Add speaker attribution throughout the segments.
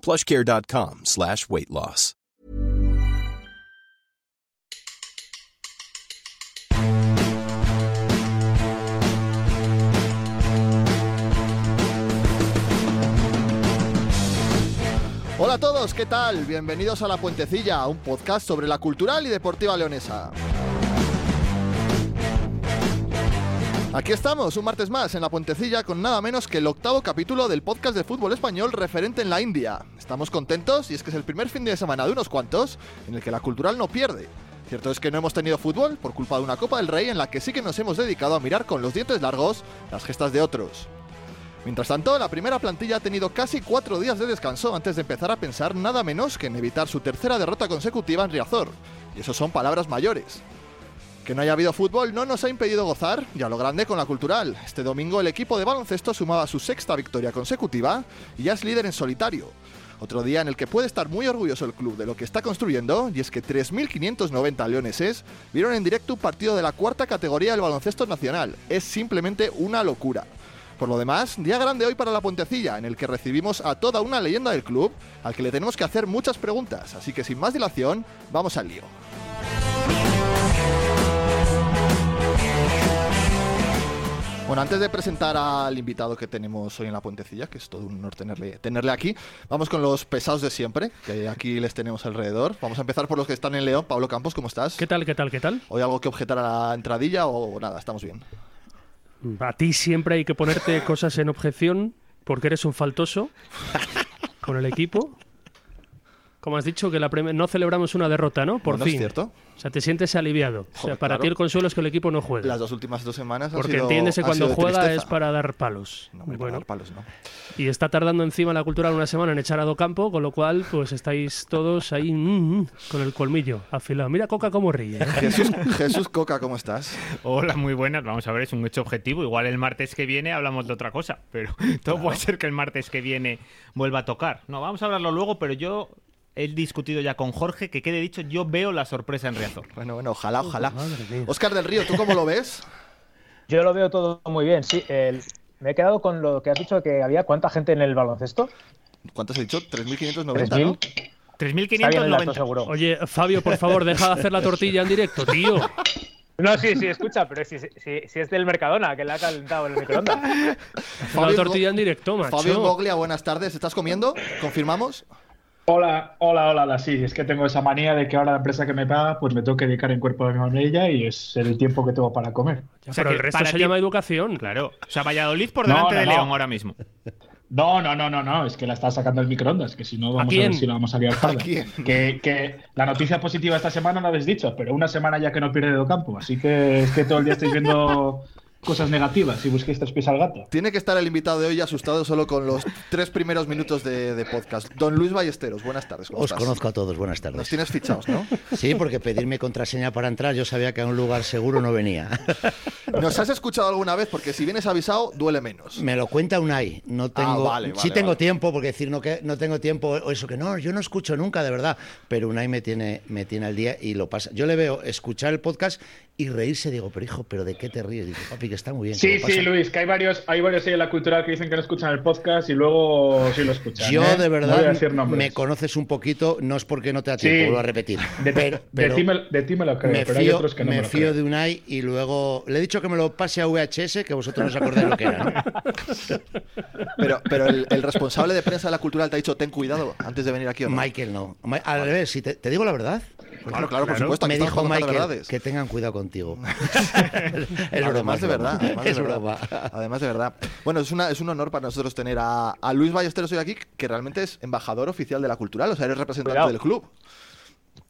Speaker 1: Plushcare.com slash weight loss.
Speaker 2: Hola a todos, ¿qué tal? Bienvenidos a La Puentecilla, un podcast sobre la cultural y deportiva leonesa. Aquí estamos, un martes más en La Puentecilla con nada menos que el octavo capítulo del podcast de fútbol español referente en la India. Estamos contentos y es que es el primer fin de semana de unos cuantos en el que la cultural no pierde. Cierto es que no hemos tenido fútbol por culpa de una Copa del Rey en la que sí que nos hemos dedicado a mirar con los dientes largos las gestas de otros. Mientras tanto, la primera plantilla ha tenido casi cuatro días de descanso antes de empezar a pensar nada menos que en evitar su tercera derrota consecutiva en Riazor. Y eso son palabras mayores. Que no haya habido fútbol no nos ha impedido gozar y a lo grande con la cultural. Este domingo el equipo de baloncesto sumaba su sexta victoria consecutiva y ya es líder en solitario. Otro día en el que puede estar muy orgulloso el club de lo que está construyendo y es que 3.590 leoneses vieron en directo un partido de la cuarta categoría del baloncesto nacional. Es simplemente una locura. Por lo demás, día grande hoy para la Puentecilla, en el que recibimos a toda una leyenda del club, al que le tenemos que hacer muchas preguntas, así que sin más dilación, vamos al lío. Bueno, antes de presentar al invitado que tenemos hoy en la Puentecilla, que es todo un honor tenerle, tenerle aquí, vamos con los pesados de siempre, que aquí les tenemos alrededor. Vamos a empezar por los que están en León. Pablo Campos, ¿cómo estás?
Speaker 3: ¿Qué tal, qué tal, qué tal?
Speaker 2: ¿Hoy algo que objetar a la entradilla o nada? Estamos bien.
Speaker 3: A ti siempre hay que ponerte cosas en objeción porque eres un faltoso con el equipo. Como has dicho, que la prem- no celebramos una derrota, ¿no? Por
Speaker 2: Bueno, es
Speaker 3: fin.
Speaker 2: cierto.
Speaker 3: O sea, te sientes aliviado. o sea,
Speaker 2: Joder,
Speaker 3: para
Speaker 2: claro.
Speaker 3: ti el consuelo es que el equipo no juega.
Speaker 2: Las dos últimas dos semanas han
Speaker 3: porque
Speaker 2: sido-
Speaker 3: entiendes que
Speaker 2: han
Speaker 3: cuando
Speaker 2: sido de
Speaker 3: juega
Speaker 2: tristeza.
Speaker 3: es para dar palos.
Speaker 2: No, hombre, para
Speaker 3: bueno,
Speaker 2: dar palos, no.
Speaker 3: y está tardando encima la cultural una semana en echar a Docampo, con lo cual, pues estáis todos ahí mm, mm, con el colmillo afilado. Mira Coca cómo ríe. ¿eh?
Speaker 2: Jesús, Jesús Coca, ¿cómo estás?
Speaker 4: Hola, muy buenas. Vamos a ver, es un hecho objetivo. Igual el martes que viene hablamos de otra cosa, pero todo puede ser que el martes que viene vuelva a tocar. No, vamos a hablarlo luego, pero yo he discutido ya con Jorge que quede dicho, yo veo la sorpresa en Riazor.
Speaker 2: Bueno, bueno, ojalá, ojalá.
Speaker 3: madre mía.
Speaker 2: Oscar del Río, ¿tú cómo lo ves?
Speaker 5: Yo lo veo todo muy bien, sí. El- me he quedado con lo que has dicho que había cuánta gente en el baloncesto.
Speaker 2: ¿Cuánto has dicho? 3.590,
Speaker 5: 3.000.
Speaker 2: ¿no?
Speaker 5: Está bien el dato,
Speaker 4: 3.590.
Speaker 5: seguro.
Speaker 3: Oye, Fabio, por favor, deja de hacer la tortilla en directo, tío.
Speaker 5: No, sí, sí, escucha, pero si, si- si es del Mercadona, que le ha calentado el microondas.
Speaker 3: la
Speaker 2: Fabio
Speaker 3: tortilla en
Speaker 2: Go-
Speaker 3: directo, macho.
Speaker 2: Fabio Goglia, buenas tardes. ¿Estás comiendo? ¿Confirmamos?
Speaker 6: Hola, hola, hola, hola, sí, es que tengo esa manía de que ahora la empresa que me paga, pues me tengo que dedicar en cuerpo a mi familia y es el tiempo que tengo para comer.
Speaker 3: Ya,
Speaker 4: O sea
Speaker 3: pero
Speaker 4: que
Speaker 3: el resto
Speaker 4: para
Speaker 3: se
Speaker 4: ti-
Speaker 3: llama educación.
Speaker 4: Claro, o sea, Valladolid por
Speaker 6: No,
Speaker 4: delante
Speaker 6: no,
Speaker 4: de
Speaker 6: no.
Speaker 4: León ahora mismo.
Speaker 6: No, no, no, no, no, es que la está sacando el microondas, que si no vamos a,
Speaker 3: quién?
Speaker 6: ver si la vamos a liar parda.
Speaker 2: quién?
Speaker 6: Que, que la noticia positiva esta semana no la habéis dicho, pero una semana ya que no pierde de campo, así que es que todo el día estáis viendo cosas negativas y busquéis tres pies al gato.
Speaker 2: Tiene que estar el invitado de hoy asustado solo con los tres primeros minutos de, de podcast. Don Luis Ballesteros, buenas tardes. ¿cómo
Speaker 7: Os
Speaker 2: estás?
Speaker 7: conozco a todos, buenas tardes.
Speaker 2: Nos tienes fichados, ¿no?
Speaker 7: Sí, porque pedirme contraseña para entrar, yo sabía que a un lugar seguro no venía.
Speaker 2: ¿Nos has escuchado alguna vez? Porque si vienes avisado, duele menos.
Speaker 7: Me lo cuenta Unai.
Speaker 4: Ah,
Speaker 7: No tengo,
Speaker 2: vale, vale,
Speaker 7: sí tengo
Speaker 2: vale.
Speaker 7: tiempo, porque decir no, que, no tengo tiempo, o eso que no, yo no escucho nunca, de verdad. Pero Unai me tiene, me tiene al día y lo pasa. Yo le veo escuchar el podcast y reírse. Digo, pero hijo, ¿pero de qué te ríes? Digo, papi, que está muy bien. que
Speaker 6: Sí,
Speaker 7: lo
Speaker 6: sí,
Speaker 7: pasa".
Speaker 6: Luis, que hay varios, hay varios ahí en la cultural que dicen que no escuchan el podcast y luego sí lo escuchan.
Speaker 7: Yo, de
Speaker 6: ¿eh? No voy a
Speaker 7: verdad,
Speaker 6: decir nombres.
Speaker 7: me conoces un poquito, no es porque no te da
Speaker 6: Sí.
Speaker 7: tiempo, vuelvo a repetir.
Speaker 6: De,
Speaker 7: pero, pero-
Speaker 6: de, ti me, de ti me lo creo,
Speaker 7: me
Speaker 6: pero
Speaker 7: fío,
Speaker 6: hay otros que no me,
Speaker 7: me
Speaker 6: lo
Speaker 7: fío
Speaker 6: creo.
Speaker 7: de Unai y luego le he dicho que me lo pase a VHS, que vosotros no os acordáis lo que era. ¿no?
Speaker 2: Pero, pero el, el responsable de prensa de la cultural te ha dicho ten cuidado antes de venir aquí o no.
Speaker 7: Michael no. Ma- Al revés, si te, te digo la verdad.
Speaker 2: Claro, claro, por supuesto. aquí
Speaker 7: me
Speaker 2: estamos
Speaker 7: dijo
Speaker 2: contando
Speaker 7: Michael
Speaker 2: verdades.
Speaker 7: que tengan cuidado contigo. es broma,
Speaker 2: además
Speaker 7: es
Speaker 2: de
Speaker 7: broma.
Speaker 2: verdad, además de
Speaker 7: es
Speaker 2: verdad.
Speaker 7: broma.
Speaker 2: Además de verdad. Bueno, es, una, es un honor para nosotros tener a, a Luis Ballesteros hoy aquí, que realmente es embajador oficial de la cultural, o sea, eres representante
Speaker 6: Cuidado.
Speaker 2: del club.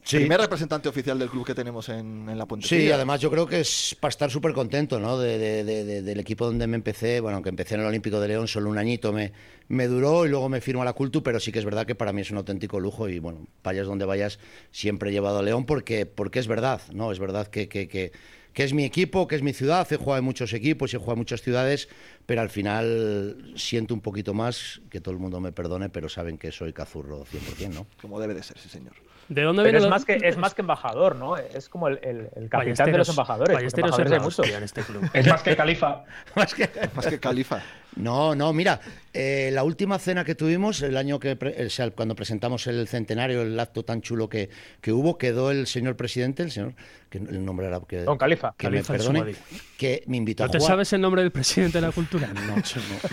Speaker 7: Sí.
Speaker 2: Primer representante oficial del club que tenemos en, en la puntecilla.
Speaker 7: Sí, además yo creo que es para estar súper contento, ¿no? De, de- de- de- del equipo donde me empecé, bueno, que empecé en el Olímpico de León, solo un añito me, me duró y luego me firmo a la Cultu, pero sí que es verdad que para mí es un auténtico lujo y bueno, vayas donde vayas, siempre he llevado a León porque, porque es verdad, ¿no? Es verdad que, que, que, que es mi equipo, que es mi ciudad, he jugado en muchos equipos, he jugado en muchas ciudades, pero al final siento un poquito más, que todo el mundo me perdone, pero saben que soy cazurro 100%, ¿no?
Speaker 2: Como debe de ser, sí, señor.
Speaker 3: ¿De dónde
Speaker 5: Pero
Speaker 3: viene
Speaker 5: es
Speaker 3: lo-
Speaker 5: más, que, es más que embajador, ¿no? Es como el, el- el capitán de
Speaker 3: Ballesteros-
Speaker 5: los embajadores. porque
Speaker 3: Ballesteros es
Speaker 5: embajadores
Speaker 3: la
Speaker 5: hay muchos.
Speaker 3: hostia en este club.
Speaker 6: Es más que Califa.
Speaker 7: Más que-
Speaker 2: Más que Califa.
Speaker 7: No, no, mira, eh, la última cena que tuvimos, el año que, pre- o sea, cuando presentamos el centenario, el acto tan chulo que, que hubo, quedó el señor presidente, el señor, que el nombre era que,
Speaker 5: Don Califa.
Speaker 7: que
Speaker 3: Khalifa
Speaker 7: me perdone,
Speaker 3: al-Zumaili.
Speaker 7: que me invitó
Speaker 3: ¿No
Speaker 7: a
Speaker 3: te
Speaker 7: jugar.
Speaker 3: sabes el nombre del presidente de la cultura?
Speaker 7: No, no,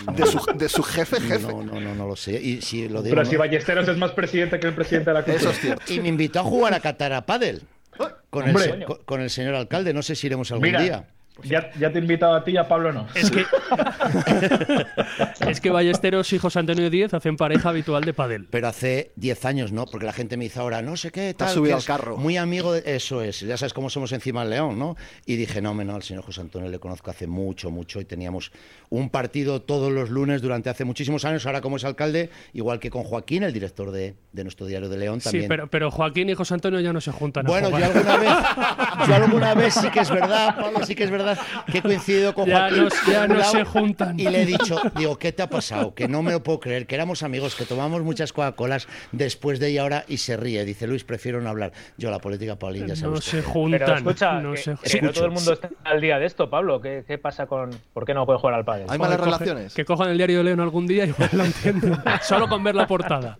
Speaker 7: no,
Speaker 2: De su, de su jefe, jefe.
Speaker 7: no, no, no, no lo sé. Y si lo digo,
Speaker 6: Pero
Speaker 7: no-
Speaker 6: si Ballesteros es más presidente que el presidente de la cultura.
Speaker 2: Eso es cierto.
Speaker 7: y me invitó a jugar a Qatar a pádel con, el,
Speaker 6: Hombre.
Speaker 7: se- con, con el señor alcalde. No sé si iremos algún
Speaker 6: Mira,
Speaker 7: día.
Speaker 6: ya, ya te he invitado a ti y a Pablo no.
Speaker 3: Es que, es que Ballesteros y José Antonio Díez hacen pareja habitual de padel.
Speaker 7: Pero hace 10 años, ¿no? Porque la gente me dice ahora, no sé qué, tal.
Speaker 2: subido
Speaker 7: que
Speaker 2: al
Speaker 7: es
Speaker 2: carro.
Speaker 7: Muy amigo de eso es. Ya sabes cómo somos encima del León, ¿no? Y dije, no, hombre, no, al señor José Antonio le conozco hace mucho, mucho. Y teníamos un partido todos los lunes durante hace muchísimos años. Ahora, como es alcalde, igual que con Joaquín, el director de, de nuestro diario de León, también.
Speaker 3: Sí, pero, pero Joaquín y José Antonio ya no se juntan. a
Speaker 7: Bueno, yo
Speaker 3: jugar.
Speaker 7: alguna vez, Eh, yo alguna vez sí que es verdad, Pablo, sí que es verdad que he coincidido con
Speaker 3: Ya
Speaker 7: Joaquín.
Speaker 3: no- ya no
Speaker 7: Bravo,
Speaker 3: se juntan.
Speaker 7: Y le he dicho, digo, ¿qué te ha pasado? Que no me lo puedo creer, que éramos amigos, que tomamos muchas Coca-Colas después de ella ahora y se ríe. Dice, Luis, prefiero no hablar. Yo, la política, Paulín, ya
Speaker 3: no
Speaker 7: sabes.
Speaker 3: se
Speaker 7: que-
Speaker 3: juntan.
Speaker 5: Pero escucha,
Speaker 3: no
Speaker 5: que-
Speaker 3: se
Speaker 5: que no todo el mundo está al día de esto, Pablo. ¿Qué, qué pasa con.? ¿Por qué no puede jugar al pádel?
Speaker 2: Hay malas
Speaker 3: Joder, coge-
Speaker 2: relaciones.
Speaker 3: Que cojan el diario de León algún día y igual lo entiendo. Solo con ver la portada.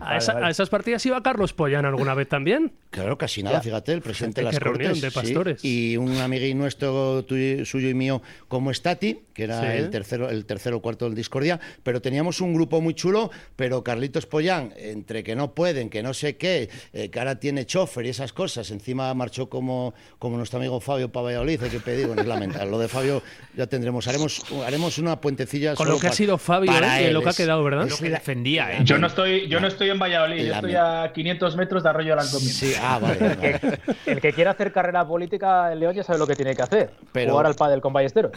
Speaker 3: A,
Speaker 5: Vale,
Speaker 3: esa-
Speaker 5: vale.
Speaker 3: a esas partidas iba Carlos Pollán alguna vez también.
Speaker 7: Claro, casi nada, fíjate, el presidente de
Speaker 3: Fíjate
Speaker 7: las
Speaker 3: qué reunión
Speaker 7: Cortes.
Speaker 3: de
Speaker 7: sí.
Speaker 3: pastores.
Speaker 7: Y un amiguín nuestro, tuyo- suyo y mío, como Stati, que era
Speaker 3: Sí.
Speaker 7: el tercero el tercero o cuarto del Discordia, pero teníamos un grupo muy chulo, pero Carlitos Pollán, entre que no pueden, que no sé qué, eh, que ahora tiene chofer y esas cosas, encima marchó como, como nuestro amigo Fabio para Valladolid, hay que pedir, bueno, es lamentable. Lo de Fabio ya tendremos, haremos, haremos una puentecilla
Speaker 3: Con
Speaker 7: solo
Speaker 3: lo que ha
Speaker 7: para-
Speaker 3: sido Fabio,
Speaker 7: para
Speaker 3: ¿eh? Y en
Speaker 7: él,
Speaker 3: lo que ha
Speaker 7: es-
Speaker 3: quedado, ¿verdad?
Speaker 7: es
Speaker 4: Lo que
Speaker 7: la-
Speaker 4: defendía, ¿eh?
Speaker 6: Yo no estoy, yo no estoy en Valladolid, yo
Speaker 7: La
Speaker 6: estoy
Speaker 7: mierda.
Speaker 6: a 500 metros de Arroyo de la Encomienda.
Speaker 7: Sí, ah, vale. vale.
Speaker 5: El que quiera hacer carrera política en León ya sabe lo que tiene que hacer.
Speaker 7: Pero-
Speaker 5: Jugar al pádel con Ballesteros.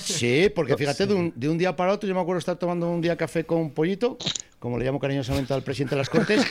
Speaker 7: Sí, porque fíjate, de un, de un día para otro, yo me acuerdo estar tomando un día café con un pollito, como le llamo cariñosamente al presidente de las Cortes,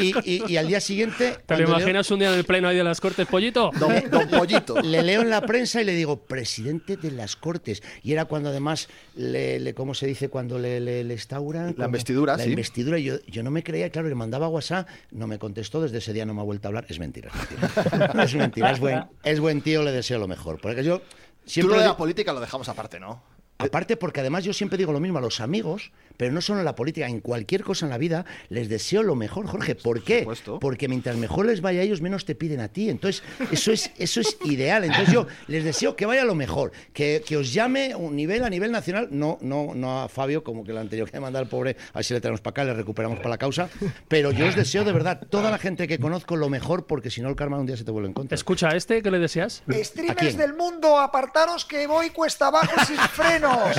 Speaker 7: y, y- y al día siguiente.
Speaker 3: ¿Te lo
Speaker 7: cuando leo-
Speaker 3: imaginas un día en el pleno ahí de las Cortes, pollito?
Speaker 2: Don, don Pollito.
Speaker 7: le leo en la prensa y le digo, presidente de las Cortes. Y era cuando además, le, le- ¿cómo se dice? Cuando le, le, le instauran. como-
Speaker 2: investidura,
Speaker 7: La
Speaker 2: sí.
Speaker 7: investidura. Y Yo, yo no me creía, claro, le mandaba WhatsApp, no me contestó, desde ese día no me ha vuelto a hablar. Es mentira, es mentira. es mentira, es buen, es buen tío, le deseo lo mejor. Porque yo
Speaker 2: Tú
Speaker 7: siempre.
Speaker 2: lo de
Speaker 7: le-
Speaker 2: la política lo dejamos aparte, ¿no?
Speaker 7: Aparte, porque además yo siempre digo lo mismo a los amigos, pero no solo en la política, en cualquier cosa en la vida, les deseo lo mejor, Jorge. ¿Por qué?
Speaker 2: supuesto.
Speaker 7: Porque mientras mejor les vaya a ellos, menos te piden a ti. Entonces, eso es, eso es ideal. Entonces, yo les deseo que vaya lo mejor, que, que os llame un nivel a nivel nacional, no, no, no a Fabio, como que el anterior que mandar al pobre, así le traemos para acá, le recuperamos para la causa. Pero yo os deseo de verdad, toda la gente que conozco, lo mejor, porque si no, el karma un día se te vuelve en contra.
Speaker 3: Escucha, ¿a este que le deseas?
Speaker 7: ¿A quién?
Speaker 8: Streamers del mundo, apartaros que voy cuesta abajo sin frenos.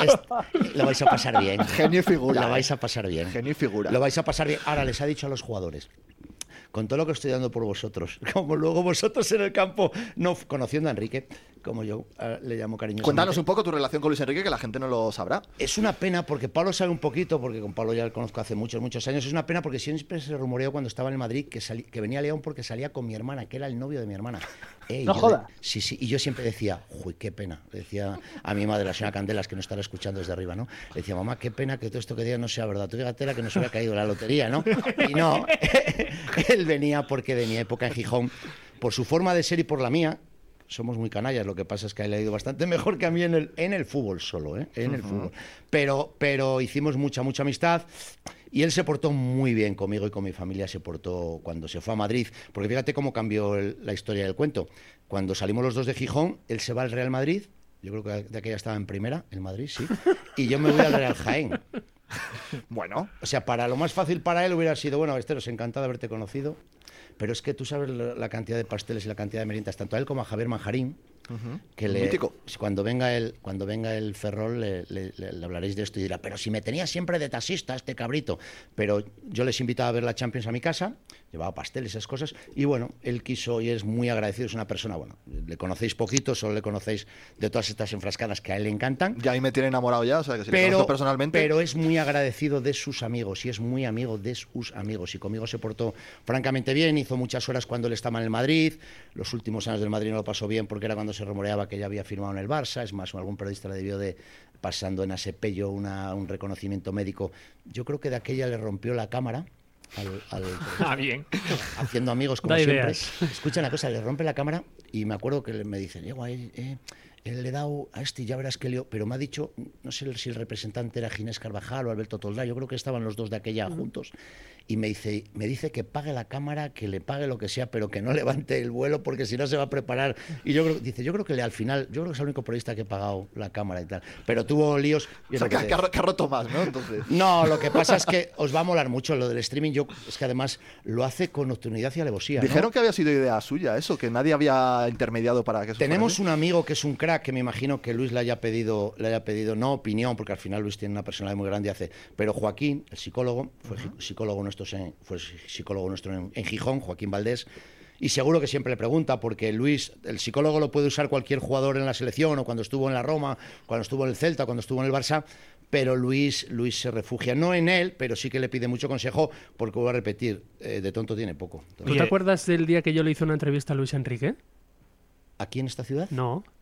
Speaker 7: Es- lo vais a pasar bien.
Speaker 2: Genio y figura,
Speaker 7: Lo
Speaker 2: eh.
Speaker 7: vais a pasar bien.
Speaker 2: Genio y figura.
Speaker 7: Lo vais a pasar bien. Ahora les ha dicho a los jugadores. con todo lo que estoy dando por vosotros, como luego vosotros en el campo, no conociendo a Enrique, como yo eh, le llamo cariñosamente.
Speaker 2: Cuéntanos un poco tu relación con Luis Enrique, que la gente no lo sabrá.
Speaker 7: Es una pena porque Pablo sabe un poquito, porque con Pablo ya lo conozco hace muchos, muchos años. Es una pena porque siempre se rumoreó cuando estaba en Madrid que, salí- que venía a León porque salía con mi hermana, que era el novio de mi hermana. Eh, y
Speaker 5: No
Speaker 7: yo
Speaker 5: joda.
Speaker 7: de- sí, sí. Y yo siempre decía, uy, qué pena. Le decía a mi madre, la señora Candelas, que no estará escuchando desde arriba, ¿no? Le decía, mamá, qué pena que todo esto que diga no sea verdad. Tú fíjate la que nos hubiera caído la lotería, ¿no? Y no, él venía porque de mi época en Gijón, por su forma de ser y por la mía, somos muy canallas, lo que pasa es que a él le ha ido bastante mejor que a mí en el, en el fútbol solo, ¿eh? en el fútbol. Pero, pero hicimos mucha, mucha amistad y él se portó muy bien conmigo y con mi familia se portó cuando se fue a Madrid, porque fíjate cómo cambió el- la historia del cuento. Cuando salimos los dos de Gijón, él se va al Real Madrid, yo creo que de aquella estaba en primera, el Madrid, sí, y yo me voy al Real Jaén.
Speaker 2: Bueno,
Speaker 7: O sea, para lo más fácil para él hubiera sido, bueno, Esteros, encantado de haberte conocido, pero es que tú sabes la la cantidad de pasteles y la cantidad de meriendas, tanto a él como a Javier Manjarín, que le,
Speaker 2: Mítico.
Speaker 7: cuando venga el cuando venga el Ferrol le, le- le- le hablaréis de esto y dirá pero si me tenía siempre de taxista este cabrito pero yo les invitaba a ver la Champions a mi casa llevaba pasteles esas cosas y bueno él quiso y es muy agradecido es una persona bueno le conocéis poquito solo le conocéis de todas estas enfrascadas que a él le encantan
Speaker 2: ya ahí me tiene enamorado ya, o sea que si le
Speaker 7: pero,
Speaker 2: conozco personalmente.
Speaker 7: pero es muy agradecido de sus amigos y es muy amigo de sus amigos. Y conmigo se portó francamente bien, hizo muchas horas cuando él estaba en el Madrid. Los últimos años del Madrid no lo pasó bien porque era cuando se rumoreaba que ya había firmado en el Barça. Es más, algún periodista le debió de pasando en Asepello una, un reconocimiento médico. Yo creo que de aquella le rompió la cámara. al- al-
Speaker 4: Ah, bien.
Speaker 7: haciendo amigos como
Speaker 3: Da
Speaker 7: siempre.
Speaker 3: ideas.
Speaker 7: Escucha una cosa, le rompe la cámara y me acuerdo que le- me dicen, Diego, eh, eh, eh, le he dado a este y ya verás que leo, pero me ha dicho, no sé si el representante era Ginés Carvajal o Alberto Toldá, yo creo que estaban los dos de aquella juntos, y me dice, me dice que pague la cámara, que le pague lo que sea, pero que no levante el vuelo porque si no se va a preparar. Y yo creo, dice, yo creo que le, al final, yo creo que es el único periodista que ha pagado la cámara y tal, pero tuvo líos. y
Speaker 2: O
Speaker 7: es
Speaker 2: sea,
Speaker 7: lo que
Speaker 2: que,
Speaker 7: te-
Speaker 2: que ha ro- que ha roto más, ¿no? Entonces.
Speaker 7: no, lo que pasa es que os va a molar mucho lo del streaming. Yo es que además lo hace con nocturnidad y alevosía. ¿no?
Speaker 2: Dijeron que había sido idea suya eso, que nadie había intermediado para que eso
Speaker 7: Tenemos
Speaker 2: fuera
Speaker 7: un amigo que es un crack que me imagino que Luis le haya pedido, le haya pedido no opinión, porque al final Luis tiene una personalidad muy grande y hace. Pero Joaquín, el psicólogo, fue gi- psicólogo nuestro en, fue psicólogo nuestro en, en Gijón, Joaquín Valdés. Y seguro que siempre le pregunta, porque Luis, el psicólogo lo puede usar cualquier jugador en la selección, o cuando estuvo en la Roma, cuando estuvo en el Celta, cuando estuvo en el Barça, pero Luis, Luis se refugia, no en él, pero sí que le pide mucho consejo, porque voy a repetir, eh, de tonto tiene poco.
Speaker 3: ¿Tú
Speaker 7: Entonces,
Speaker 3: te
Speaker 4: Oye.
Speaker 3: acuerdas del día que yo le hice una entrevista a Luis Enrique?
Speaker 7: ¿Aquí en esta ciudad?
Speaker 3: No. Pues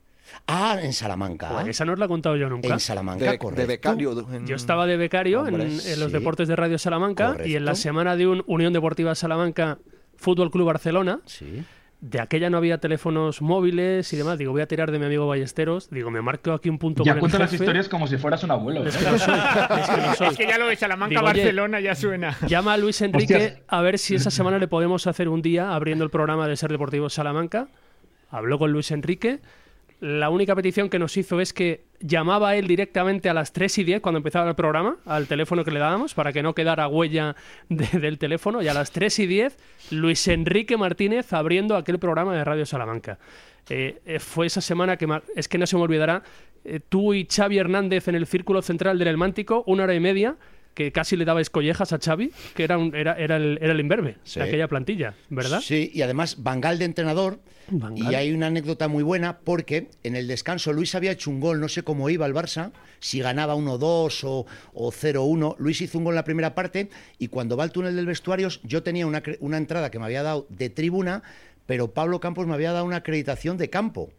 Speaker 7: Ah, en Salamanca.
Speaker 3: Joder, esa no os la he contado yo nunca.
Speaker 7: En Salamanca,
Speaker 2: De,
Speaker 7: correcto.
Speaker 2: de becario. de- en-
Speaker 3: Yo estaba de becario en,
Speaker 7: Hombre,
Speaker 3: en los
Speaker 7: sí.
Speaker 3: deportes de Radio Salamanca y en la
Speaker 7: Correcto.
Speaker 3: semana de un Unión Deportiva Salamanca Fútbol Club Barcelona,
Speaker 7: Sí.
Speaker 3: de aquella no había teléfonos móviles y demás. Digo, voy a tirar de mi amigo Ballesteros. Digo, me marco aquí un punto
Speaker 6: Ya
Speaker 3: con
Speaker 6: cuento
Speaker 3: el
Speaker 6: las
Speaker 3: jefe.
Speaker 6: historias como si fueras un abuelo. ¿eh?
Speaker 3: Es que lo soy, es que lo soy.
Speaker 4: Es que ya lo de Salamanca
Speaker 3: Digo, oye,
Speaker 4: Barcelona ya suena.
Speaker 3: Llama a Luis Enrique
Speaker 6: Hostias.
Speaker 3: a ver si esa semana le podemos hacer un día abriendo el programa de Ser Deportivo Salamanca. Habló con Luis Enrique. La única petición que nos hizo es que llamaba él directamente a las 3 y 10 cuando empezaba el programa, al teléfono que le dábamos, para que no quedara huella de- del teléfono. Y a las 3 y 10, Luis Enrique Martínez abriendo aquel programa de Radio Salamanca. Eh, eh, fue esa semana que, ma- es que no se me olvidará, eh, tú y Xavi Hernández en el círculo central del Elmántico, una hora y media, que casi le dabais collejas a Xavi, que era, un- era, era el, era el imberbe
Speaker 7: Sí.
Speaker 3: de aquella plantilla, ¿verdad?
Speaker 7: Sí, y además Bangal de entrenador.
Speaker 3: Van Gaal.
Speaker 7: Y hay una anécdota muy buena porque en el descanso Luis había hecho un gol, no sé cómo iba el Barça, si ganaba 1-2 o, o 0-1. Luis hizo un gol en la primera parte y cuando va al túnel del vestuarios yo tenía una, cre- una entrada que me había dado de tribuna, pero Pablo Campos me había dado una acreditación de campo.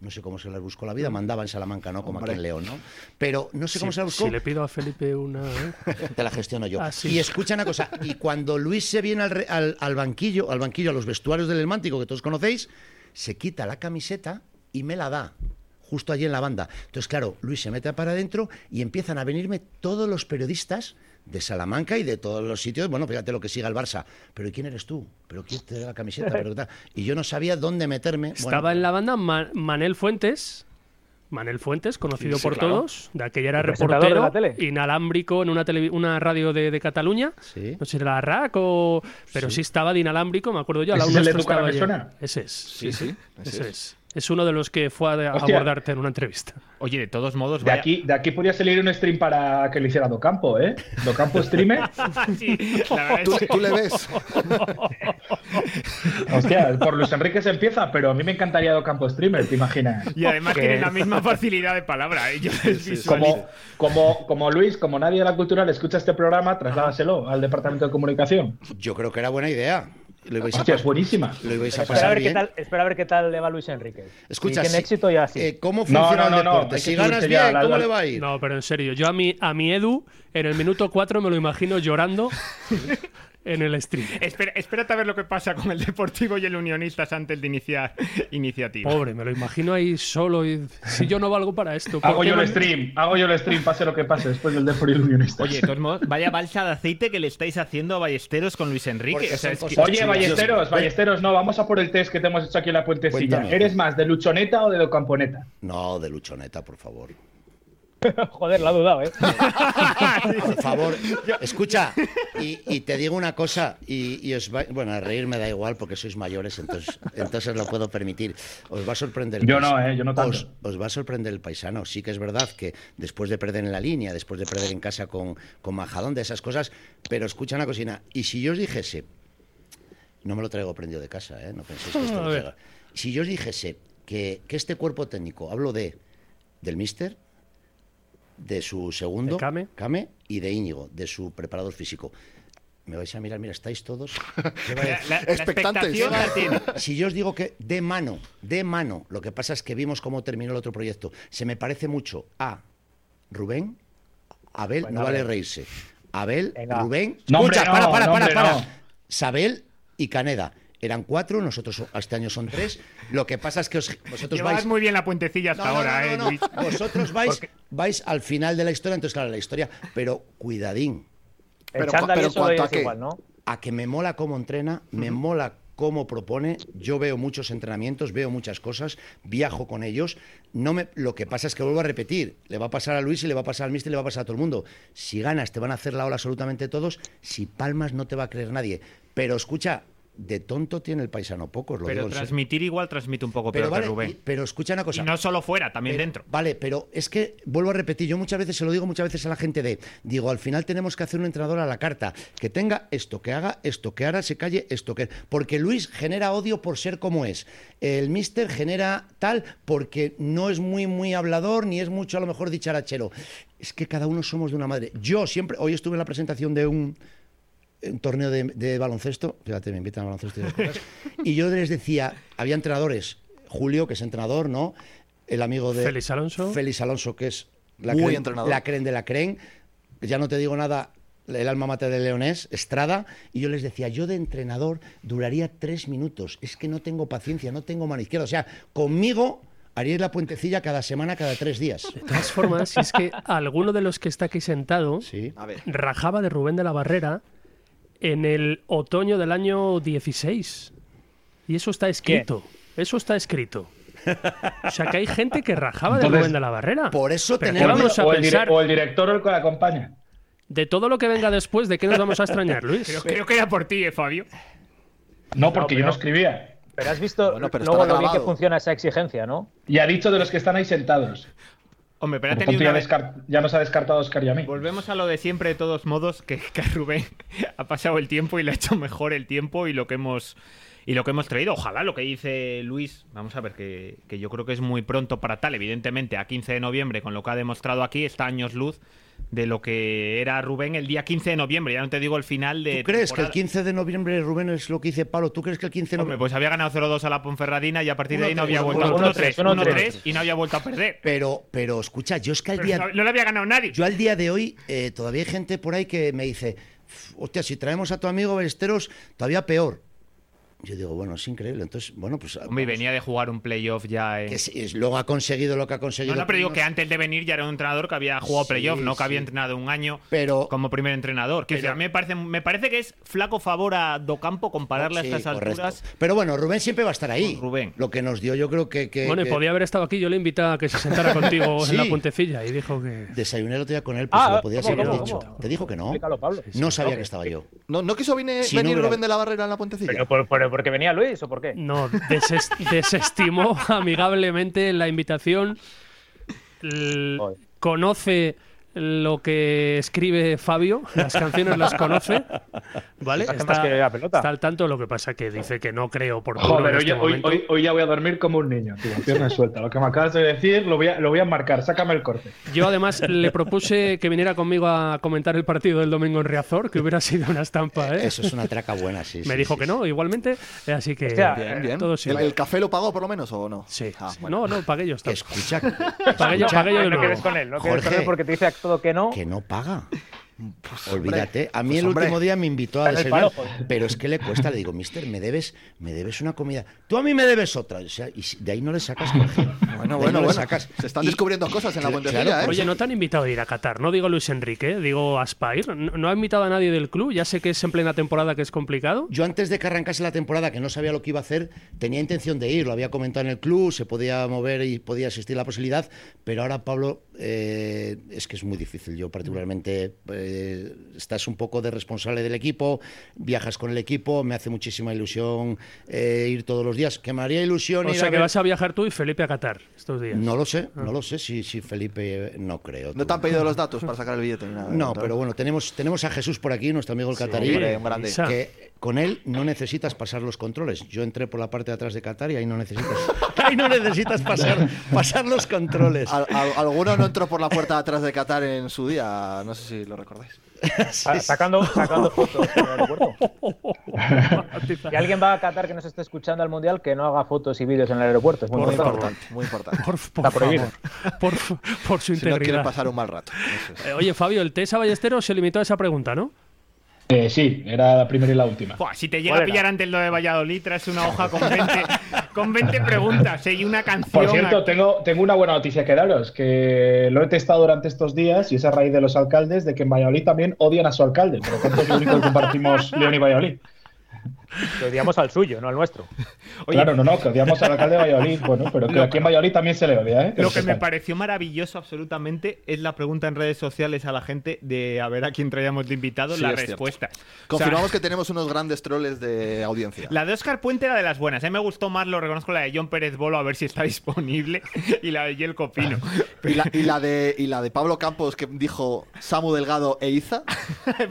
Speaker 7: No sé cómo se las buscó la vida,
Speaker 2: Mm.
Speaker 7: mandaba en Salamanca, ¿no? Como aquí en León, ¿no? Pero no sé cómo
Speaker 3: Si-
Speaker 7: se las buscó.
Speaker 3: Si le pido a Felipe una... ¿eh?
Speaker 7: Te la gestiono yo.
Speaker 3: Ah, sí.
Speaker 7: Y escucha una cosa, y cuando Luis se viene al, re- al- al banquillo, al banquillo, a los vestuarios del Elmántico que todos conocéis, se quita la camiseta y me la da, justo allí en la banda. Entonces, claro, Luis se mete para adentro y empiezan a venirme todos los periodistas de Salamanca y de todos los sitios, bueno, fíjate lo que siga el Barça, pero ¿y quién eres tú? ¿Pero quién te da la camiseta? ¿Pero qué tal? Y yo no sabía dónde meterme.
Speaker 3: Estaba en la banda Ma- Manel Fuentes. Manel Fuentes, conocido
Speaker 4: Sí, sí,
Speaker 3: por
Speaker 4: claro.
Speaker 3: todos, de aquella era
Speaker 5: El presentador de
Speaker 3: reportero
Speaker 5: la tele.
Speaker 3: inalámbrico en una, tele- una radio de, de Cataluña.
Speaker 7: Sí.
Speaker 3: No sé si era la RAC o. Pero sí. estaba de inalámbrico, me acuerdo yo. al
Speaker 6: ¿Ese
Speaker 3: lado
Speaker 6: es el de
Speaker 3: nuestro
Speaker 6: tu cara
Speaker 3: estaba
Speaker 6: me
Speaker 3: yo.
Speaker 6: suena?
Speaker 3: Ese es.
Speaker 2: Sí, sí, ese
Speaker 3: Ese es. Es uno de los que fue a, a
Speaker 6: Hostia.
Speaker 3: abordarte en una entrevista.
Speaker 4: Oye, de todos modos,
Speaker 6: De
Speaker 4: pues vaya-
Speaker 6: aquí, de aquí podía salir un stream para que lo hiciera Docampo, ¿eh? Docampo streamer.
Speaker 4: Sí, la verdad es
Speaker 2: Tú,
Speaker 4: que-
Speaker 2: tú le ves.
Speaker 6: Hostia, por Luis Enrique se empieza, pero a mí me encantaría Do Campo Streamer, ¿te imaginas?
Speaker 4: Y además
Speaker 6: Que-
Speaker 4: tienen la misma facilidad de palabra. ¿eh? Yo les visualizo.
Speaker 6: Como, como, como Luis, como nadie de la cultural escucha este programa, trasládaselo al departamento de comunicación.
Speaker 7: Yo creo que era buena idea. Lo ibais
Speaker 6: Hostia,
Speaker 7: a
Speaker 6: es buenísima.
Speaker 7: Lo ibais a
Speaker 5: Espera a,
Speaker 7: pasar
Speaker 5: ver qué
Speaker 7: bien.
Speaker 5: tal, espera a ver qué tal le va Luis Enrique.
Speaker 7: Escucha,
Speaker 5: Si tiene
Speaker 7: sí,
Speaker 5: éxito ya sí.
Speaker 7: eh, ¿Cómo
Speaker 6: No,
Speaker 7: funciona
Speaker 6: no,
Speaker 7: el
Speaker 6: no, no,
Speaker 7: deporte?
Speaker 6: es que
Speaker 7: si
Speaker 6: tú
Speaker 7: ganas
Speaker 6: te
Speaker 7: bien,
Speaker 6: ya la-
Speaker 7: ¿cómo
Speaker 6: la-
Speaker 7: le va a ir?
Speaker 3: No, pero en serio, yo a mi, a mi Edu en el minuto 4 me lo imagino llorando en el stream.
Speaker 4: Espera- espérate a ver lo que pasa con el Deportivo y el Unionistas antes de iniciar iniciativa.
Speaker 3: Pobre, me lo imagino ahí solo. y- si yo no valgo para esto. ¿por
Speaker 6: Hago
Speaker 3: qué
Speaker 6: yo
Speaker 3: me-
Speaker 6: el stream, hago yo el stream, pase lo que pase, después del Depor y el Unionista.
Speaker 4: Oye, de todos modos, vaya balsa de aceite que le estáis haciendo a Ballesteros con Luis Enrique.
Speaker 7: Porque
Speaker 4: O sea, es
Speaker 7: son
Speaker 4: que-
Speaker 7: cosas-
Speaker 6: Oye, Ballesteros, Ballesteros, no, vamos a por el test que te hemos hecho aquí en la puentecilla.
Speaker 7: Cuéntame.
Speaker 6: ¿Eres más de luchoneta o de docamponeta?
Speaker 7: No, de luchoneta, por favor.
Speaker 5: Joder, la ha dudado, ¿eh?
Speaker 7: Por favor, escucha, y, y te digo una cosa, y, y os va, bueno, a reír me da igual porque sois mayores, entonces, entonces lo puedo permitir. Os va a sorprender. el
Speaker 6: Yo
Speaker 7: pais-
Speaker 6: no, ¿eh? Yo no tanto.
Speaker 7: Os, os va a sorprender el paisano. Sí que es verdad que después de perder en la línea, después de perder en casa con, con Majadón, de esas cosas, pero escucha una cocina, y si yo os dijese, no me lo traigo prendido de casa, ¿eh? No penséis que esto
Speaker 3: A
Speaker 7: lo
Speaker 3: ver.
Speaker 7: traiga. Si yo os dijese que, que este cuerpo técnico, hablo de del míster, de su segundo,
Speaker 3: De Kame.
Speaker 7: y de Íñigo, de su preparador físico. Me vais a mirar, mira, estáis todos. ¿Qué va a
Speaker 4: la,
Speaker 7: decir?
Speaker 4: la- la
Speaker 2: Expectantes.
Speaker 4: expectación la tiene.
Speaker 7: Si yo os digo que de mano, de mano, lo que pasa es que vimos cómo terminó el otro proyecto. Se me parece mucho a Rubén, Abel,
Speaker 5: Venga,
Speaker 7: no vale
Speaker 5: hombre.
Speaker 7: reírse. Abel,
Speaker 5: Venga.
Speaker 7: Rubén,
Speaker 6: No, hombre,
Speaker 7: escucha, para,
Speaker 6: no,
Speaker 7: para,
Speaker 6: no,
Speaker 7: para,
Speaker 6: hombre,
Speaker 7: para.
Speaker 6: no.
Speaker 7: Sabel y Caneda. Eran cuatro, nosotros este año son tres. Lo que pasa es que os- vosotros
Speaker 4: Llevabas
Speaker 7: vais
Speaker 4: muy bien la puentecilla hasta
Speaker 7: no, no,
Speaker 4: ahora,
Speaker 7: no,
Speaker 4: ¿eh,
Speaker 7: no, no.
Speaker 4: Luis?
Speaker 7: Vosotros vais, vais al final de la historia, entonces claro, la historia, pero cuidadín,
Speaker 5: El
Speaker 2: Pero
Speaker 5: chándal
Speaker 2: cua-
Speaker 5: y
Speaker 2: pero
Speaker 5: eso
Speaker 2: ¿cuánto a
Speaker 5: es
Speaker 2: qué?
Speaker 5: igual, ¿no?
Speaker 7: a que me mola cómo entrena, me mola cómo propone, yo veo muchos entrenamientos, veo muchas cosas, viajo con ellos, no me, lo que pasa es que vuelvo a repetir, le va a pasar a Luis y le va a pasar al Mister y le va a pasar a todo el mundo. Si ganas te van a hacer la ola absolutamente todos, si palmas no te va a creer nadie. Pero escucha, de tonto tiene el paisano pocos, lo
Speaker 4: Pero
Speaker 7: digo en serio.
Speaker 4: transmitir igual transmite un poco peor
Speaker 7: Pero,
Speaker 4: que
Speaker 7: vale,
Speaker 4: Rubén.
Speaker 7: y- pero escucha una cosa.
Speaker 4: y no solo fuera, también
Speaker 7: Pero-
Speaker 4: dentro.
Speaker 7: Vale, pero es que vuelvo a repetir, yo muchas veces se lo digo muchas veces a la gente de, digo, al final tenemos que hacer un entrenador a la carta, que tenga esto, que haga esto, que ahora se calle esto, que porque Luis genera odio por ser como es. El mister genera tal porque no es muy muy hablador ni es mucho a lo mejor dicharachero. Es que cada uno somos de una madre. Yo siempre hoy estuve en la presentación de un un torneo de, de baloncesto, fíjate, me invitan a baloncesto y esas cosas, y yo les decía, había entrenadores, Julio, que es entrenador, ¿no? El amigo de...
Speaker 3: Félix Alonso.
Speaker 7: Félix Alonso, que es la,
Speaker 2: Muy
Speaker 7: creen,
Speaker 2: entrenador.
Speaker 7: la creen de la creen, ya no te digo nada, el alma mater de Leonés, Estrada, y yo les decía, yo de entrenador duraría tres minutos, es que no tengo paciencia, no tengo mano izquierda, o sea, conmigo haríais la puentecilla cada semana, cada tres días.
Speaker 3: De todas formas, si es que alguno de los que está aquí sentado
Speaker 7: Sí.
Speaker 2: A ver.
Speaker 3: rajaba de Rubén de la Barrera en el otoño del año 16. Y eso está escrito. Eso está escrito. O sea que hay gente que rajaba de
Speaker 6: Entonces,
Speaker 3: Rubén de la Barrera.
Speaker 7: Por eso
Speaker 3: Pero
Speaker 7: tenemos...
Speaker 3: ¿qué vamos a
Speaker 6: o, el dire-
Speaker 3: pensar?
Speaker 6: o el director o el que la acompaña.
Speaker 3: De todo lo que venga después, ¿de qué nos vamos a extrañar, Luis?
Speaker 4: Creo, creo que era por ti, eh, Fabio.
Speaker 6: No, porque
Speaker 5: pero-
Speaker 6: yo no escribía.
Speaker 5: Pero has visto
Speaker 2: Bueno, pero
Speaker 5: luego
Speaker 2: estará
Speaker 5: lo bien que
Speaker 2: grabado.
Speaker 5: funciona esa exigencia, ¿no?
Speaker 6: Y ha dicho de los que están ahí sentados.
Speaker 4: Hombre, pero ha
Speaker 6: Por
Speaker 4: tenido
Speaker 6: tanto, ya,
Speaker 4: una vez-
Speaker 6: descar- ya nos ha descartado Oscar y a mí.
Speaker 4: Volvemos a lo de siempre, de todos modos, que, que a Rubén ha pasado el tiempo y le ha hecho mejor el tiempo y lo que hemos y lo que hemos traído. Ojalá lo que dice Luis, vamos a ver, que, que yo creo que es muy pronto para tal, evidentemente, a 15 de noviembre, con lo que ha demostrado aquí, está años luz de lo que era Rubén el día 15 de noviembre. Ya no te digo el final de.
Speaker 7: ¿Tú crees que el
Speaker 4: temporada.
Speaker 7: 15 de noviembre, Rubén, es lo que dice Pablo? ¿Tú crees que el 15 de
Speaker 4: Hombre,
Speaker 7: noviembre...
Speaker 4: pues había ganado 0-2 a la Ponferradina y a partir de ahí no había
Speaker 7: 1-3,
Speaker 4: vuelto
Speaker 5: 1-3,
Speaker 4: 1-3,
Speaker 5: 1-3.
Speaker 4: 1-3 y no había vuelto a perder.
Speaker 7: Pero, pero escucha, yo es que al
Speaker 4: pues Pero
Speaker 7: día,
Speaker 4: no, no le había ganado nadie.
Speaker 7: yo al día de hoy eh, todavía hay gente por ahí que me dice, "Uf, hostia, si traemos a tu amigo Besteros, todavía peor. Yo digo, bueno, es increíble. Entonces, bueno, pues...
Speaker 4: Hombre, y
Speaker 7: vamos,
Speaker 4: venía de jugar un playoff ya en.
Speaker 7: que si- es- luego ha conseguido lo que ha conseguido.
Speaker 4: No, no, pero digo que antes de venir ya era un entrenador que había jugado
Speaker 7: Sí,
Speaker 4: playoff, no que había
Speaker 7: sí.
Speaker 4: entrenado un año
Speaker 7: Pero-
Speaker 4: como primer entrenador. Que
Speaker 7: pero-
Speaker 4: a mí me parece, me parece que es flaco favor a Docampo compararle
Speaker 7: Sí,
Speaker 4: a estas
Speaker 7: correcto.
Speaker 4: alturas.
Speaker 7: Pero bueno, Rubén siempre va a estar ahí.
Speaker 4: Rubén.
Speaker 7: Lo que nos dio, yo creo que... que-
Speaker 3: Bueno, y
Speaker 7: que-
Speaker 3: podía haber estado aquí, yo le invitaba a que se sentara contigo
Speaker 7: Sí.
Speaker 3: en la puentecilla y dijo que...
Speaker 7: Desayuné el otro día con él, pues
Speaker 5: Ah,
Speaker 7: lo podías
Speaker 5: ¿cómo,
Speaker 7: haber
Speaker 5: cómo,
Speaker 7: dicho.
Speaker 5: cómo?
Speaker 7: Te dijo que no.
Speaker 5: Explícalo, Pablo.
Speaker 7: No sabía que estaba yo.
Speaker 2: ¿No, no quiso vine-
Speaker 7: Si no
Speaker 2: venir
Speaker 7: hubiera-
Speaker 2: Rubén de la Barrera en la puentecilla?
Speaker 5: Pero por, por- porque venía Luis o por qué?
Speaker 3: No, deses- desestimó amigablemente la invitación. l-
Speaker 5: Joder.
Speaker 3: Conoce lo que escribe Fabio, las canciones las conoce, ¿vale?
Speaker 6: Saca más que la pelota.
Speaker 3: está al tanto, lo que pasa que dice que no creo por
Speaker 6: Joder,
Speaker 3: en
Speaker 6: hoy,
Speaker 3: este
Speaker 6: hoy-
Speaker 3: momento.
Speaker 6: hoy- hoy ya voy a dormir como un niño, tío. Pierna suelta. Lo que me acabas de decir lo voy a, lo voy a marcar. Sácame el corte.
Speaker 3: Yo además le propuse que viniera conmigo a comentar el partido del domingo en Riazor, que hubiera sido una estampa, ¿eh?
Speaker 7: Eso es una traca buena, sí.
Speaker 3: Me
Speaker 7: sí,
Speaker 3: dijo
Speaker 7: sí,
Speaker 3: que
Speaker 7: sí.
Speaker 3: no, igualmente, eh, así que
Speaker 6: Hostia,
Speaker 2: Bien, bien.
Speaker 3: todo
Speaker 2: ¿El,
Speaker 3: sirve.
Speaker 2: el café lo pagó por lo menos o no?
Speaker 3: Sí,
Speaker 2: Ah,
Speaker 3: sí.
Speaker 2: bueno.
Speaker 3: No, no, pagué yo.
Speaker 7: Que
Speaker 3: estaba-
Speaker 7: escucha,
Speaker 3: Pagué yo, pagué yo de
Speaker 6: No
Speaker 3: nuevo.
Speaker 6: quedes con él, no quedes
Speaker 7: Jorge.
Speaker 6: con él porque te dice todo que no.
Speaker 7: que no paga. Olvídate. A mí
Speaker 2: pues
Speaker 7: el
Speaker 2: hombre.
Speaker 7: último día me invitó a
Speaker 6: Dale el
Speaker 7: desayunar,
Speaker 6: palo, joder.
Speaker 7: pero es que le cuesta. Le digo, mister, me debes, me debes una comida. Tú a mí me debes otra. O sea, y si- de ahí no le sacas, Jorge. De ahí
Speaker 2: Bueno,
Speaker 7: no
Speaker 2: bueno,
Speaker 7: le
Speaker 2: bueno.
Speaker 7: sacas.
Speaker 2: Se están
Speaker 7: Y-
Speaker 2: descubriendo cosas en la
Speaker 7: Cla-
Speaker 2: puentecilla,
Speaker 7: claro,
Speaker 2: ¿eh?
Speaker 3: Oye, no te han invitado a ir a Qatar, no digo Luis Enrique, eh, digo Aspire, no, no ha invitado a nadie del club, ya sé que es en plena temporada que es complicado.
Speaker 7: Yo antes de que arrancase la temporada, que no sabía lo que iba a hacer, tenía intención de ir, lo había comentado en el club, se podía mover y podía existir la posibilidad, pero ahora Pablo eh, es que es muy difícil. Yo particularmente eh, estás un poco de responsable del equipo, viajas con el equipo, me hace muchísima ilusión eh, ir todos los días, que me haría ilusión
Speaker 3: O
Speaker 7: ir
Speaker 3: sea
Speaker 7: a
Speaker 3: que
Speaker 7: ver-
Speaker 3: vas a Ah. viajar tú y Felipe a Qatar estos días.
Speaker 7: No lo sé, no lo sé si, si Felipe, no creo.
Speaker 2: No
Speaker 7: tú.
Speaker 2: te han pedido los datos para sacar el billete ni nada.
Speaker 7: No, pero bueno, tenemos, tenemos a Jesús por aquí, nuestro amigo el catarí,
Speaker 2: hombre, un grande.
Speaker 3: Isa.
Speaker 7: que con él no necesitas pasar los controles. Yo entré por la parte de atrás de Qatar y ahí no necesitas, ahí no necesitas pasar, pasar los controles.
Speaker 2: Al- al- alguno no entró por la puerta de atrás de Qatar en su día, no sé si lo recordáis.
Speaker 6: Ah, Sacando, sacando fotos del aeropuerto.
Speaker 5: Si alguien va a Qatar que nos esté escuchando al Mundial, que no haga fotos y vídeos en el aeropuerto. Es muy
Speaker 2: Muy
Speaker 5: importante.
Speaker 2: importante, muy importante.
Speaker 3: Por, por
Speaker 5: Está prohibido.
Speaker 3: favor, por, fu- por su
Speaker 2: Si no quieres
Speaker 3: integridad.
Speaker 2: pasar un mal rato. eso es.
Speaker 3: Eh, Oye, Fabio, el TESA Ballesteros se limitó a esa pregunta, ¿no?
Speaker 6: Eh, sí, era la primera y la última.
Speaker 4: Buah, si te llega a
Speaker 5: Bueno.
Speaker 4: pillar antes lo de Valladolid, traes una hoja con 20, con 20 preguntas ¿eh? y una canción.
Speaker 6: Por cierto,
Speaker 4: aquí.
Speaker 6: tengo, tengo una buena noticia que daros, que lo he testado durante estos días y es a raíz de los alcaldes de que en Valladolid también odian a su alcalde. Por lo tanto, es lo único que compartimos León y Valladolid.
Speaker 5: Lo odiamos al suyo, no al nuestro.
Speaker 4: Oye.
Speaker 6: Claro, no, no, que odiamos al alcalde de Valladolid, bueno, pero que
Speaker 4: Lo-
Speaker 6: aquí en Valladolid también se le odia, ¿eh?
Speaker 4: Lo que me
Speaker 6: sepan.
Speaker 4: pareció maravilloso absolutamente es la pregunta en redes sociales a la gente de a ver a quién traíamos de invitado
Speaker 2: Sí,
Speaker 4: la
Speaker 2: es cierto.
Speaker 4: respuesta. O sea,
Speaker 2: Confirmamos que tenemos unos grandes troles de audiencia.
Speaker 4: La de Oscar Puente era de las buenas. A mí me gustó más, lo reconozco, la de John Pérez Bolo, a ver si está disponible. Y la de Yelko Pino.
Speaker 2: Y la, y la de, y la de Pablo Campos que dijo Samu Delgado e Iza.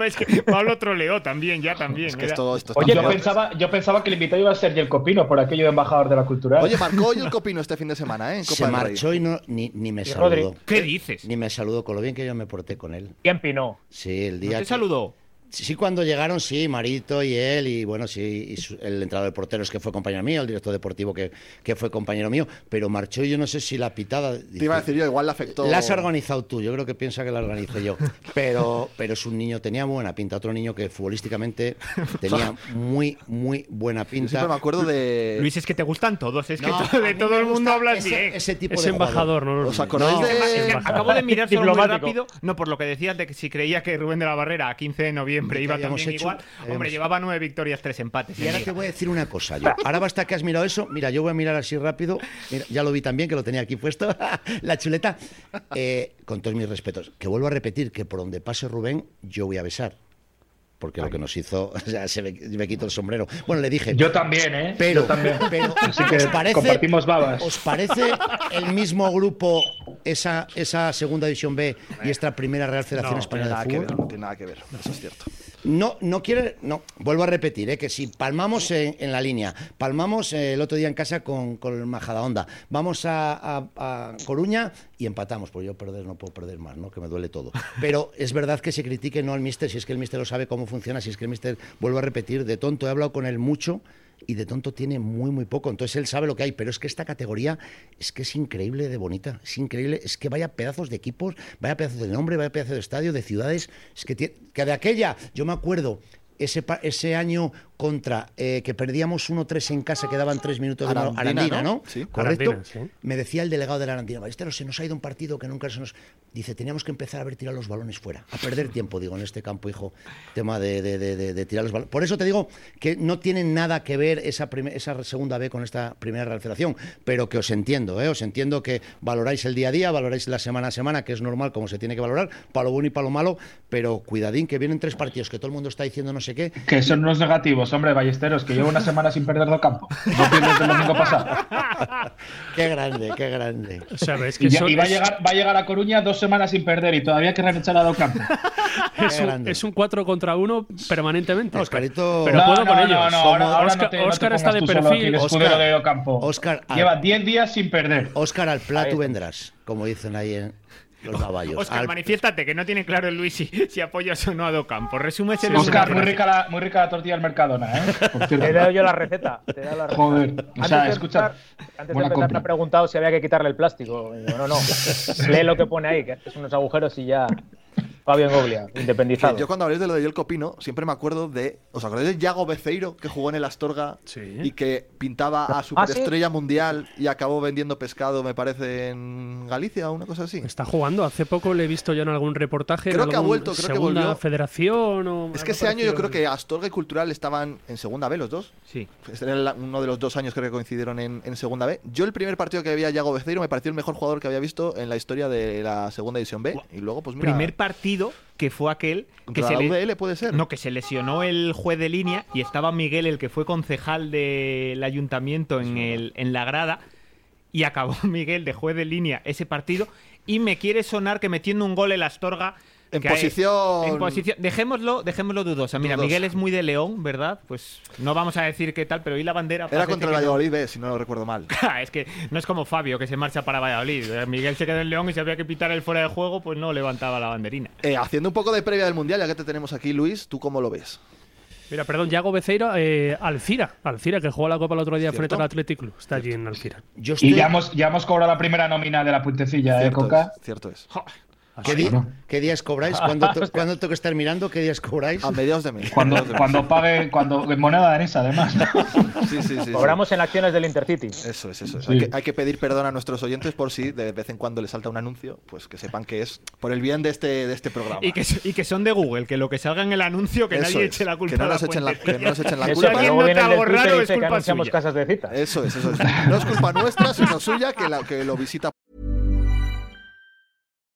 Speaker 4: Es que Pablo troleó también, ya también.
Speaker 2: Es que
Speaker 4: era-
Speaker 2: esto, esto está
Speaker 6: Oye, yo
Speaker 2: muy mal.
Speaker 6: pensaba, yo pensaba que el invitado iba a ser Yelko Pino, por aquello de embajador de la cultura.
Speaker 2: Oye, marcó hoy el copino este fin de semana, ¿eh? En Copa
Speaker 7: Se
Speaker 2: del Rey.
Speaker 7: marchó y no, ni, ni me
Speaker 6: Rodri.
Speaker 7: saludó.
Speaker 4: ¿Qué dices?
Speaker 7: Ni me saludó con lo bien que yo me porté con él.
Speaker 5: ¿Quién pinó?
Speaker 7: Sí, el
Speaker 4: ¿No
Speaker 7: día
Speaker 4: te
Speaker 7: que-
Speaker 4: saludó?
Speaker 7: Sí, cuando llegaron, sí, Marito y él, y bueno, sí, y su- el entrenador de porteros que fue compañero mío, el director deportivo que, que fue compañero mío, pero marchó y yo no sé si la pitada...
Speaker 2: Te iba a decir yo, igual le afectó.
Speaker 7: La has organizado tú, yo creo que piensa que la organizo yo. Pero, pero es un niño, tenía buena pinta, otro niño que futbolísticamente tenía muy, muy buena
Speaker 2: Yo
Speaker 7: pinta.
Speaker 2: siempre me acuerdo de.
Speaker 4: Luis, es que te gustan todos. Es que
Speaker 7: Eh, No,
Speaker 4: todo-
Speaker 7: a
Speaker 4: de
Speaker 7: mí
Speaker 4: todo
Speaker 7: me
Speaker 4: el mundo
Speaker 7: gusta
Speaker 4: hablas
Speaker 7: ese,
Speaker 4: bien.
Speaker 7: ese tipo
Speaker 3: Es
Speaker 7: de
Speaker 3: embajador, no lo
Speaker 2: ¿Os acordáis
Speaker 7: No,
Speaker 4: Es que
Speaker 2: de.?
Speaker 3: Embajador.
Speaker 4: acabo de mirar solo muy
Speaker 5: Diplomático.
Speaker 4: rápido. No, por lo que decías de que si creía que Rubén de la Barrera a 15 de noviembre
Speaker 7: ¿Qué
Speaker 4: iba
Speaker 7: habíamos
Speaker 4: también
Speaker 7: hecho?
Speaker 4: igual.
Speaker 7: ¿Qué
Speaker 4: Hombre,
Speaker 7: habíamos
Speaker 4: llevaba nueve victorias, tres empates. ¿eh?
Speaker 7: Y ahora
Speaker 4: en
Speaker 7: te
Speaker 4: liga.
Speaker 7: voy a decir una cosa, yo. Ahora basta que has mirado eso. Mira, yo voy a mirar así rápido. Mira, ya lo vi también, que lo tenía aquí puesto, la chuleta. Eh, con todos mis respetos. Que vuelvo a repetir que por donde pase Rubén, yo voy a besar. Porque lo que nos hizo, o sea, se me, me quito el sombrero. Bueno, le dije.
Speaker 6: Yo también, ¿eh?
Speaker 7: Pero,
Speaker 6: Yo también.
Speaker 7: pero
Speaker 6: Así que compartimos babas.
Speaker 7: ¿Os parece el mismo grupo esa, esa segunda división B y esta primera Real Federación
Speaker 3: No,
Speaker 2: No tiene
Speaker 7: Española
Speaker 2: nada
Speaker 7: de
Speaker 2: que
Speaker 7: Fútbol?
Speaker 2: ver, no tiene nada que ver. Eso es cierto.
Speaker 7: No, no quiere. No, vuelvo a repetir, ¿eh? que si palmamos en, en la línea, palmamos eh, el otro día en casa con, con el Majadahonda, vamos a, a- a Coruña y empatamos, porque yo perder no puedo perder más, ¿no? Que me duele todo. Pero es verdad que se critique no al mister, si es que el mister lo sabe cómo funciona, si es que el mister, vuelvo a repetir, de tonto he hablado con él mucho. Y de tonto tiene muy, muy poco. Entonces él sabe lo que hay. Pero es que esta categoría es que es increíble de bonita. Es increíble. Es que vaya pedazos de equipos, vaya pedazos de nombre, vaya pedazos de estadio, de ciudades. Es que, tiene- que de aquella, yo me acuerdo. Ese, pa- ese año contra eh, que perdíamos 1-3 en casa, quedaban 3 minutos de mano-
Speaker 2: Arandina,
Speaker 7: Arandina,
Speaker 2: ¿no?
Speaker 7: ¿no?
Speaker 2: Sí.
Speaker 7: Correcto.
Speaker 3: Arandina, sí.
Speaker 7: Me decía el delegado de la Arandina, Ballesteros, se nos ha ido un partido que nunca se nos. Dice, teníamos que empezar a ver tirar los balones fuera, a perder tiempo, digo, en este campo, hijo, tema de, de- de- de- de tirar los balones. Por eso te digo que no tiene nada que ver esa, prim- esa segunda B con esta primera Real Federación, pero que os entiendo, ¿eh? os entiendo que valoráis el día a día, valoráis la semana a semana, que es normal como se tiene que valorar, para lo bueno y para lo malo, pero cuidadín, que vienen tres partidos que todo el mundo está diciendo no sé qué,
Speaker 6: Que son unos negativos, hombre, Ballesteros, que llevo una semana sin perder de campo. No pierdes el domingo pasado.
Speaker 7: Qué grande, qué grande.
Speaker 3: O sea, es
Speaker 6: Y,
Speaker 3: que
Speaker 6: ya-
Speaker 3: son-
Speaker 6: y va, a
Speaker 3: es-
Speaker 6: llegar, va a llegar a Coruña dos semanas sin perder y todavía querrán echar a Docampo.
Speaker 3: es
Speaker 7: Qué
Speaker 3: un,
Speaker 7: grande.
Speaker 3: es un 4 contra 1 permanentemente.
Speaker 7: Oscarito.
Speaker 3: Pero
Speaker 6: No,
Speaker 3: puedo
Speaker 6: no,
Speaker 3: con
Speaker 6: no,
Speaker 3: ellos.
Speaker 6: no, ahora- ahora no
Speaker 3: Oscar,
Speaker 6: te- no te
Speaker 3: Oscar está
Speaker 6: pongas
Speaker 3: de
Speaker 6: tú solo aquí
Speaker 3: perfil.
Speaker 6: de escudero
Speaker 7: Oscar-
Speaker 6: de Ocampo.
Speaker 7: Oscar, al-
Speaker 6: Lleva 10 días sin perder.
Speaker 7: Óscar, al plato
Speaker 6: Ahí.
Speaker 7: vendrás, como dicen ahí en los caballos.
Speaker 4: Oscar,
Speaker 7: Al-
Speaker 4: manifiéstate, que no tiene claro el Luis si, si apoyas o no a Docampo. Resúmese el
Speaker 6: Oscar, muy rica, la, muy rica la tortilla del Mercadona, ¿eh? Por cierto.
Speaker 5: Te he dado yo la receta. Te he dado la receta.
Speaker 6: Joder, o
Speaker 5: Antes
Speaker 6: sea,
Speaker 5: de
Speaker 6: escucha,
Speaker 5: empezar, antes de
Speaker 6: buena
Speaker 5: empezar me
Speaker 6: compra.
Speaker 5: ha preguntado si había que quitarle el plástico. Y yo, no, no. Lee lo que pone ahí, que haces unos agujeros y ya. Fabio Goglia, independizado.
Speaker 2: Yo cuando habléis de lo de Yelko Pino, siempre me acuerdo de. ¿Os acordáis de Yago Beceiro, que jugó en el Astorga
Speaker 3: Sí.
Speaker 2: y que pintaba a superestrella mundial y acabó vendiendo pescado, me parece, en Galicia o una cosa así?
Speaker 3: Está jugando. Hace poco le he visto yo en algún reportaje. en
Speaker 2: Creo que ha
Speaker 3: algún
Speaker 2: vuelto, creo que
Speaker 3: segunda
Speaker 2: volvió.
Speaker 3: federación o
Speaker 2: Es
Speaker 3: algo
Speaker 2: que ese año yo creo
Speaker 3: parecido.
Speaker 2: que Astorga y Cultural estaban en segunda B los dos.
Speaker 4: Sí.
Speaker 2: Este era la- uno de los dos años creo que coincidieron en, en segunda B. Yo el primer partido que vi a Yago Beceiro me pareció el mejor jugador que había visto en la historia de la segunda división B.
Speaker 4: Guau.
Speaker 2: Y luego, pues mira,
Speaker 4: Primer partido que fue aquel que
Speaker 2: contra
Speaker 4: se
Speaker 2: la
Speaker 4: le-
Speaker 2: UDL puede ser.
Speaker 4: No, que se lesionó el juez de línea y estaba Miguel, el que fue concejal del ayuntamiento en, el, en la grada, y acabó Miguel de juez de línea ese partido. Y me quiere sonar que metiendo un gol el Astorga.
Speaker 2: En
Speaker 4: que hay-
Speaker 2: posición-
Speaker 4: en posición. Dejémoslo, dejémoslo dudosa. Mira,
Speaker 2: Dudosa.
Speaker 4: Miguel es muy de León, ¿verdad? Pues no vamos a decir qué tal, pero y la bandera.
Speaker 2: Era
Speaker 4: Parece
Speaker 2: contra el
Speaker 4: que no.
Speaker 2: Valladolid B, si no lo recuerdo mal.
Speaker 4: es que no es como Fabio que se marcha para Valladolid. Eh, Miguel se quedó en León y si había que pitar el fuera de juego, pues no levantaba la banderina.
Speaker 2: Eh, haciendo un poco de previa del Mundial, ya que te tenemos aquí, Luis, ¿tú cómo lo ves?
Speaker 3: Mira, perdón, Yago Beceiro, eh, Alcira. Alcira, que jugó la Copa el otro día frente
Speaker 2: Cierto.
Speaker 3: al Athletic Club. Está allí en Alcira.
Speaker 7: Yo estoy-
Speaker 6: Y ya hemos, ya hemos cobrado la primera nómina de la puentecilla, ¿eh,
Speaker 2: Cierto
Speaker 6: Coca?
Speaker 2: es, cierto es.
Speaker 7: ¿Qué, di- qué días cobráis? ¿Cuándo, to- cuándo tengo que estar mirando? ¿Qué días cobráis?
Speaker 2: A mediados de mes.
Speaker 6: Cuando,
Speaker 2: mediados de mes.
Speaker 6: cuando pague, cuando en moneda danesa, además.
Speaker 2: Sí, sí, sí, sí.
Speaker 5: Cobramos en acciones del Intercity.
Speaker 2: Eso es, eso es.
Speaker 6: Sí.
Speaker 2: Hay, que, hay que pedir perdón a nuestros oyentes por si de vez en cuando les salta un anuncio, pues que sepan que es por el bien de este, de este programa.
Speaker 4: Y que, y que son de Google, que lo que salga en el anuncio, que
Speaker 2: Eso
Speaker 4: nadie
Speaker 2: es,
Speaker 4: eche la culpa
Speaker 2: que no
Speaker 4: a la
Speaker 2: nos echen la-
Speaker 4: fuente.
Speaker 2: que no nos echen la
Speaker 4: Si
Speaker 2: culpa.
Speaker 5: que
Speaker 4: alguien
Speaker 5: luego
Speaker 2: Luego
Speaker 5: viene
Speaker 4: nota
Speaker 5: el del
Speaker 4: algo
Speaker 5: Twitter y
Speaker 4: raro, es
Speaker 5: dice que
Speaker 4: culpa
Speaker 5: anunciamos
Speaker 4: suya.
Speaker 5: casas de citas.
Speaker 2: Eso es, eso es. No es culpa nuestra, sino suya que, la, que lo visita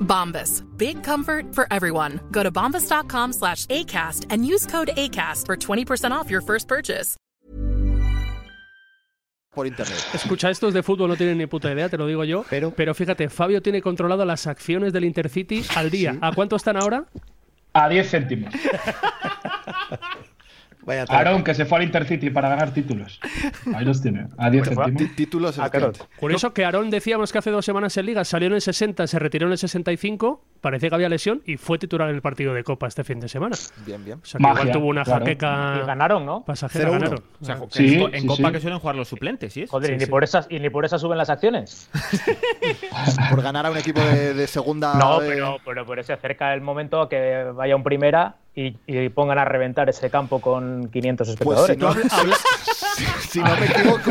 Speaker 9: Bombas. Big comfort for everyone. Go to bombas.com slash ACAST and use code ACAST for 20% off your first purchase.
Speaker 2: por internet.
Speaker 3: Escucha, estos de fútbol no tienen ni puta idea, te lo digo yo.
Speaker 7: Pero-
Speaker 3: fíjate, Fabio tiene controlado las acciones del Intercity al día. ¿A cuánto están ahora?
Speaker 6: A 10 céntimos.
Speaker 7: Vaya tra-
Speaker 6: Aarón, que se fue al Intercity para ganar títulos. Ahí los tiene. A 10 céntimos.
Speaker 2: Tí- Títulos
Speaker 5: Ah, claro.
Speaker 2: efectivamente.
Speaker 3: Curioso que Aarón decíamos que hace dos semanas en Liga salió en el 60, se retiró en el 65, parecía que había lesión y fue titular en el partido de Copa este fin de semana.
Speaker 2: Bien, bien.
Speaker 3: O sea, que
Speaker 6: Magia,
Speaker 3: igual tuvo una
Speaker 6: claro.
Speaker 3: jaqueca
Speaker 5: Y ganaron, ¿no?
Speaker 3: pasajera.
Speaker 7: 0-1.
Speaker 3: Ganaron.
Speaker 4: O sea,
Speaker 6: Sí,
Speaker 4: en, co- en
Speaker 6: sí,
Speaker 4: Copa
Speaker 6: sí.
Speaker 4: que suelen jugar los suplentes, ¿sí es?
Speaker 5: Joder, y,
Speaker 3: Sí,
Speaker 5: ni
Speaker 3: sí.
Speaker 5: Por esas, y ni por esas suben las acciones.
Speaker 2: Por ganar a un equipo de, de segunda.
Speaker 5: No,
Speaker 2: eh,
Speaker 5: pero, pero, pero se acerca el momento que vaya un primera y, y pongan a reventar ese campo con 500
Speaker 2: Pues si
Speaker 5: espectadores.
Speaker 2: no, habla- habla- si- si no me equivoco,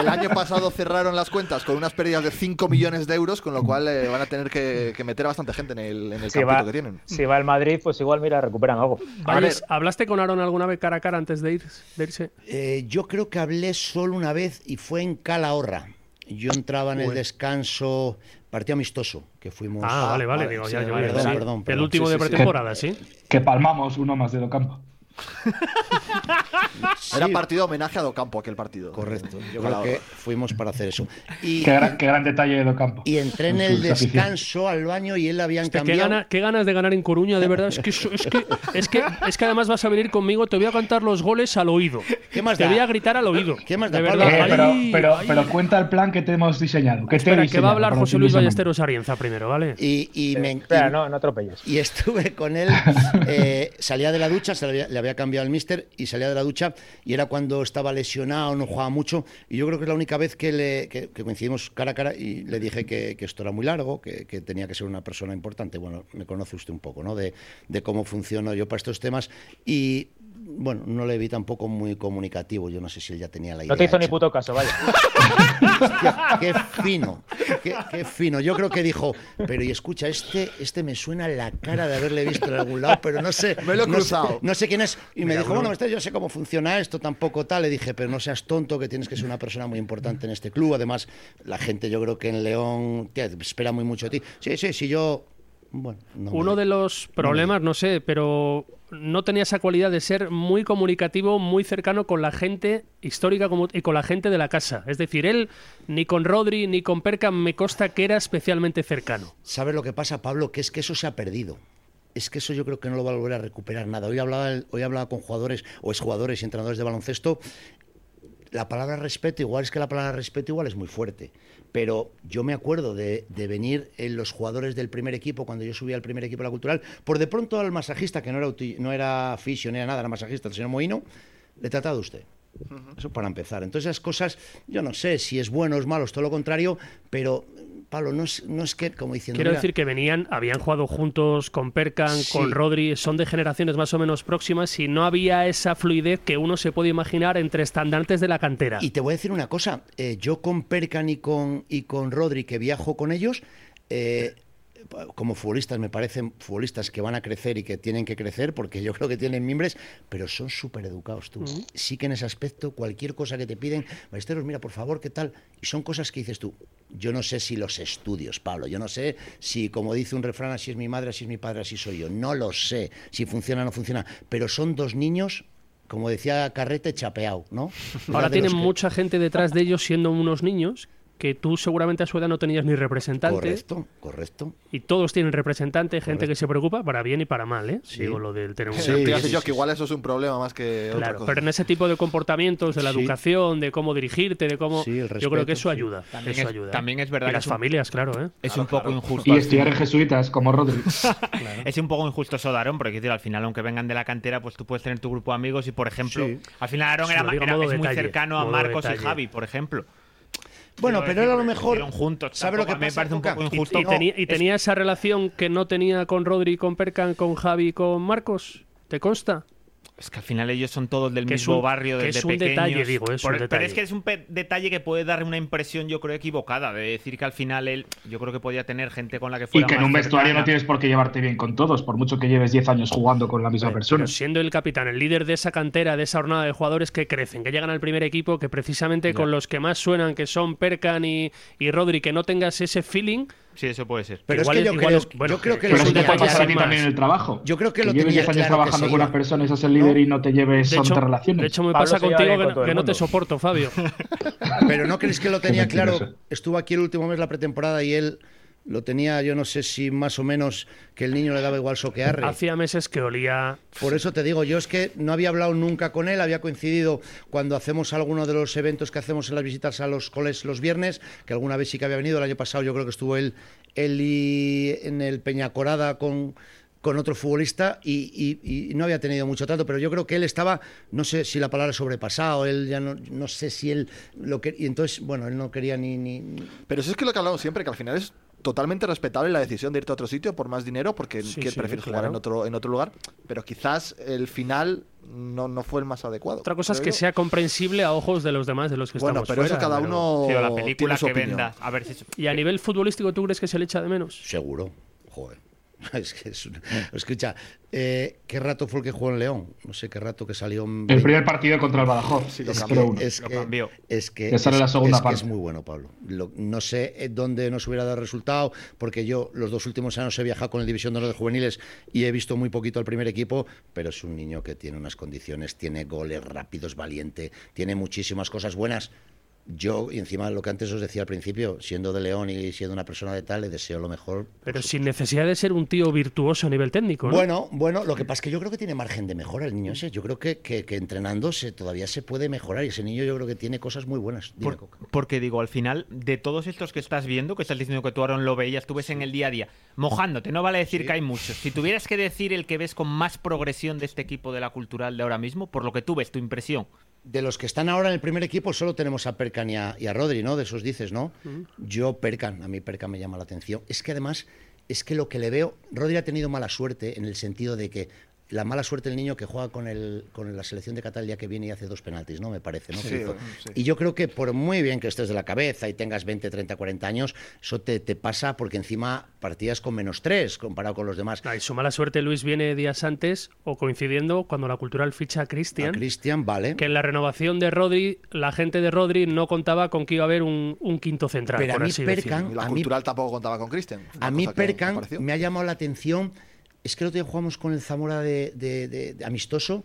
Speaker 2: el año pasado cerraron las cuentas con unas pérdidas de 5 millones de euros, con lo cual eh, van a tener que, que meter a bastante gente en el, en el
Speaker 5: si,
Speaker 2: campito
Speaker 5: va,
Speaker 2: que tienen.
Speaker 5: si va el Madrid, pues igual, mira, recuperan algo.
Speaker 3: Valles, ¿Hablaste con Aarón alguna vez cara a cara antes de, ir- de irse?
Speaker 7: Eh, yo creo que hablé solo una vez y fue en Calahorra. Yo entraba en el descanso, partido amistoso, que fuimos.
Speaker 3: Ah, vale, vale,
Speaker 2: vale,
Speaker 3: digo,
Speaker 7: sí,
Speaker 3: ya, ya,
Speaker 7: vale,
Speaker 3: ya,
Speaker 7: perdón,
Speaker 3: sí.
Speaker 7: perdón,
Speaker 3: El
Speaker 7: perdón,
Speaker 3: último
Speaker 7: sí,
Speaker 3: de
Speaker 7: sí, sí.
Speaker 3: pretemporada, sí.
Speaker 6: Que palmamos uno más de Docampo.
Speaker 2: Era partido homenaje a Docampo aquel partido.
Speaker 7: Correcto. Yo
Speaker 2: Ojalá.
Speaker 7: creo que fuimos para hacer eso. Y,
Speaker 6: Qué gran, qué gran detalle de Docampo.
Speaker 7: y entré en
Speaker 6: Con
Speaker 7: el
Speaker 6: sus aficiones.
Speaker 7: descanso al baño y él la habían
Speaker 3: Hostia, Este, ¿qué,
Speaker 7: cambiado.
Speaker 3: gana- qué ganas de ganar en Coruña, de verdad. Es que, eso- es, que, es, que, es que además vas a venir conmigo, te voy a cantar los goles al oído.
Speaker 7: ¿Qué más
Speaker 3: te
Speaker 7: da?
Speaker 3: voy a gritar al oído. ¿Qué más de verdad.
Speaker 6: Eh, pero,
Speaker 3: Ay,
Speaker 6: pero,
Speaker 3: ay.
Speaker 6: pero cuenta el plan que te hemos diseñado. Que te he
Speaker 3: Espera, que va a
Speaker 6: diseñado
Speaker 3: hablar
Speaker 6: para
Speaker 3: José
Speaker 6: el
Speaker 3: Luis
Speaker 6: fin de semana.
Speaker 3: Ballesteros Arienza primero, ¿vale?
Speaker 7: Y, y me, y-
Speaker 5: no, no atropelles.
Speaker 7: Y estuve con él, eh, salía de la ducha, se le había, le había cambiado el mister y salía de la ducha y era cuando estaba lesionado, no jugaba mucho y yo creo que es la única vez que, le, que, que coincidimos cara a cara y le dije que, que esto era muy largo, que, que tenía que ser una persona importante. Bueno, me conoce usted un poco, ¿no? De, de cómo funciono yo para estos temas y... Bueno, no le vi tampoco muy comunicativo. Yo no sé si él ya tenía la idea.
Speaker 5: No te hizo ni
Speaker 7: hecha.
Speaker 5: puto caso, vaya.
Speaker 7: Hostia, qué fino, qué, qué fino. Yo creo que dijo, pero y escucha, este, este me suena la cara de haberle visto en algún lado, pero no sé.
Speaker 2: Me lo he
Speaker 7: no sé-
Speaker 2: cruzado.
Speaker 7: No sé quién es. Y me
Speaker 2: Mira,
Speaker 7: dijo,
Speaker 2: Bruno.
Speaker 7: bueno, este, yo sé cómo funciona esto, tampoco tal. Le dije, pero no seas tonto, que tienes que ser una persona muy importante en este club. Además, la gente, yo creo que en León tía, espera muy mucho de ti. Sí, sí, sí, yo. Bueno, no me-
Speaker 3: Uno de los problemas, no sé, pero no tenía esa cualidad de ser muy comunicativo, muy cercano con la gente histórica como- y con la gente de la casa. Es decir, él ni con Rodri ni con Perca me consta que era especialmente cercano.
Speaker 7: ¿Sabes lo que pasa, Pablo? Que es que eso se ha perdido. Es que eso yo creo que no lo va a volver a recuperar nada. Hoy hablaba, el- hoy hablaba con jugadores o exjugadores y entrenadores de baloncesto. La palabra respeto, igual es que la palabra respeto igual es muy fuerte. Pero yo me acuerdo de, de venir en los jugadores del primer equipo, cuando yo subía al primer equipo de la cultural, por de pronto al masajista, que no era, uti- no era fisio, no era nada, era masajista, el señor Moino, le trataba de usted. Eso para empezar. Entonces esas cosas, yo no sé si es bueno o es malo, es todo lo contrario, pero Pablo, no es, no es que, como diciendo...
Speaker 3: Quiero
Speaker 7: mira,
Speaker 3: decir que venían, habían jugado juntos con Perkan,
Speaker 7: Sí.
Speaker 3: con Rodri, son de generaciones más o menos próximas y no había esa fluidez que uno se puede imaginar entre estandartes de la cantera.
Speaker 7: Y te voy a decir una cosa, eh, yo con Perkan y con, y con Rodri, que viajo con ellos, eh, como futbolistas, me parecen futbolistas que van a crecer y que tienen que crecer, porque yo creo que tienen mimbres, pero son súper educados tú.
Speaker 3: Ujú.
Speaker 7: Sí que en ese aspecto, cualquier cosa que te piden, Ballesteros, mira, por favor, ¿qué tal? Y son cosas que dices tú. Yo no sé si los estudios, Pablo, yo no sé si, como dice un refrán, así es mi madre, así es mi padre, así soy yo. No lo sé si funciona o no funciona, pero son dos niños... Como decía Carrete, chapeado, ¿no? Era
Speaker 3: Ahora
Speaker 7: de
Speaker 3: tienen
Speaker 7: los que-
Speaker 3: mucha gente detrás de ellos siendo unos niños que tú seguramente a su edad no tenías ni representante.
Speaker 7: Correcto, correcto.
Speaker 3: Y todos tienen representante, gente
Speaker 7: Correcto.
Speaker 3: que se preocupa para bien y para mal, ¿eh? Digo lo del tener un
Speaker 2: Sí, fíjate yo que igual eso es un problema más que otra
Speaker 3: Claro,
Speaker 2: cosa.
Speaker 3: pero en ese tipo de comportamientos, de la
Speaker 7: Sí.
Speaker 3: educación, de cómo dirigirte, de cómo.
Speaker 7: Sí, el
Speaker 3: yo creo
Speaker 7: respeto,
Speaker 3: que eso
Speaker 7: sí.
Speaker 3: ayuda.
Speaker 4: También
Speaker 3: eso
Speaker 4: es-
Speaker 3: ayuda. ¿eh?
Speaker 4: también es verdad
Speaker 3: Y
Speaker 4: que
Speaker 3: las
Speaker 4: es un-
Speaker 3: familias, claro, ¿eh?
Speaker 4: Es un poco injusto.
Speaker 6: Y estudiar en jesuitas, como Rodri.
Speaker 4: Es un poco injusto eso de Aaron, porque quiero decir, al final, aunque vengan de la cantera, pues tú puedes tener tu grupo de amigos y, por ejemplo,
Speaker 7: Sí.
Speaker 4: al final Aaron
Speaker 3: Se
Speaker 4: era,
Speaker 3: lo digo
Speaker 4: era-
Speaker 3: modo
Speaker 4: es muy
Speaker 3: detalle,
Speaker 4: cercano a
Speaker 3: modo
Speaker 4: Marcos
Speaker 3: detalle.
Speaker 4: y Javi, por ejemplo.
Speaker 7: Bueno,
Speaker 4: Quiero
Speaker 7: pero era lo
Speaker 4: decir,
Speaker 7: mejor.
Speaker 4: estuvieron juntos.
Speaker 7: ¿Sabe lo que
Speaker 4: Tampoco me
Speaker 7: pasa,
Speaker 4: parece un
Speaker 7: Coca? Y-
Speaker 4: poco
Speaker 7: y
Speaker 4: injusto.
Speaker 3: Y,
Speaker 4: No,
Speaker 3: tenía, y
Speaker 4: es-
Speaker 3: tenía esa relación que no tenía con Rodri, con Percan, con Javi, con Marcos. ¿Te consta?
Speaker 4: Es que al final ellos son todos del
Speaker 3: Que es
Speaker 4: mismo
Speaker 3: un-
Speaker 4: barrio,
Speaker 3: que
Speaker 4: desde
Speaker 3: es un
Speaker 4: pequeños.
Speaker 3: detalle, digo, es un
Speaker 4: Pero
Speaker 3: detalle.
Speaker 4: es que es un pe- detalle que puede dar una impresión, yo creo, equivocada, de decir que al final él, yo creo que podía tener gente con la que
Speaker 6: Y
Speaker 4: fuera
Speaker 6: que en
Speaker 4: más
Speaker 6: un vestuario
Speaker 4: cercana.
Speaker 6: no tienes por qué llevarte bien con todos, por mucho que lleves 10 años jugando con la misma persona.
Speaker 3: Pero siendo el capitán, el líder de esa cantera, de esa jornada de jugadores que crecen, que llegan al primer equipo, que precisamente con los que más suenan, que son Perkan y, y Rodri, que no tengas ese feeling.
Speaker 4: Sí, eso puede ser.
Speaker 7: Pero
Speaker 3: igual
Speaker 7: es que yo
Speaker 3: igual
Speaker 7: creo-
Speaker 3: es- bueno,
Speaker 7: yo creo que
Speaker 3: es
Speaker 6: Pero
Speaker 7: es
Speaker 3: un
Speaker 6: eso te puede
Speaker 3: detalle,
Speaker 6: pasar a ti
Speaker 3: sin más.
Speaker 6: también en el trabajo.
Speaker 7: Yo creo que lo
Speaker 6: lleves
Speaker 7: tenía
Speaker 6: 10 años
Speaker 7: claro que
Speaker 6: trabajando
Speaker 7: se
Speaker 6: con una
Speaker 7: iba.
Speaker 6: persona y seas el líder
Speaker 7: No.
Speaker 6: y no te lleves
Speaker 3: De hecho-
Speaker 6: tantas relaciones.
Speaker 3: De hecho, me
Speaker 5: Pablo
Speaker 3: pasa
Speaker 5: se lleva
Speaker 3: contigo
Speaker 5: bien
Speaker 3: que,
Speaker 5: con
Speaker 3: no-
Speaker 5: todo el
Speaker 3: que no
Speaker 5: mundo.
Speaker 3: te soporto, Fabio.
Speaker 7: Pero no crees que lo tenía
Speaker 6: Qué
Speaker 7: claro.
Speaker 6: mentiroso.
Speaker 7: Estuvo aquí el último mes de la pretemporada y él lo tenía, yo no sé si más o menos que el niño le daba igual soquear.
Speaker 3: Hacía meses que olía.
Speaker 7: Por eso te digo, yo es que no había hablado nunca con él, había coincidido cuando hacemos alguno de los eventos que hacemos en las visitas a los coles los viernes, que alguna vez sí que había venido, el año pasado yo creo que estuvo él, él y- en el Peñacorada con con otro futbolista y, y- y no había tenido mucho trato, pero yo creo que él estaba, no sé si la palabra es sobrepasado, él ya no, no sé si él lo que y entonces, bueno, él no quería ni, ni- ni-
Speaker 2: Pero eso es que lo que hablamos siempre, que al final es totalmente respetable la decisión de irte a otro sitio por más dinero, porque
Speaker 3: Sí,
Speaker 2: quieres
Speaker 3: sí,
Speaker 2: prefieres
Speaker 3: claro.
Speaker 2: jugar en otro, en otro lugar. Pero quizás el final no, no fue el más adecuado.
Speaker 3: Otra cosa es
Speaker 2: creo
Speaker 3: que
Speaker 2: yo.
Speaker 3: sea comprensible a ojos de los demás, de los que
Speaker 2: Bueno,
Speaker 3: estamos
Speaker 2: pero eso
Speaker 3: fuera,
Speaker 2: cada
Speaker 3: pero-
Speaker 2: uno.
Speaker 4: Sí, o la
Speaker 2: tiene
Speaker 4: película
Speaker 2: su
Speaker 4: que
Speaker 2: opinión.
Speaker 4: vendas. A ver si.
Speaker 3: ¿Y a nivel futbolístico tú crees que se le echa de menos?
Speaker 7: seguro. Joder. Es que es una- Escucha, eh, ¿qué rato fue el que jugó en León? No sé qué rato que salió. en-
Speaker 6: El primer partido contra el Badajoz.
Speaker 7: Sí,
Speaker 6: lo
Speaker 7: es,
Speaker 6: cambió
Speaker 7: que,
Speaker 6: uno.
Speaker 7: es
Speaker 6: Lo
Speaker 7: que-
Speaker 6: cambió.
Speaker 7: es que
Speaker 6: Que sale la
Speaker 7: es-
Speaker 6: segunda
Speaker 7: es que
Speaker 6: parte.
Speaker 7: es muy bueno, Pablo. Lo- no sé eh, dónde nos hubiera dado resultado, porque yo los dos últimos años he viajado con el División de Honor de Juveniles y he visto muy poquito al primer equipo, pero es un niño que tiene unas condiciones, tiene goles rápidos, valiente, tiene muchísimas cosas buenas. Yo, y encima lo que antes os decía al principio, siendo de León y siendo una persona de tal, le deseo lo mejor
Speaker 3: Pero sin necesidad de ser un tío virtuoso a nivel técnico, ¿no?
Speaker 7: bueno, bueno, lo que pasa es que yo creo que tiene margen de mejora el niño ese. Yo creo que, que, que entrenándose todavía se puede mejorar y ese niño yo creo que tiene cosas muy buenas. Dime,
Speaker 4: Por- porque digo, al final, de todos estos que estás viendo, que estás diciendo que tú Aaron lo veías, tú ves en el día a día, mojándote, no vale decir que hay muchos. Si tuvieras que decir el que ves con más progresión de este equipo de la cultural de ahora mismo, por lo que tú ves, tu impresión.
Speaker 7: de los que están ahora en el primer equipo solo tenemos a Percan y a, y a Rodri, ¿no? De esos dices, ¿no? Yo Percan, a mí Percan me llama la atención. Es que además, es que lo que le veo, Rodri ha tenido mala suerte en el sentido de que la mala suerte del niño que juega con, el, con la selección de Cataluña que viene y hace dos penaltis, ¿no? Me parece, ¿no?
Speaker 10: Sí,
Speaker 7: Que hizo.
Speaker 10: sí.
Speaker 7: Y yo creo que por muy bien que estés de la cabeza y tengas 20, 30, 40 años, eso te, te pasa porque encima partías con menos tres comparado con los demás.
Speaker 3: Y su mala suerte, Luis, viene días antes o coincidiendo cuando la cultural ficha a Cristian.
Speaker 7: Cristian, vale.
Speaker 3: Que en la renovación de Rodri, la gente de Rodri no contaba con que iba a haber un, un quinto central.
Speaker 7: Pero a
Speaker 3: por
Speaker 7: mí
Speaker 3: así
Speaker 7: Perkan-
Speaker 3: decirlo.
Speaker 7: La a mí- cultural
Speaker 2: tampoco contaba con Christian.
Speaker 7: A mí Percan
Speaker 2: Perkan
Speaker 7: me ha llamado la atención. Es que el otro día jugamos con el Zamora de, de- de- de amistoso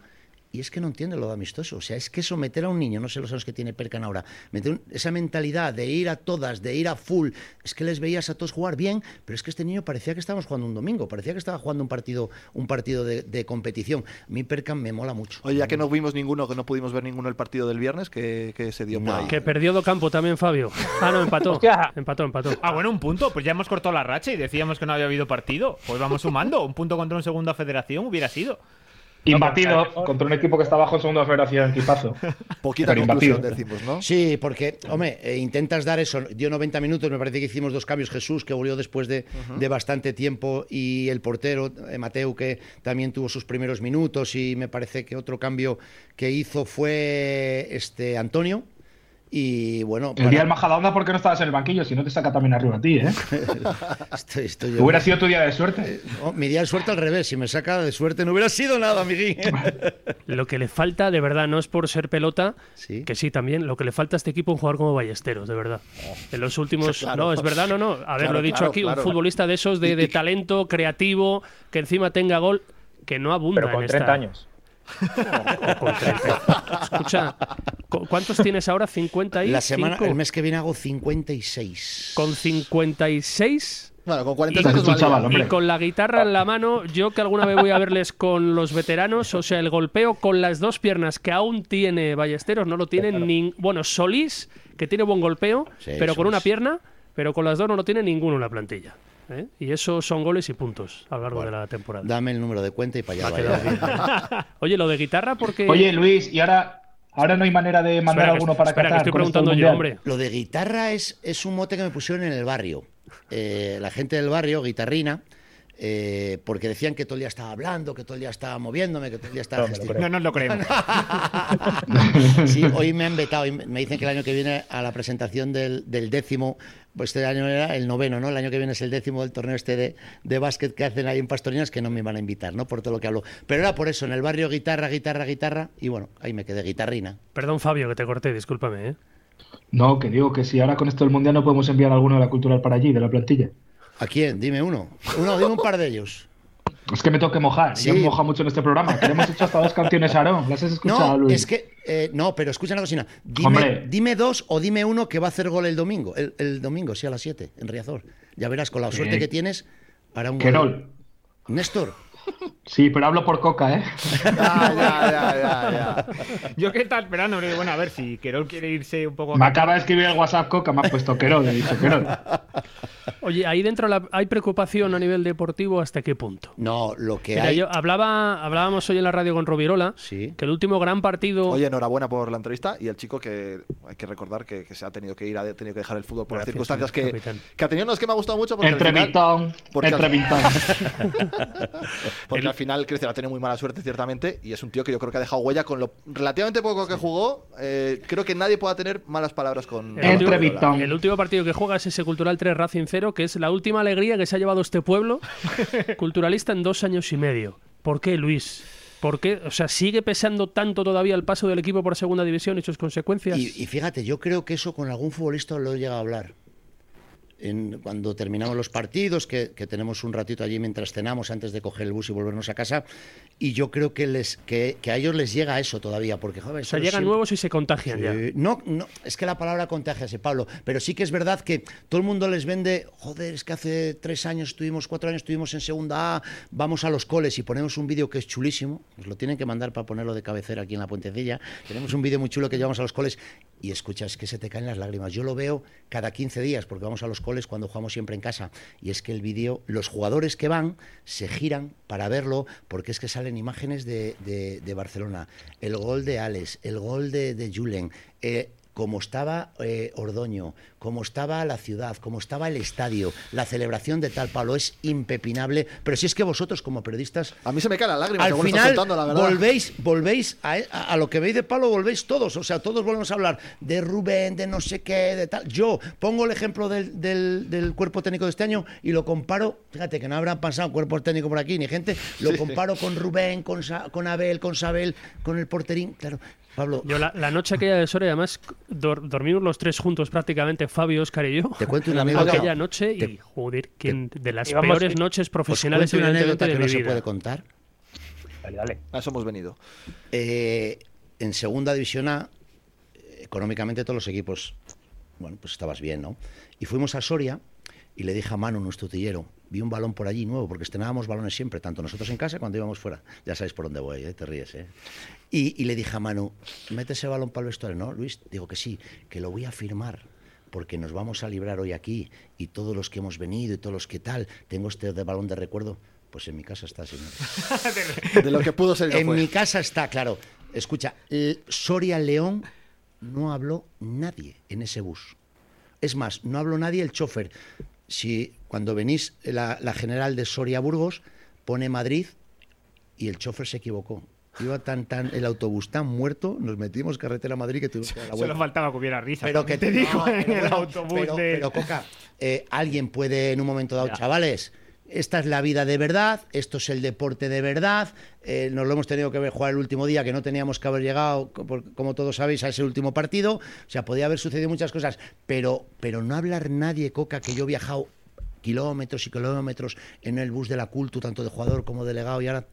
Speaker 7: y es que no entiendo lo de amistoso. O sea, es que eso meter a un niño, no sé los años que tiene Percan ahora, meter un- esa mentalidad de ir a todas, de ir a full, es que les veías a todos jugar bien, pero es que este niño parecía que estábamos jugando un domingo, parecía que estaba jugando un partido, un partido de, de competición. A mí Percan me mola mucho.
Speaker 2: Oye, ya que no vimos ninguno, que no pudimos ver ninguno el partido del viernes, que, que se dio por ahí.
Speaker 3: Que perdió Docampo también, Fabio. Ah, no, empató. empató, empató.
Speaker 4: Ah, bueno, un punto. Pues ya hemos cortado la racha y decíamos que no había habido partido. Pues vamos sumando. Un punto contra un segunda federación hubiera sido.
Speaker 6: Imbatido contra un equipo que está abajo en segunda federación, equipazo.
Speaker 2: Poquita
Speaker 6: Pero imbatido.
Speaker 2: conclusión decimos, ¿no?
Speaker 7: Sí, porque, hombre, eh, intentas dar eso. Dio 90 minutos, me parece que hicimos dos cambios. Jesús, que volvió después de,
Speaker 2: Ujú.
Speaker 7: de bastante tiempo, y el portero, eh, Mateu, que también tuvo sus primeros minutos. Y me parece que otro cambio que hizo fue este Antonio. Y bueno.
Speaker 6: El día del Majadahonda, ¿por qué no estabas en el banquillo? Si no te saca también arriba a ti, ¿eh?
Speaker 7: Estoy- estoy-
Speaker 6: Hubiera sido tu día de suerte.
Speaker 7: Oh, mi día de suerte al revés. Si me saca de suerte, no hubiera sido nada, amiguín.
Speaker 3: Lo que le falta, de verdad, no es por ser pelota, que sí también, lo que le falta a este equipo es un jugador como Ballesteros, de verdad. En los últimos...
Speaker 7: Oh. Claro.
Speaker 3: No, es verdad, no, no. A ver,
Speaker 7: Claro,
Speaker 3: lo he dicho
Speaker 7: claro,
Speaker 3: aquí,
Speaker 7: claro.
Speaker 3: un futbolista de esos de, de talento, creativo, que encima tenga gol, que no abunda
Speaker 5: Pero con
Speaker 3: en esta...
Speaker 5: 30 años.
Speaker 3: O con 30. Escucha, ¿cu- ¿cuántos tienes ahora? ¿50 y
Speaker 7: La semana, el mes que viene hago 56.
Speaker 3: Con 56...
Speaker 2: Bueno, con
Speaker 3: Y,
Speaker 2: 40 años valía.
Speaker 3: y con la guitarra en la mano, yo que alguna vez voy a verles con los veteranos, o sea, el golpeo con las dos piernas que aún tiene Ballesteros, no lo tiene nin- Bueno, Solís, que tiene buen golpeo,
Speaker 7: Sí,
Speaker 3: pero con
Speaker 7: Solís.
Speaker 3: una pierna, pero con las dos no lo tiene ninguno en la plantilla. ¿eh? Y eso son goles y puntos a lo largo de la temporada.
Speaker 7: Dame el número de cuenta y para allá.
Speaker 3: Ha
Speaker 7: vaya.
Speaker 3: quedado bien. Oye, lo de guitarra, porque.
Speaker 6: Oye, Luis, y ahora, ahora no hay manera de
Speaker 3: Espera,
Speaker 6: mandar
Speaker 3: que
Speaker 6: alguno
Speaker 3: est-
Speaker 6: para
Speaker 3: espera, que
Speaker 6: Qatar.
Speaker 3: estoy
Speaker 6: con esto del
Speaker 3: preguntando yo,
Speaker 6: Mundial?
Speaker 3: hombre.
Speaker 7: Lo de guitarra es, es un mote que me pusieron en el barrio. Eh, la gente del barrio, guitarrina, eh, porque decían que todo el día estaba hablando, que todo el día estaba moviéndome, que todo el día estaba
Speaker 4: No me lo creo.
Speaker 7: gestionando.
Speaker 4: No nos lo creemos.
Speaker 7: Sí, hoy me han vetado. y Me dicen que el año que viene a la presentación del, del décimo, pues este año era el noveno, ¿no? El año que viene es el décimo del torneo este de, de básquet que hacen ahí en Pastorinas que no me van a invitar, ¿no? Por todo lo que hablo. Pero era por eso, en el barrio guitarra, guitarra, guitarra. Y bueno, ahí me quedé guitarrina.
Speaker 3: Perdón, Fabio, que te corté, discúlpame, ¿eh?
Speaker 6: No, que digo que si ahora con esto del mundial no podemos enviar a alguno de la cultural para allí, de la plantilla.
Speaker 7: ¿A quién? Dime uno. Uno, dime un par de ellos.
Speaker 6: Es que me tengo que mojar. Yo
Speaker 7: Sí.
Speaker 6: me moja mucho en este programa. Que le hemos hecho hasta dos canciones a Aarón. ¿Las has escuchado,
Speaker 7: No,
Speaker 6: Luis?
Speaker 7: es que. eh, no, pero escucha una cocina. Dime,
Speaker 6: Hombre.
Speaker 7: dime dos o dime uno que va a hacer gol el domingo. El, el domingo, sí, a las 7, en Riazor. Ya verás, con la suerte
Speaker 6: Eh,
Speaker 7: que tienes, hará un
Speaker 6: Querol.
Speaker 7: gol. Néstor.
Speaker 6: Sí, pero hablo por coca, ¿eh?
Speaker 4: Yo que estaba esperando, pero digo, bueno, a ver si Querol quiere irse un poco a
Speaker 6: Me
Speaker 4: Qatar.
Speaker 6: acaba de escribir el WhatsApp coca, me ha puesto Querol. He dicho Querol.
Speaker 3: Oye, ahí dentro la- hay preocupación a nivel deportivo, ¿hasta qué punto?
Speaker 7: No, lo que
Speaker 3: Mira,
Speaker 7: hay.
Speaker 3: yo hablaba, hablábamos hoy en la radio con Rovirola que el último gran partido.
Speaker 2: Oye, enhorabuena por la entrevista y el chico que hay que recordar que, que se ha tenido que ir, ha tenido que dejar el fútbol por las
Speaker 3: Gracias,
Speaker 2: circunstancias que,
Speaker 3: capitán.
Speaker 2: que ha tenido. No, es que me ha gustado mucho porque al
Speaker 6: Entre
Speaker 2: final-
Speaker 6: Vintón.
Speaker 2: porque al-
Speaker 6: Entre Vintón.
Speaker 2: Porque al final Cristian ha tenido muy mala suerte, ciertamente, y es un tío que yo creo que ha dejado huella con lo relativamente poco que jugó. Eh, creo que nadie pueda tener malas palabras con
Speaker 3: el,
Speaker 2: con
Speaker 3: último,
Speaker 2: Guardiola.
Speaker 3: el último partido que juega es ese Cultural 3 Racing 0, que es la última alegría que se ha llevado este pueblo culturalista en dos años y medio. ¿Por qué, Luis? ¿Por qué? O sea, ¿sigue pesando tanto todavía el paso del equipo por segunda división y sus consecuencias?
Speaker 7: Y, y fíjate, yo creo que eso con algún futbolista lo he llegado a hablar. En- cuando terminamos los partidos, que, que tenemos un ratito allí mientras cenamos antes de coger el bus y volvernos a casa, y yo creo que les que, que a ellos les llega eso todavía, porque joder,
Speaker 3: o sea,
Speaker 7: pero
Speaker 3: llegan
Speaker 7: siempre-
Speaker 3: nuevos y se contagian ya.
Speaker 7: Eh, no, no, es que la palabra contagia, sí, Pablo, pero sí que es verdad que todo el mundo les vende, joder, es que hace tres años estuvimos, cuatro años estuvimos en segunda A, vamos a los coles y ponemos un vídeo que es chulísimo, nos lo tienen que mandar para ponerlo de cabecera aquí en la puentecilla, tenemos un vídeo muy chulo que llevamos a los coles y escucha, es que se te caen las lágrimas, yo lo veo cada 15 días porque vamos a los coles cuando jugamos siempre en casa y es que el vídeo, los jugadores que van se giran para verlo porque es que salen imágenes de, de- de Barcelona, el gol de Alex, el gol de, de Julen, eh, como estaba eh, Ordoño, como estaba la ciudad, como estaba el estadio, la celebración de tal palo es impepinable. Pero si es que vosotros como periodistas...
Speaker 2: A mí se me cae la lágrima
Speaker 7: Al
Speaker 2: según estás
Speaker 7: final
Speaker 2: contando, la verdad.
Speaker 7: volvéis, volvéis a, a- a lo que veis de palo, volvéis todos. O sea, todos volvemos a hablar de Rubén, de no sé qué, de tal. Yo pongo el ejemplo del, del- del cuerpo técnico de este año y lo comparo. Fíjate que no habrán pasado cuerpos técnicos por aquí ni gente. Lo
Speaker 3: Sí.
Speaker 7: comparo con Rubén, con, Sa- con Abel, con Sabel, con el porterín. Claro, Pablo.
Speaker 3: Yo la, la noche aquella de Soria, además, dor- dormimos los tres juntos prácticamente, Fabio, Oscar y yo.
Speaker 7: Te cuento una
Speaker 3: La
Speaker 7: anécdota.
Speaker 3: Aquella noche y,
Speaker 7: Te-
Speaker 3: joder, quién- de las
Speaker 7: Y vamos,
Speaker 3: peores
Speaker 7: eh,
Speaker 3: noches
Speaker 7: os
Speaker 3: profesionales
Speaker 7: cuento una
Speaker 3: evidentemente,
Speaker 7: anécdota
Speaker 3: de
Speaker 7: que
Speaker 3: mi
Speaker 7: no se
Speaker 3: vida.
Speaker 7: puede contar.
Speaker 2: Dale, dale. A eso hemos venido.
Speaker 7: Eh, en segunda división A, eh, económicamente todos los equipos, bueno, pues estabas bien, ¿no? Y fuimos a Soria y le dije a Manu, nuestro tillero, vi un balón por allí nuevo, porque estrenábamos balones siempre, tanto nosotros en casa cuando íbamos fuera. Ya sabéis por dónde voy, ¿eh? te ríes, ¿eh? Y, y le dije a Manu, mete ese balón para el vestuario, ¿no, Luis? Digo que sí, que lo voy a firmar porque nos vamos a librar hoy aquí y todos los que hemos venido y todos los que tal, tengo este de balón de recuerdo, pues en mi casa está, señor.
Speaker 2: De lo que pudo ser. no
Speaker 7: En
Speaker 2: fue.
Speaker 7: mi casa está, claro. Escucha, L- Soria León no habló nadie en ese bus. Es más, no habló nadie el chofer. Si cuando venís, la, la general de Soria Burgos pone Madrid y el chofer se equivocó. Iba tan, tan, el autobús tan muerto, nos metimos carretera a Madrid que tuvimos que dar la
Speaker 4: Solo
Speaker 7: vuelta.
Speaker 4: faltaba que hubiera risa.
Speaker 7: Pero que
Speaker 4: te digo
Speaker 7: no,
Speaker 4: en
Speaker 7: pero
Speaker 4: el
Speaker 7: bueno,
Speaker 4: autobús
Speaker 7: pero-
Speaker 4: de...
Speaker 7: pero, Coca, eh, alguien puede en un momento dado,
Speaker 4: Ya.
Speaker 7: chavales, esta es la vida de verdad, esto es el deporte de verdad, eh, nos lo hemos tenido que ver jugar el último día, que no teníamos que haber llegado, co- por- como todos sabéis, a ese último partido. O sea, podía haber sucedido muchas cosas, pero, pero no hablar nadie, Coca, que yo he viajado kilómetros y kilómetros en el bus de la cultu, tanto de jugador como delegado, y ahora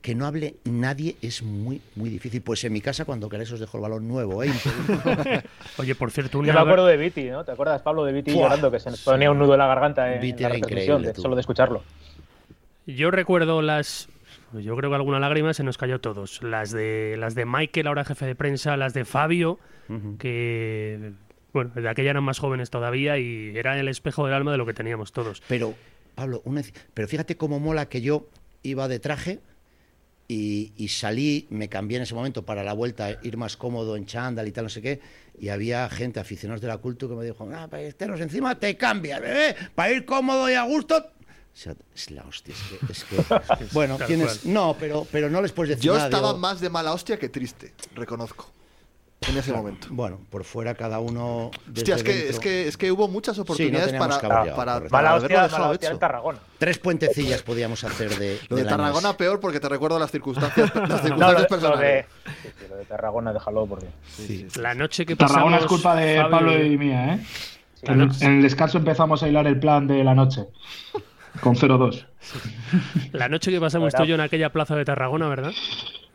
Speaker 7: que no hable nadie es muy, muy difícil. Pues en mi casa, cuando queráis, os dejo el balón nuevo, ¿eh?
Speaker 3: Oye, por cierto,
Speaker 7: una-
Speaker 5: Yo me acuerdo de Viti, ¿no? ¿Te acuerdas, Pablo, de Viti
Speaker 7: Buah,
Speaker 5: llorando que se nos ponía un nudo en la garganta eh, en,
Speaker 7: Viti
Speaker 5: la
Speaker 7: era
Speaker 5: retransmisión,
Speaker 7: increíble,
Speaker 5: de-
Speaker 7: tú.
Speaker 5: solo de escucharlo?
Speaker 3: Yo recuerdo las. Yo creo que alguna lágrima se nos cayó a todos. Las de, las de Michael, ahora jefe de prensa, las de Fabio, que. Bueno, de aquella eran más jóvenes todavía y era el espejo del alma de lo que teníamos todos.
Speaker 7: Pero, Pablo, una- pero fíjate cómo mola que yo iba de traje y, y salí, me cambié en ese momento para la vuelta, ir más cómodo en chándal y tal, no sé qué, y había gente, aficionados de la cultura, que me dijo, ah, para esteros encima te cambias, bebé, para ir cómodo y a gusto. O sea, es la hostia, es que... es que- bueno,
Speaker 2: Tal
Speaker 7: tienes...
Speaker 2: cual.
Speaker 7: No, pero, pero no les puedes decir
Speaker 2: Yo
Speaker 7: nada,
Speaker 2: estaba
Speaker 7: digo,
Speaker 2: más de mala hostia que triste, reconozco. En ese momento.
Speaker 7: Bueno, por fuera cada uno...
Speaker 2: Hostia,
Speaker 7: desde
Speaker 2: es que,
Speaker 7: dentro.
Speaker 2: es, que, es que hubo muchas oportunidades
Speaker 7: teníamos
Speaker 2: para,
Speaker 7: que haber
Speaker 2: para,
Speaker 7: llegado,
Speaker 2: para
Speaker 7: correcto. Mala
Speaker 2: haberlo
Speaker 7: hostia,
Speaker 2: dejado
Speaker 7: mala hostia
Speaker 2: hecho.
Speaker 7: en Tarragona. Tres puentecillas podíamos hacer de...
Speaker 2: Lo de
Speaker 7: del año
Speaker 2: Tarragona peor porque te recuerdo las circunstancias, las
Speaker 5: No, lo,
Speaker 2: circunstancias
Speaker 5: lo de,
Speaker 2: personales.
Speaker 5: sí, sí, lo de Tarragona, déjalo por Dios.
Speaker 3: La noche que
Speaker 6: Tarragona
Speaker 3: pasamos,
Speaker 6: es culpa de
Speaker 3: Fabio-
Speaker 6: Pablo y mía, ¿eh? En, en el descanso empezamos a hilar el plan de la noche. Con 0-2.
Speaker 3: La noche que pasamos tú y yo en aquella plaza de Tarragona, ¿verdad?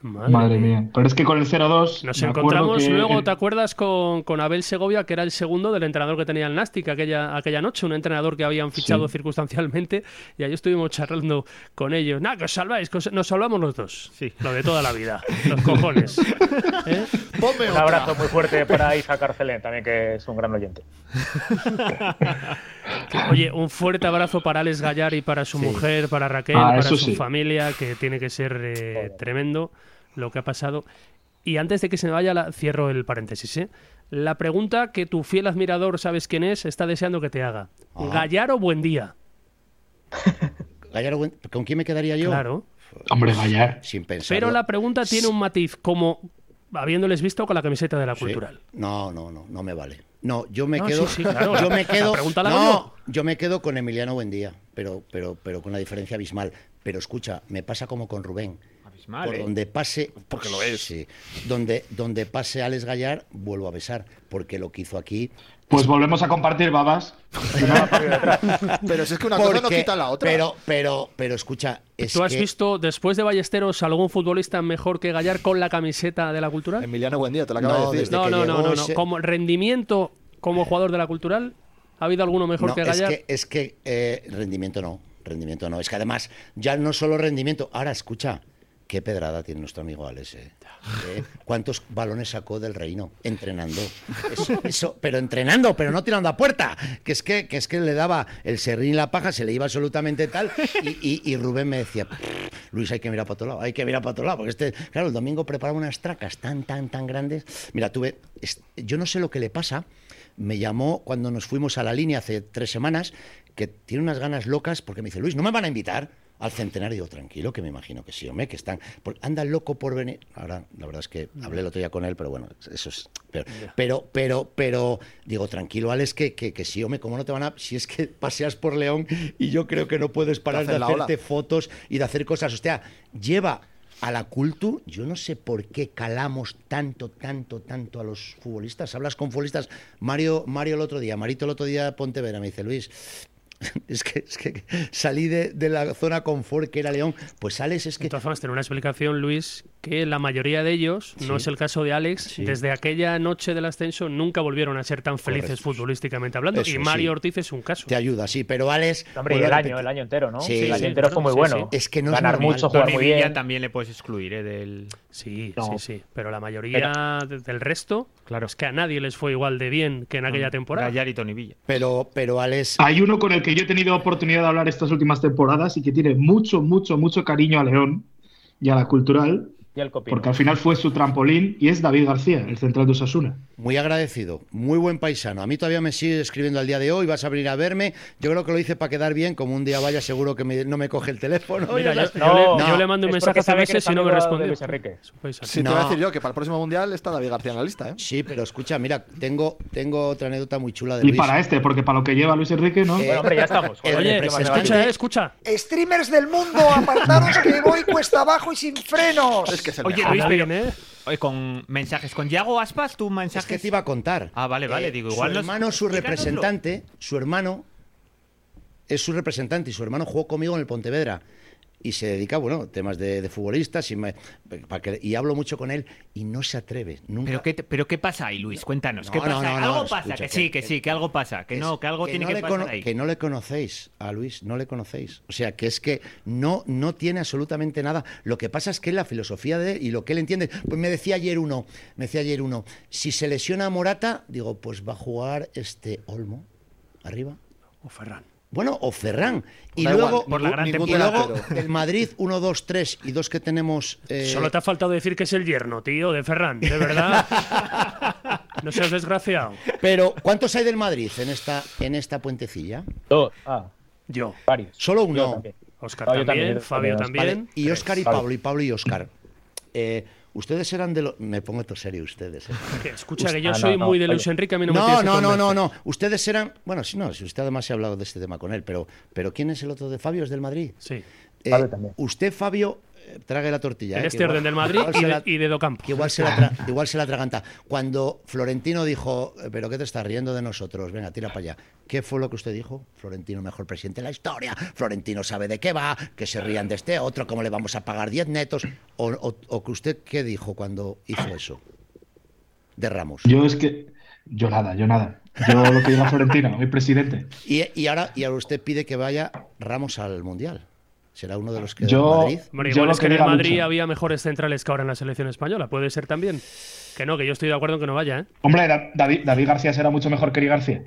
Speaker 3: Madre,
Speaker 6: Madre mía. Pero es que con el
Speaker 3: Nos
Speaker 6: 0-2. me acuerdo
Speaker 3: encontramos
Speaker 6: que-
Speaker 3: luego, ¿te acuerdas? Con, con Abel Segovia, que era el segundo del entrenador que tenía el Nastic aquella, aquella noche, un entrenador que habían fichado circunstancialmente, y ahí estuvimos charlando con ellos. Nada, que os salváis, que os- nos salvamos los dos. Lo de toda la vida, los cojones. ¿Eh?
Speaker 5: Un abrazo muy fuerte para Isa Carcelén, también que es un gran oyente.
Speaker 3: Oye, un fuerte abrazo para Alex Gallar y para su
Speaker 5: Sí.
Speaker 3: mujer, para Raquel,
Speaker 5: Ah,
Speaker 3: para
Speaker 5: eso
Speaker 3: su
Speaker 5: sí.
Speaker 3: familia, que tiene que ser eh, tremendo lo que ha pasado. Y antes de que se me vaya, la- cierro el paréntesis. ¿eh? La pregunta que tu fiel admirador, sabes quién es, está deseando que te haga.
Speaker 7: Ah.
Speaker 3: ¿Gallar o buen día?
Speaker 7: Gallar o Buen- ¿Con quién me quedaría yo?
Speaker 3: Claro.
Speaker 6: Hombre, eh. Gallar.
Speaker 7: Sin pensar.
Speaker 3: Pero la pregunta tiene un matiz, como habiéndoles visto con la camiseta de la cultural.
Speaker 7: No, no, no, no me vale. No, yo me
Speaker 3: No,
Speaker 7: quedo.
Speaker 3: sí, sí, claro.
Speaker 7: Yo me
Speaker 3: La
Speaker 7: quedo.
Speaker 3: pregunta la
Speaker 7: no,
Speaker 3: hago yo.
Speaker 7: yo me quedo con Emiliano Buendía, pero, pero, pero con una diferencia abismal. Pero escucha, me pasa como con Rubén.
Speaker 4: Abismal,
Speaker 7: Por
Speaker 4: ¿eh?
Speaker 7: donde pase. Porque lo es. Donde, donde pase Alex Gallar, vuelvo a besar. Porque lo que hizo aquí.
Speaker 6: Pues volvemos a compartir babas.
Speaker 2: Pero si es que una cosa no quita la otra.
Speaker 7: Pero, pero, pero escucha, es
Speaker 3: ¿Tú has
Speaker 7: que-
Speaker 3: visto después de Ballesteros algún futbolista mejor que Gallar con la camiseta de la cultural?
Speaker 2: Emiliano Buendía, te lo acabo
Speaker 7: No,
Speaker 2: de decir.
Speaker 7: desde
Speaker 3: No,
Speaker 7: que
Speaker 3: no, no,
Speaker 7: llegó
Speaker 3: no, no.
Speaker 7: ese-
Speaker 3: Como rendimiento como jugador de la cultural, ¿ha habido alguno mejor
Speaker 7: No,
Speaker 3: que
Speaker 7: es
Speaker 3: Gallar?
Speaker 7: que, es que eh, rendimiento no, rendimiento no. Es que además, ya no solo rendimiento. Ahora, escucha, qué pedrada tiene nuestro amigo Alex. eh. Eh, ¿Cuántos balones sacó del reino? Entrenando. Eso, eso, pero entrenando, pero no tirando a puerta. Que es que, que es que le daba el serrín y la paja, se le iba absolutamente tal. Y, y- y Rubén me decía, Luis, hay que mirar para otro lado, hay que mirar para otro lado. Porque este, claro, el domingo preparaba unas tracas tan, tan, tan grandes. Mira, tuve. es- Yo no sé lo que le pasa me llamó cuando nos fuimos a la línea hace tres semanas, que tiene unas ganas locas porque me dice, Luis, ¿no me van a invitar al centenario? Digo, tranquilo, que me imagino que sí, hombre, que están... por- anda loco por venir. Ahora, la verdad es que hablé el otro día con él, pero bueno, eso es... Pero, pero, pero, pero, digo, tranquilo, Alex, que, que, que sí, hombre, ¿cómo no te van a...? Si es que paseas por León y yo creo que no puedes parar
Speaker 2: hacen
Speaker 7: de
Speaker 2: la
Speaker 7: hacerte
Speaker 2: ola.
Speaker 7: fotos y de hacer cosas. O sea, lleva a la cultu, yo no sé por qué calamos tanto, tanto, tanto a los futbolistas. Hablas con futbolistas. Mario, Mario el otro día, Marito el otro día, Pontevera, me dice Luis. Es que, es que salí de, de la zona confort que era León, pues sales, es que.
Speaker 3: De todas formas, tiene una explicación, Luis, que la mayoría de ellos, no es el caso de Alex, desde aquella noche del ascenso nunca volvieron a ser tan felices
Speaker 7: Correcto.
Speaker 3: futbolísticamente hablando.
Speaker 7: Eso
Speaker 3: y Mario
Speaker 7: sí.
Speaker 3: Ortiz es un caso.
Speaker 7: Te ayuda, sí, pero Alex.
Speaker 3: Hombre, y
Speaker 7: vuelvo
Speaker 3: el
Speaker 7: a
Speaker 3: año,
Speaker 7: repetir-
Speaker 3: el año entero, ¿no?
Speaker 7: Sí,
Speaker 3: Sí,
Speaker 7: el
Speaker 3: sí,
Speaker 7: año entero
Speaker 3: claro,
Speaker 7: fue muy
Speaker 3: sí,
Speaker 7: bueno.
Speaker 3: sí.
Speaker 7: Es que no es
Speaker 4: Ganar
Speaker 7: normal.
Speaker 4: mucho, jugar
Speaker 3: Tony
Speaker 4: muy bien.
Speaker 3: Villa
Speaker 4: también le puedes excluir, eh, Del...
Speaker 3: Sí,
Speaker 4: No.
Speaker 3: sí, sí. Pero la mayoría de- del resto, claro. es que a nadie les fue igual de bien que en
Speaker 7: Mm.
Speaker 3: aquella temporada.
Speaker 4: Gallar y Tony Villa.
Speaker 7: Pero, pero Alex.
Speaker 6: Hay uno con el que yo he tenido oportunidad de hablar estas últimas temporadas y que tiene mucho, mucho, mucho cariño a León y a la cultural,
Speaker 5: Y el copino.
Speaker 6: porque al final fue su trampolín y es David García, el central de Osasuna.
Speaker 7: Muy agradecido, muy buen paisano. A mí todavía me sigue escribiendo al día de hoy, vas a venir a verme. Yo creo que lo hice para quedar bien, como un día vaya seguro que me- no me coge el teléfono.
Speaker 3: Mira,
Speaker 7: Ya
Speaker 3: yo,
Speaker 7: sabes.
Speaker 3: yo le,
Speaker 7: No.
Speaker 3: yo le mando un
Speaker 7: Es
Speaker 3: mensaje
Speaker 7: porque
Speaker 3: hace
Speaker 7: sabe que
Speaker 3: meses
Speaker 7: eres
Speaker 3: y no me
Speaker 7: amigo de
Speaker 3: respondió.
Speaker 7: Luis Enrique.
Speaker 3: Es un paisano.
Speaker 2: Sí, te
Speaker 7: No.
Speaker 2: voy a decir yo que para el próximo mundial está David García en la lista, ¿eh?
Speaker 7: Sí, pero escucha, mira, tengo, tengo otra anécdota muy chula de
Speaker 6: Y
Speaker 7: Luis.
Speaker 6: para este, porque para lo que lleva Luis Enrique, ¿no?
Speaker 7: Eh, Bueno, hombre, ya estamos. el
Speaker 3: Oye,
Speaker 7: representante-
Speaker 3: escucha, eh, escucha.
Speaker 8: Streamers del mundo, apartaros que voy cuesta abajo y sin frenos.
Speaker 2: Es que es el
Speaker 4: Oye,
Speaker 2: mejor.
Speaker 4: Luis,
Speaker 3: bien,
Speaker 4: pero-
Speaker 3: ¿eh?
Speaker 4: Oye, con mensajes. ¿Con Yago Aspas tú
Speaker 7: Es
Speaker 4: mensajes?
Speaker 7: que te iba a contar.
Speaker 4: eh, Ah, vale, vale.
Speaker 7: Eh,
Speaker 4: digo, igual
Speaker 7: Su
Speaker 4: nos-
Speaker 7: hermano, su
Speaker 4: explícanoslo.
Speaker 7: representante, su hermano es su representante y su hermano jugó conmigo en el Pontevedra. Y se dedica, bueno, temas de, de futbolistas y, me- eh, pa' que- y hablo mucho con él y no se atreve, nunca.
Speaker 4: ¿Pero qué, te- ¿Pero qué pasa ahí, Luis? Cuéntanos. ¿Qué
Speaker 7: No,
Speaker 4: pasa?
Speaker 7: no, no, no,
Speaker 4: algo
Speaker 7: escucha,
Speaker 4: pasa, que,
Speaker 7: que-
Speaker 4: sí, que sí, que algo pasa. Que
Speaker 7: Es
Speaker 4: no, que algo tiene
Speaker 7: no
Speaker 4: que
Speaker 7: le
Speaker 4: pasar
Speaker 7: cono-
Speaker 4: ahí.
Speaker 7: Que no le conocéis a Luis, no le conocéis. O sea, que es que no, no tiene absolutamente nada. Lo que pasa es que la filosofía de y lo que él entiende. Pues me decía ayer uno, me decía ayer uno, si se lesiona a Morata, digo, pues va a jugar este Olmo arriba.
Speaker 3: O Ferran.
Speaker 7: Bueno, o Ferran. Y
Speaker 2: Da igual,
Speaker 7: luego,
Speaker 2: por la gran
Speaker 7: y
Speaker 2: temporada,
Speaker 7: luego
Speaker 2: pero-
Speaker 7: el Madrid, uno, dos, tres y dos que tenemos. eh,
Speaker 3: Solo te ha faltado decir que es el yerno, tío, de Ferran, de verdad. no seas desgraciado.
Speaker 7: Pero, ¿cuántos hay del Madrid en esta, en esta puentecilla?
Speaker 5: Dos. Ah,
Speaker 3: Yo,
Speaker 5: varios.
Speaker 7: Solo
Speaker 5: Yo
Speaker 7: uno.
Speaker 5: también.
Speaker 3: Oscar
Speaker 5: No, yo
Speaker 3: también,
Speaker 5: también, yo
Speaker 3: Fabio
Speaker 5: también.
Speaker 3: también.
Speaker 7: Vale, y Oscar y
Speaker 5: Vale.
Speaker 7: Pablo, y Pablo y Oscar. ustedes eran de los. Me pongo todo serio, ustedes. ¿eh?
Speaker 3: Que escucha que
Speaker 5: Ust-
Speaker 3: yo
Speaker 5: Ah, no,
Speaker 3: soy
Speaker 5: no,
Speaker 3: muy de
Speaker 5: oye.
Speaker 3: Luis Enrique, a mí no, me
Speaker 7: No,
Speaker 3: tienes que
Speaker 7: no, no, no,
Speaker 3: convencer.
Speaker 7: no. Ustedes eran. Bueno, si no, si usted además ha hablado de este tema con él, pero, pero ¿quién es el otro de Fabio? ¿Es del Madrid?
Speaker 3: Sí.
Speaker 7: Eh,
Speaker 5: Fabio también.
Speaker 7: Usted, Fabio, eh, trague la tortilla.
Speaker 3: En
Speaker 7: eh,
Speaker 3: este
Speaker 7: que igual-
Speaker 3: orden del Madrid
Speaker 7: igual
Speaker 3: y
Speaker 7: se
Speaker 3: de,
Speaker 7: la-
Speaker 3: y de Docampo.
Speaker 7: que igual se, la tra- igual se la atraganta. Cuando Florentino dijo, eh, ¿pero qué te estás riendo de nosotros? Venga, tira para allá. ¿Qué fue lo que usted dijo? Florentino, mejor presidente de la historia. Florentino sabe de qué va, que se rían de este otro, cómo le vamos a pagar 10 netos. O, o- o que usted, ¿qué dijo cuando hizo eso? De Ramos.
Speaker 6: Yo es que. Yo nada, yo nada. Yo lo que diga Florentino, mi presidente.
Speaker 7: Y, y ahora, y ahora usted pide que vaya Ramos al Mundial. ¿Será uno de los que
Speaker 6: Yo-
Speaker 7: del Madrid?
Speaker 3: Hombre,
Speaker 6: Yo
Speaker 3: igual
Speaker 6: lo
Speaker 3: es que
Speaker 6: que
Speaker 3: en el
Speaker 6: diga
Speaker 3: Madrid
Speaker 6: Lucho.
Speaker 3: había mejores centrales que ahora en la selección española. Puede ser también. Que no, que yo estoy de acuerdo en que no vaya, ¿eh?
Speaker 6: Hombre, Da- David, David García será mucho mejor que Eri García.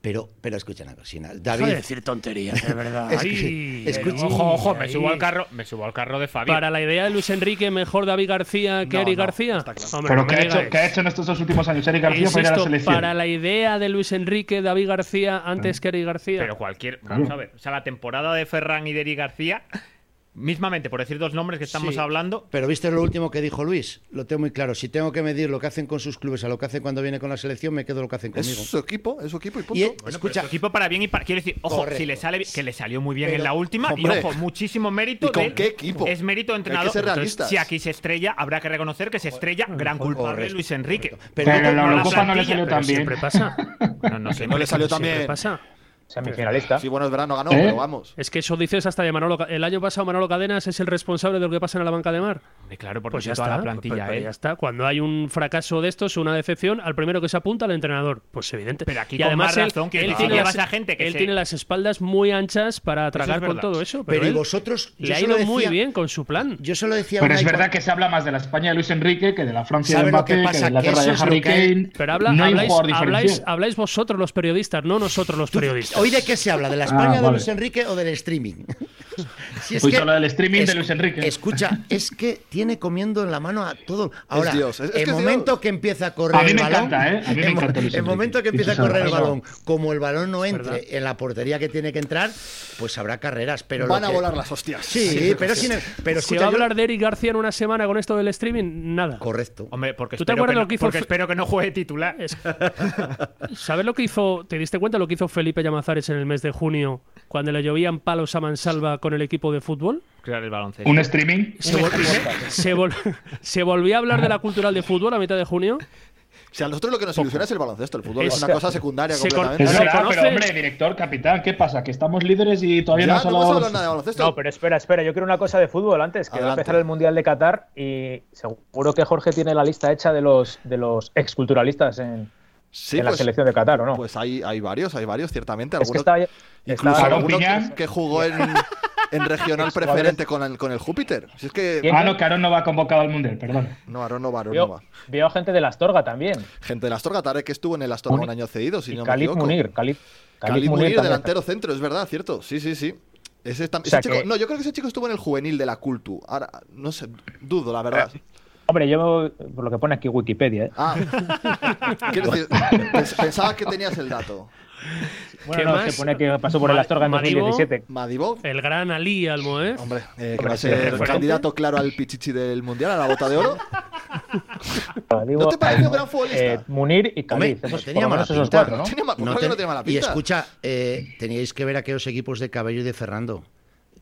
Speaker 7: Pero, pero escucha una cosa. David,
Speaker 3: decir tonterías, de verdad.
Speaker 7: Es que- es que-
Speaker 4: Ojo, ojo, me subo al carro, me subo al carro de Fabio.
Speaker 3: Para la idea de Luis Enrique, mejor David García que
Speaker 2: No,
Speaker 3: Eri
Speaker 2: no,
Speaker 3: García.
Speaker 2: está claro.
Speaker 3: Hombre,
Speaker 6: Pero
Speaker 3: no
Speaker 6: ¿qué
Speaker 3: me
Speaker 6: ha, hecho,
Speaker 3: digáis.
Speaker 6: ¿qué ha hecho en estos dos últimos años Eri García para ir a la
Speaker 3: Insisto,
Speaker 6: selección? Mm.
Speaker 3: para la idea de Luis Enrique, David García antes que Eri García.
Speaker 4: Pero cualquier. Vamos a ver. O sea, la temporada de Ferran y Deri García Mismamente, por decir dos nombres que estamos
Speaker 7: Sí.
Speaker 4: hablando,
Speaker 7: Pero viste lo último que dijo Luis, lo tengo muy claro. Si tengo que medir lo que hacen con sus clubes a lo que hacen cuando viene con la selección, me quedo lo que hacen
Speaker 2: Es
Speaker 7: conmigo.
Speaker 2: su equipo, es su equipo y punto.
Speaker 7: Y, eh,
Speaker 4: Bueno, pero su equipo para bien y para. Quiero decir, ojo,
Speaker 2: Correcto.
Speaker 4: si le sale bi- que le salió muy bien
Speaker 2: Pero,
Speaker 4: en la última,
Speaker 2: hombre,
Speaker 4: y ojo, muchísimo mérito.
Speaker 2: ¿y con
Speaker 4: de-
Speaker 2: qué equipo?
Speaker 4: Es mérito de
Speaker 2: que
Speaker 4: entrenador.
Speaker 2: ser
Speaker 4: Entonces,
Speaker 2: realistas.
Speaker 4: si aquí se estrella, habrá que reconocer que se estrella, gran culpable
Speaker 7: correcto,
Speaker 4: Luis Enrique.
Speaker 7: Pero- Pero
Speaker 4: con
Speaker 7: la
Speaker 4: mala
Speaker 7: Eurocopa
Speaker 3: no le
Speaker 4: plantilla,
Speaker 3: salió
Speaker 4: pero
Speaker 3: tan bien.
Speaker 4: Siempre pasa. Bueno, no sé,
Speaker 2: No le salió tan
Speaker 3: siempre
Speaker 2: bien.
Speaker 3: pasa.
Speaker 5: Semifinalista.
Speaker 2: Sí, bueno, es verano ganó,
Speaker 3: ¿Eh?
Speaker 2: pero vamos.
Speaker 3: Es que eso dices hasta de Manolo. Ca- El año pasado Manolo Cadenas es el responsable de lo que pasa en la banca de mar.
Speaker 4: Hombre, Claro, porque
Speaker 3: Pues ya
Speaker 4: toda
Speaker 3: está,
Speaker 4: la plantilla.
Speaker 3: pues- pues
Speaker 4: ¿eh?
Speaker 3: ya está. Cuando hay un fracaso de estos, una decepción, al primero que se apunta al entrenador. Pues evidente.
Speaker 4: Pero aquí
Speaker 3: y
Speaker 4: con
Speaker 3: además
Speaker 4: más
Speaker 3: él-
Speaker 4: razón que
Speaker 3: él,
Speaker 4: si
Speaker 3: tiene
Speaker 4: llevas
Speaker 3: las,
Speaker 4: a gente que
Speaker 3: él
Speaker 4: se-
Speaker 3: tiene las espaldas muy anchas para tragar con
Speaker 4: verdad.
Speaker 3: todo eso.
Speaker 7: Pero,
Speaker 3: Pero,
Speaker 7: y
Speaker 3: él
Speaker 7: vosotros, yo
Speaker 3: le ha
Speaker 7: se lo
Speaker 3: ido
Speaker 7: decía,
Speaker 3: muy bien con su plan.
Speaker 7: Yo solo decía
Speaker 6: Pero
Speaker 7: una
Speaker 6: es
Speaker 7: y
Speaker 6: verdad que se habla más de la España de Luis Enrique que de la Francia de
Speaker 7: ¿Sabe lo
Speaker 6: Mbappé,
Speaker 7: que
Speaker 6: que,
Speaker 7: pasa?
Speaker 6: de
Speaker 7: Que
Speaker 6: Inglaterra
Speaker 7: eso
Speaker 6: de
Speaker 7: es
Speaker 6: Harry
Speaker 7: lo que hay.
Speaker 6: Kane.
Speaker 3: Pero habla-
Speaker 6: no hay un
Speaker 3: habláis,
Speaker 6: jugador diferencial.
Speaker 3: habláis, habláis vosotros los periodistas, no nosotros los periodistas.
Speaker 7: ¿Hoy de qué se habla? ¿De la España
Speaker 6: Ah,
Speaker 7: de
Speaker 6: vale.
Speaker 7: Luis Enrique o del streaming? si
Speaker 6: Hoy se habla del streaming de
Speaker 7: es-
Speaker 6: Luis Enrique.
Speaker 7: Escucha, es que tiene comiendo en la mano a todo. Ahora,
Speaker 2: Dios, es- es que
Speaker 7: el
Speaker 2: es
Speaker 7: momento que empieza a correr
Speaker 6: A mí
Speaker 7: el
Speaker 6: me
Speaker 7: balón.
Speaker 6: encanta, ¿eh? A mí me
Speaker 7: el
Speaker 6: encanta Luis
Speaker 7: mo- el
Speaker 6: Enricho.
Speaker 7: momento que empieza a
Speaker 6: Dicho sea
Speaker 7: correr el
Speaker 6: de paso.
Speaker 7: balón, como el balón no entre
Speaker 3: verdad.
Speaker 7: en la portería que tiene que entrar, pues habrá carreras. Pero lo
Speaker 2: Van a
Speaker 7: que-
Speaker 2: volar las hostias.
Speaker 7: Sí, pero sin el- pero
Speaker 3: ¿Se
Speaker 7: escucha,
Speaker 3: va a
Speaker 7: yo-
Speaker 3: hablar de Eric García en una semana con esto del streaming? Nada.
Speaker 7: Correcto.
Speaker 4: Hombre, porque,
Speaker 3: ¿Tú te
Speaker 4: espero
Speaker 3: acuerdas
Speaker 4: que,
Speaker 3: lo
Speaker 4: no,
Speaker 3: que hizo
Speaker 4: porque
Speaker 3: Fe-
Speaker 4: espero que no juegue titular.
Speaker 3: Es- ¿Sabes lo que hizo? ¿Te diste cuenta lo que hizo Felipe Llamazares en el mes de junio cuando le llovían palos a Mansalva con el equipo de fútbol?
Speaker 4: Crear el baloncesto.
Speaker 6: Un streaming.
Speaker 3: Se, vol- se vol- se volvió a hablar de la cultural de fútbol a mitad de junio.
Speaker 2: Si a nosotros lo que nos ilusiona es el baloncesto, el fútbol es,
Speaker 3: Es-
Speaker 2: una cosa secundaria
Speaker 3: se cor-
Speaker 2: completamente.
Speaker 6: Es
Speaker 3: Se
Speaker 6: verdad,
Speaker 3: conoce-
Speaker 6: pero hombre, director, capitán, ¿qué pasa? ¿Que estamos líderes y todavía
Speaker 2: Ya
Speaker 6: no has
Speaker 2: no hemos
Speaker 6: hablado-
Speaker 2: hablado nada de baloncesto.
Speaker 5: No, pero espera, espera. Yo quiero una cosa de fútbol antes, que va a
Speaker 2: Adelante.
Speaker 5: empezar el Mundial de Qatar y seguro que Jorge tiene la lista hecha de los, de los exculturalistas en,
Speaker 2: sí,
Speaker 5: en la
Speaker 2: pues-
Speaker 5: selección de Qatar, ¿o no?
Speaker 2: Pues hay, hay varios, hay varios, ciertamente.
Speaker 5: es que
Speaker 2: Algunos,
Speaker 5: estaba,
Speaker 2: incluso
Speaker 5: estaba-
Speaker 6: Aaron
Speaker 2: alguno que,
Speaker 6: Piñán.
Speaker 2: que jugó en, en regional preferente con el, con el Júpiter. Si es que.
Speaker 5: Pues, ¿Quién?
Speaker 6: Ah, no, que Aaron no va convocado al Mundial, perdón.
Speaker 2: No, Aaron no va, Aaron Pues no
Speaker 5: veo,
Speaker 2: va.
Speaker 5: veo gente de la Astorga también.
Speaker 2: Gente del Astorga, Tarek, que estuvo en el Astorga
Speaker 5: Munir.
Speaker 2: un año cedido, si
Speaker 5: y
Speaker 2: no me
Speaker 5: Khalid
Speaker 2: equivoco.
Speaker 5: Munir. Khalid, Khalid
Speaker 2: Khalid Munir,
Speaker 5: también.
Speaker 2: delantero centro, es verdad, cierto. Sí, sí, sí. Ese tam-
Speaker 5: O sea
Speaker 2: ese chico-
Speaker 5: que-
Speaker 2: No, yo creo que ese chico estuvo en el juvenil de la Cultu. Ahora, no sé, dudo, la verdad.
Speaker 5: Hombre, yo, por lo que pone aquí Wikipedia, ¿eh?
Speaker 2: Ah, quiero decir, pens- pensaba que tenías el dato.
Speaker 5: Bueno, no,
Speaker 3: más?
Speaker 5: que pone que pasó por el
Speaker 3: Ma-
Speaker 5: Astorga en
Speaker 3: Maribo.
Speaker 5: 2017.
Speaker 2: Madibov,
Speaker 3: El gran Ali Almoez.
Speaker 2: hombre, eh, que
Speaker 5: Hombre,
Speaker 2: va a
Speaker 5: sí,
Speaker 2: ser
Speaker 5: referente.
Speaker 2: candidato claro al pichichi del mundial, a la bota de oro.
Speaker 5: Digo,
Speaker 2: ¿No te parece un gran
Speaker 5: eh,
Speaker 2: futbolista?
Speaker 5: Munir y
Speaker 7: Hombre,
Speaker 5: Khalid.
Speaker 7: no
Speaker 5: esos, por
Speaker 7: tenía
Speaker 5: lo
Speaker 7: mala
Speaker 5: menos esos
Speaker 7: pinta.
Speaker 5: cuatro, ¿no?
Speaker 2: Tenía ma- ¿por qué
Speaker 7: te-
Speaker 2: no tenía mala
Speaker 7: Y
Speaker 2: pinta?
Speaker 7: escucha, eh, teníais que ver aquellos equipos de Cabello y de Fernando.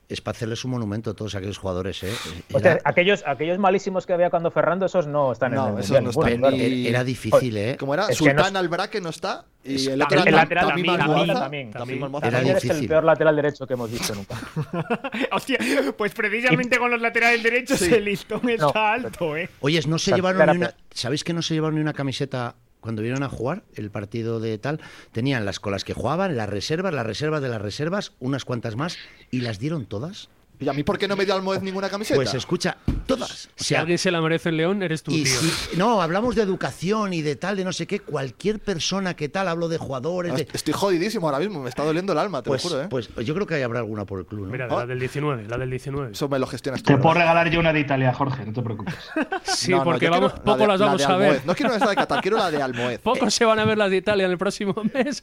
Speaker 7: Es para hacerles un monumento a todos aquellos jugadores. ¿eh?
Speaker 5: Hostia,
Speaker 7: Era-
Speaker 5: aquellos, aquellos malísimos que había cuando Ferrando, esos no están
Speaker 2: No,
Speaker 5: en el
Speaker 2: esos
Speaker 5: mundial,
Speaker 2: no
Speaker 5: ninguno,
Speaker 2: están.
Speaker 5: claro.
Speaker 2: Ni-
Speaker 7: era, era difícil, ¿eh?
Speaker 2: Como era,
Speaker 5: Es que
Speaker 2: Sultán
Speaker 5: no-
Speaker 2: Albraque no está. Y el
Speaker 5: Tam-
Speaker 2: otro
Speaker 5: el
Speaker 2: Tam-
Speaker 5: lateral
Speaker 2: Tamim
Speaker 5: también,
Speaker 2: Almohaza.
Speaker 5: también, también.
Speaker 2: Tamim Almohaza.
Speaker 7: Era
Speaker 5: También es el
Speaker 7: difícil.
Speaker 5: peor lateral derecho que hemos visto nunca.
Speaker 4: Hostia, pues precisamente con los laterales derechos
Speaker 2: Sí.
Speaker 4: el listón está alto, ¿eh?
Speaker 7: Oyes, no se
Speaker 5: Santa
Speaker 7: llevaron ni
Speaker 5: Terapia.
Speaker 7: una. ¿Sabéis que no se llevaron ni una camiseta cuando vinieron a jugar el partido de tal? Tenían las colas que jugaban, las reservas, las reservas de las reservas, unas cuantas más, y las dieron todas.
Speaker 2: ¿Y a mí por qué no me dio Almoez ninguna camiseta?
Speaker 7: Pues escucha, todas. O
Speaker 3: Si
Speaker 7: sea,
Speaker 3: alguien se la merece el León, eres tú,
Speaker 7: y
Speaker 3: tío.
Speaker 7: si- no, hablamos de educación y de tal, de no sé qué, cualquier persona que tal, hablo de jugadores, de-
Speaker 2: Estoy jodidísimo ahora mismo, me está doliendo el alma, te
Speaker 7: Pues,
Speaker 2: lo Ah, juro, ¿eh?
Speaker 7: pues yo creo que ahí habrá alguna por el club, ¿no?
Speaker 3: Mira,
Speaker 2: Ah.
Speaker 3: la del 19, la del 19.
Speaker 2: Eso me lo gestionas tú.
Speaker 6: Te puedo
Speaker 2: ¿verdad?
Speaker 6: regalar yo una de Italia, Jorge, no te preocupes.
Speaker 3: Sí,
Speaker 2: No, no,
Speaker 3: porque
Speaker 2: yo
Speaker 3: vamos,
Speaker 2: quiero la
Speaker 3: poco
Speaker 2: de-
Speaker 3: las
Speaker 2: la
Speaker 3: vamos
Speaker 2: de
Speaker 3: a ver.
Speaker 2: Almoez. No quiero esa de Qatar, quiero la de Almoez.
Speaker 3: Poco se van a ver las de Italia en el próximo mes.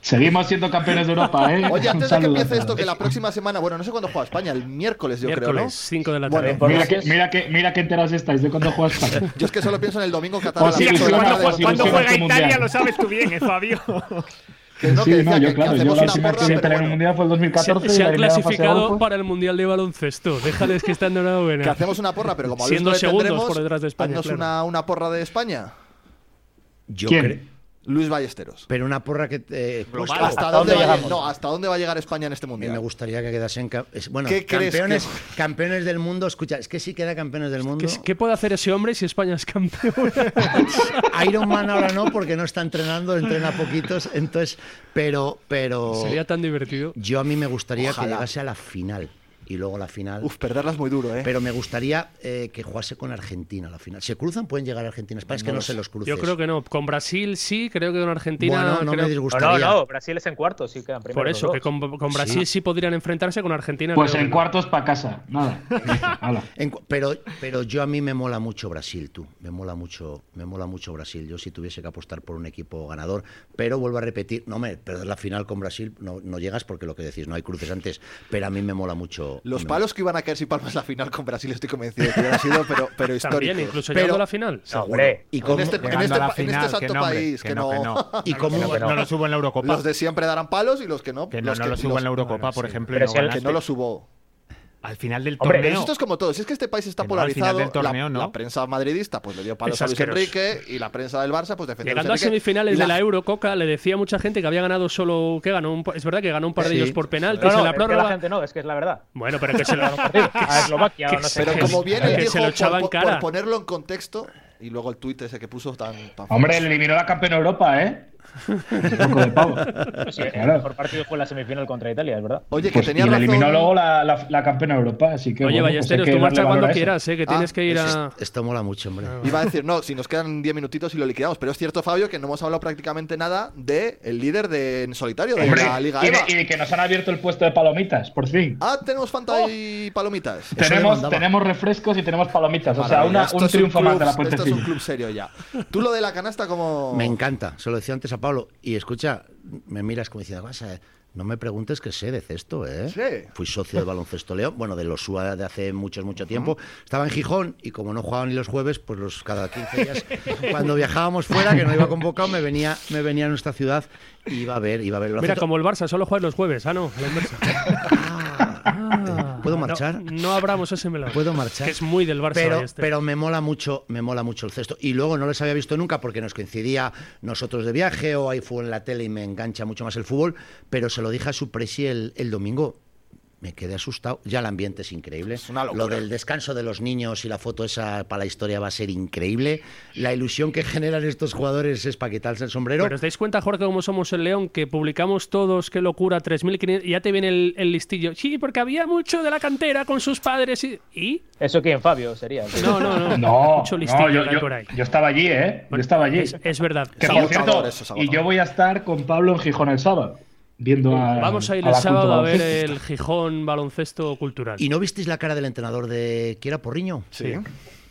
Speaker 6: Seguimos siendo campeones de Europa, ¿eh?
Speaker 2: Oye,
Speaker 6: Un
Speaker 2: antes de que
Speaker 6: saludo a
Speaker 2: empiece esto,
Speaker 6: todos.
Speaker 2: que la próxima semana, bueno, no sé cuándo juega España, el miércoles yo creo, ¿no?
Speaker 3: Miércoles, 5 de la tarde.
Speaker 2: Bueno,
Speaker 6: Mira que, mira que, mira que enterados estáis de cuando juega España.
Speaker 2: Yo es que solo pienso en el domingo Qatar. a
Speaker 6: Pues
Speaker 2: las
Speaker 6: sí,
Speaker 2: ocho de la
Speaker 6: ilusiona,
Speaker 2: tarde,
Speaker 6: pues
Speaker 2: los
Speaker 4: Cuando
Speaker 2: domingos.
Speaker 6: ilusiona
Speaker 4: juega
Speaker 6: este mundial.
Speaker 4: Italia lo sabes tú bien, ¿eh, Fabio?
Speaker 2: Que no, que
Speaker 6: Sí, no,
Speaker 2: decía
Speaker 6: yo
Speaker 2: que- que
Speaker 6: claro, yo
Speaker 2: hacemos
Speaker 6: la
Speaker 2: una
Speaker 6: última que
Speaker 2: porra,
Speaker 6: vi
Speaker 2: pero
Speaker 6: en un
Speaker 2: bueno,
Speaker 6: mundial fue el
Speaker 3: Se,
Speaker 6: 2014.
Speaker 3: se han
Speaker 6: y eliminaron a fase de
Speaker 3: clasificado
Speaker 6: grupos.
Speaker 3: para el Mundial de Baloncesto. Déjales que están en una buena.
Speaker 2: Que hacemos una porra, pero como a Luis
Speaker 3: Siendo
Speaker 2: no le
Speaker 3: segundos
Speaker 2: tendremos,
Speaker 3: por detrás de España,
Speaker 2: haznos
Speaker 3: claro.
Speaker 2: una, una porra de España.
Speaker 7: Yo cre-
Speaker 6: ¿Quién?
Speaker 2: Luis Ballesteros.
Speaker 7: Pero una porra que. eh,
Speaker 2: Pues,
Speaker 7: cuesta-
Speaker 2: ¿Hasta, dónde va a
Speaker 5: llegamos?
Speaker 2: llegar, no, ¿Hasta dónde va a llegar España en este
Speaker 7: A mí me
Speaker 2: mundial?
Speaker 7: gustaría que quedasen ca- es- bueno,
Speaker 2: ¿Qué crees
Speaker 7: campeones,
Speaker 2: que-
Speaker 7: campeones del mundo. Escucha, es que si queda campeones del mundo.
Speaker 3: ¿Qué, qué puede hacer ese hombre si España es campeón?
Speaker 7: Iron Man ahora no, porque no está entrenando, entrena poquitos. Entonces, pero, pero
Speaker 3: Sería tan divertido.
Speaker 7: yo a mí me gustaría
Speaker 2: Ojalá.
Speaker 7: que llegase a la final. y luego la final.
Speaker 2: Uf, perderla es muy duro, ¿eh?
Speaker 7: Pero me gustaría eh, que jugase con Argentina la final. ¿Se cruzan? ¿Pueden llegar a Argentina? España? Es que no, se los cruces.
Speaker 3: Yo creo que no. Con Brasil sí, creo que con Argentina.
Speaker 7: Bueno, no me
Speaker 3: creo-
Speaker 7: disgustaría.
Speaker 5: No, no, Brasil es en cuartos, sí quedan primero.
Speaker 3: Por eso, que con, con Brasil sí. podrían enfrentarse, con Argentina.
Speaker 10: Pues
Speaker 3: creo
Speaker 10: en
Speaker 3: que no.
Speaker 10: cuartos para casa, nada.
Speaker 7: En cu- pero, pero yo a mí me mola mucho Brasil, tú. Me mola mucho, me mola mucho Brasil. Yo si tuviese que apostar por un equipo ganador, pero vuelvo a repetir, no me perder la final con Brasil no, no llegas porque lo que decís, no hay cruces antes, pero a mí me mola mucho.
Speaker 2: Los
Speaker 7: me-
Speaker 2: palos que iban a caer si palmas la final con Brasil, estoy convencido de que hubieran sido, pero, pero históricos.
Speaker 3: También, incluso
Speaker 2: pero,
Speaker 3: llegando a la final.
Speaker 7: No, hombre.
Speaker 2: Y
Speaker 7: Y
Speaker 2: con
Speaker 7: con-
Speaker 2: este, en
Speaker 7: Llegando
Speaker 2: este
Speaker 7: a la
Speaker 2: pa- en
Speaker 7: final,
Speaker 2: este santo
Speaker 7: que no, hombre,
Speaker 2: país, que,
Speaker 7: que
Speaker 2: no.
Speaker 7: no, que no. Y
Speaker 2: No,
Speaker 7: como-
Speaker 2: que no, que
Speaker 7: no lo
Speaker 4: subo en la Eurocopa.
Speaker 2: Los de siempre darán palos y los que no.
Speaker 4: Que no,
Speaker 2: los
Speaker 4: no lo subo en la Eurocopa, por ejemplo, y
Speaker 2: Pero
Speaker 4: no
Speaker 2: si el que
Speaker 4: ganaste.
Speaker 2: no lo subo.
Speaker 4: Al final del
Speaker 2: Hombre,
Speaker 4: torneo.
Speaker 2: esto es como todo. Si es que este país está
Speaker 4: Que no, al
Speaker 2: polarizado,
Speaker 4: final del
Speaker 2: la- la,
Speaker 4: torneo, ¿no?
Speaker 2: prensa madridista pues le dio palos
Speaker 3: Es
Speaker 2: a Luis
Speaker 3: asqueroso.
Speaker 2: Enrique y la prensa del Barça pues defendió
Speaker 3: Llegando a
Speaker 2: Luis Enrique.
Speaker 3: semifinales
Speaker 2: Y
Speaker 3: de la Euro, Coca le decía a mucha gente que había ganado solo. que ganó un pa- Es verdad que ganó un par de
Speaker 2: Sí.
Speaker 3: ellos por penaltis
Speaker 5: No, no,
Speaker 3: en la
Speaker 5: es que
Speaker 3: prórroga.
Speaker 5: la gente no, es que es la verdad.
Speaker 3: Bueno, pero que se lo.
Speaker 5: A Eslovaquia o
Speaker 3: que
Speaker 5: no sé
Speaker 3: se-
Speaker 2: Pero
Speaker 3: que
Speaker 2: como
Speaker 3: se-
Speaker 2: bien él
Speaker 3: que
Speaker 2: dijo,
Speaker 3: se lo
Speaker 2: por-
Speaker 3: echaba en
Speaker 2: por,
Speaker 3: cara.
Speaker 2: por ponerlo en contexto, y luego el tuit ese que puso tan, tan
Speaker 10: Hombre,
Speaker 2: famoso.
Speaker 10: le eliminó la campeona Europa, ¿eh?
Speaker 5: Sí,
Speaker 10: Claro.
Speaker 5: El mejor partido fue la semifinal contra Italia, es verdad.
Speaker 2: Oye,
Speaker 10: Pues, y le eliminó luego la, la, la campeona Europa, así que.
Speaker 3: Oye,
Speaker 10: bueno, pues hay
Speaker 3: Ballesteros,
Speaker 10: que Ah,
Speaker 3: tú marcha
Speaker 10: darle valor
Speaker 3: cuando
Speaker 10: a eso.
Speaker 3: quieras, ¿eh? que tienes que ir
Speaker 7: es-
Speaker 3: a.
Speaker 10: este,
Speaker 7: Esto mola mucho, hombre.
Speaker 2: Iba a decir, no, si nos quedan 10 minutitos y lo liquidamos. Pero es cierto, Fabio, que no hemos hablado prácticamente nada de el líder de, en solitario de
Speaker 10: Hombre,
Speaker 2: la Liga
Speaker 10: y, de,
Speaker 2: EVA.
Speaker 10: y de que nos han abierto el puesto de palomitas, por fin.
Speaker 2: Ah, tenemos Fanta y palomitas.
Speaker 10: Tenemos, tenemos refrescos y tenemos palomitas. O sea,
Speaker 2: Maravilla.
Speaker 10: una-
Speaker 2: Esto
Speaker 10: un
Speaker 2: es
Speaker 10: triunfo más
Speaker 2: club-
Speaker 10: de la
Speaker 2: Esto es un
Speaker 10: puentecilla.
Speaker 2: club serio ya. Tú lo de la canasta como...
Speaker 7: Me encanta, se lo decía antes a Pablo. Y escucha, me miras como diciendo, vas a- no me preguntes qué sé de cesto, ¿eh?
Speaker 2: Sí.
Speaker 7: Fui socio de Baloncesto León, bueno, de los UA de hace mucho, mucho tiempo. Estaba en Gijón y como no jugaba ni los jueves, pues los cada 15 días, cuando viajábamos fuera, que no iba convocado, me venía, me venía a nuestra ciudad y iba a ver, iba a ver.
Speaker 3: Mira, como el Barça, solo juegas los jueves. Ah, no, a la inversa.
Speaker 7: Ah, ¿Puedo
Speaker 3: No,
Speaker 7: marchar?
Speaker 3: No, abramos ese melón.
Speaker 7: Puedo marchar.
Speaker 3: Que es muy del Barça.
Speaker 7: pero,
Speaker 3: este.
Speaker 7: pero me mola mucho, me mola mucho el cesto. Y luego no les había visto nunca porque nos coincidía nosotros de viaje o ahí fue en la tele y me engancha mucho más el fútbol, pero se lo dije a su presi el, el domingo. Me quedé asustado. Ya el ambiente es increíble. lo del descanso de los niños y la foto esa para la historia va a ser increíble. La ilusión que generan estos jugadores es para quitarse el sombrero.
Speaker 3: Pero os dais cuenta, Jorge, cómo somos el León, que publicamos todos, qué locura, 3.500, y ya te viene el, el listillo. Sí, porque había mucho de la cantera con sus padres y... ¿Y?
Speaker 5: ¿Eso quién, Fabio? Sería.
Speaker 3: No, no, no.
Speaker 10: No,
Speaker 3: mucho listillo
Speaker 10: no yo,
Speaker 3: hay
Speaker 10: yo-
Speaker 3: por ahí.
Speaker 10: yo estaba allí, ¿eh? Yo estaba allí.
Speaker 3: Es, es verdad.
Speaker 10: Que
Speaker 3: Sí,
Speaker 10: por cierto, y yo voy a estar con Pablo en Gijón el sábado. Viendo a.
Speaker 3: Vamos a ir el
Speaker 10: la
Speaker 3: sábado a
Speaker 10: cultural.
Speaker 3: ver el Gijón Baloncesto Cultural.
Speaker 7: ¿Y no visteis la cara del entrenador de que era Porriño?
Speaker 2: Sí.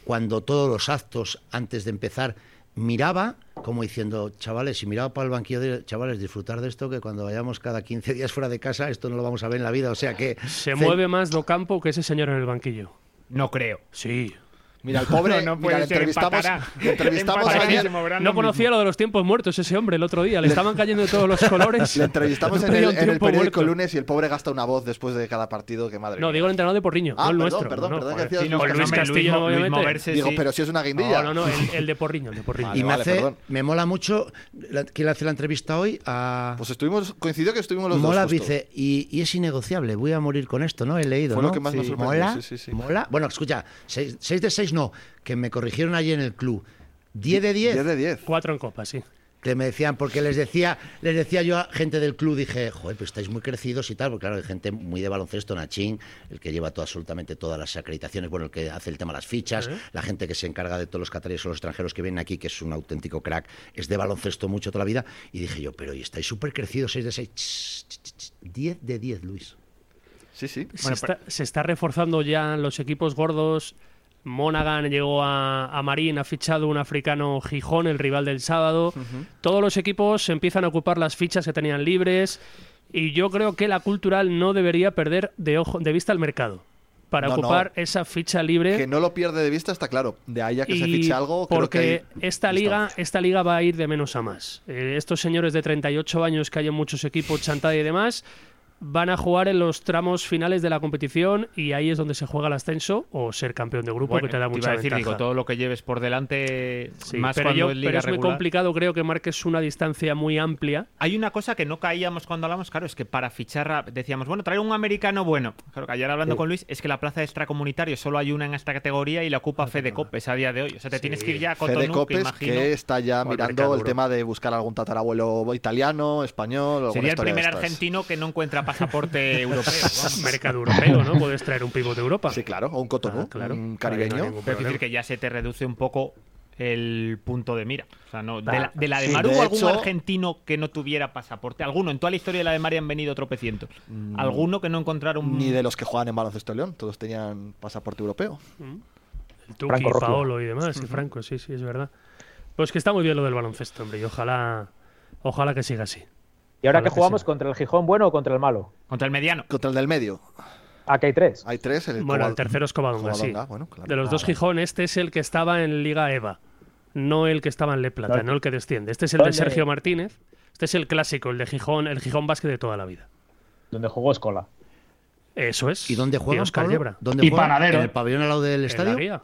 Speaker 7: Cuando todos los actos antes de empezar miraba como diciendo, chavales, y miraba para el banquillo de chavales, disfrutar de esto que cuando vayamos cada 15 días fuera de casa, esto no lo vamos a ver en la vida, o sea que
Speaker 3: Se mueve más Docampo que ese señor en el banquillo.
Speaker 4: No creo.
Speaker 3: Sí.
Speaker 2: Mira, el pobre,
Speaker 4: No, no
Speaker 2: mira,
Speaker 4: puede
Speaker 2: le
Speaker 4: ser,
Speaker 2: entrevistamos,
Speaker 4: empatará.
Speaker 2: le entrevistamos
Speaker 4: Empatará
Speaker 2: ayer-
Speaker 4: ese Morano
Speaker 3: No conocía lo de los tiempos muertos ese hombre el otro día. Le estaban cayendo de todos los colores.
Speaker 2: le entrevistamos en
Speaker 3: Tenía
Speaker 2: el,
Speaker 3: un
Speaker 2: en el
Speaker 3: tiempo
Speaker 2: periódico
Speaker 3: muerto.
Speaker 2: lunes y el pobre gasta una voz después de cada partido, que madre
Speaker 3: No,
Speaker 2: mía.
Speaker 3: digo el entrenador de Porriño,
Speaker 2: Ah,
Speaker 3: no
Speaker 2: perdón,
Speaker 3: el nuestro.
Speaker 2: perdón,
Speaker 3: no, no.
Speaker 2: perdón, que
Speaker 3: Joder,
Speaker 2: decías
Speaker 3: sí, no,
Speaker 2: Luis
Speaker 3: con Luis
Speaker 4: Castillo,
Speaker 3: Castillo no me voy a
Speaker 4: Luis
Speaker 3: meter.
Speaker 4: Moverse,
Speaker 2: Digo,
Speaker 4: sí.
Speaker 2: pero si es una guindilla.
Speaker 3: No, no, no, el, el de Porriño, el de Porriño.
Speaker 7: y me,
Speaker 2: vale,
Speaker 7: hace-
Speaker 2: perdón.
Speaker 7: me mola mucho la- quién le hace la entrevista hoy a
Speaker 2: Pues estuvimos, coincidió que estuvimos los
Speaker 7: Mola
Speaker 2: dos. justo.
Speaker 7: dice, y, y es innegociable, voy a morir con esto, ¿no? He leído.
Speaker 2: Fue lo
Speaker 7: ¿no?
Speaker 2: que más me
Speaker 7: Sí.
Speaker 2: sorprendió,
Speaker 7: Mola,
Speaker 2: sí, sí, sí.
Speaker 7: mola. Bueno, escucha, 6 de 6 no, que me corrigieron allí en el club. 10 de 10.
Speaker 2: 10 de 10.
Speaker 3: Cuatro en copa, sí.
Speaker 7: que me decían, porque les decía, les decía yo a gente del club, dije, joder, pues estáis muy crecidos y tal, porque claro, hay gente muy de baloncesto, Nachín, el que lleva todo- absolutamente todas las acreditaciones, bueno, el que hace el tema de las fichas,
Speaker 3: ¿Eh?
Speaker 7: la gente que se encarga de todos los catalanes o los extranjeros que vienen aquí, que es un auténtico crack, es de baloncesto mucho toda la vida, y dije yo, pero y estáis súper crecidos, 6 de 6, 10 de 10, Luis.
Speaker 2: Sí, sí.
Speaker 3: Se,
Speaker 2: Bueno,
Speaker 3: está, se está reforzando ya los equipos gordos. Monaghan llegó a, a Marín, ha fichado un africano Gijón, el rival del sábado. Todos los equipos empiezan a ocupar las fichas que tenían libres. Y yo creo que la cultural no debería perder de, ojo, de vista el mercado para
Speaker 2: No, no.
Speaker 3: ocupar esa ficha libre.
Speaker 2: Que no lo pierde de vista, está claro. De ahí a que se
Speaker 3: ¿Eh? Y
Speaker 2: fiche algo, creo
Speaker 3: porque
Speaker 2: que ahí
Speaker 3: esta
Speaker 2: está.
Speaker 3: liga esta liga va a ir de menos a más Eh, estos señores de 38 años que hay en muchos equipos chantada y demás van a jugar en los tramos finales de la competición y ahí es donde se juega el ascenso o ser campeón de grupo
Speaker 4: Bueno,
Speaker 3: que te da
Speaker 4: iba a
Speaker 3: mucha
Speaker 4: decir,
Speaker 3: ventaja
Speaker 4: digo, todo lo que lleves por delante,
Speaker 3: Sí,
Speaker 4: más
Speaker 3: pero,
Speaker 4: cuando
Speaker 3: yo-
Speaker 4: es liga
Speaker 3: pero es muy
Speaker 4: regular.
Speaker 3: complicado creo que marques una distancia muy amplia
Speaker 4: Hay una cosa que no caíamos cuando hablamos, claro, es que para fichar a- decíamos, bueno, traer un americano bueno. Claro que ayer hablando con Luis, es que la plaza de extracomunitario solo hay una en esta categoría y la ocupa Fede Copes a día de hoy. O sea, te tienes que ir ya a
Speaker 2: Fede
Speaker 4: Cotonou, que
Speaker 2: Copes,
Speaker 4: imagino.
Speaker 2: que está ya
Speaker 3: al
Speaker 2: mirando
Speaker 3: mercado
Speaker 2: el
Speaker 3: duro.
Speaker 2: tema de buscar algún tatarabuelo italiano, español. alguna
Speaker 4: Sería el
Speaker 2: historia de
Speaker 4: primer
Speaker 2: estas.
Speaker 4: argentino que no encuentra pasaporte europeo. vamos.
Speaker 3: Mercado europeo, ¿no? Puedes traer un pivote de Europa. Ah,
Speaker 2: Sí, claro, o un cotonú,
Speaker 3: claro.
Speaker 2: un
Speaker 4: Ahí no
Speaker 2: caribeño.
Speaker 4: hay ningún problema. Es decir, que ya se te reduce un poco el punto de mira. O sea, no, de,
Speaker 2: Claro.
Speaker 4: la, de la de
Speaker 2: Ah, Sí,
Speaker 4: Mar,
Speaker 2: de
Speaker 4: ¿hubo algún
Speaker 2: hecho-
Speaker 4: argentino que no tuviera pasaporte? ¿Alguno? En toda la historia de la de Mar han venido tropecientos. ¿Alguno que no encontraron
Speaker 2: Mm. Ni de los que juegan en baloncesto León, todos tenían pasaporte europeo.
Speaker 3: El Tuki,
Speaker 2: Franco Rojo.
Speaker 3: Paolo y demás, y Franco, sí, sí, es verdad. Pues que está muy bien lo del baloncesto, hombre, y ojalá, ojalá que siga así.
Speaker 5: ¿Y ahora que
Speaker 3: Ojalá que
Speaker 5: jugamos contra el Gijón bueno o contra el malo?
Speaker 4: Contra el mediano.
Speaker 2: Contra el del medio.
Speaker 5: Aquí hay tres.
Speaker 2: Hay tres. El
Speaker 3: Bueno, el
Speaker 2: Covadonga-
Speaker 3: tercero es Covadonga, sí.
Speaker 2: Covadonga, bueno, claro.
Speaker 3: De los dos Gijón, este es el que estaba en Liga EVA, no el que estaba en Le Plata,
Speaker 2: Claro.
Speaker 3: no el que desciende. Este es el de
Speaker 5: ¿Dónde?
Speaker 3: Sergio Martínez, este es el clásico, el de Gijón, el Gijón Básquet de toda la vida.
Speaker 5: Donde jugó Escola.
Speaker 3: Eso es.
Speaker 7: ¿Y dónde juegan,
Speaker 3: Oscar
Speaker 7: Pablo?
Speaker 3: Yebra.
Speaker 7: ¿Dónde
Speaker 3: Y
Speaker 7: juegan?
Speaker 3: Panadero.
Speaker 7: ¿En el pabellón al lado del
Speaker 3: En la
Speaker 7: estadio?
Speaker 3: Guía.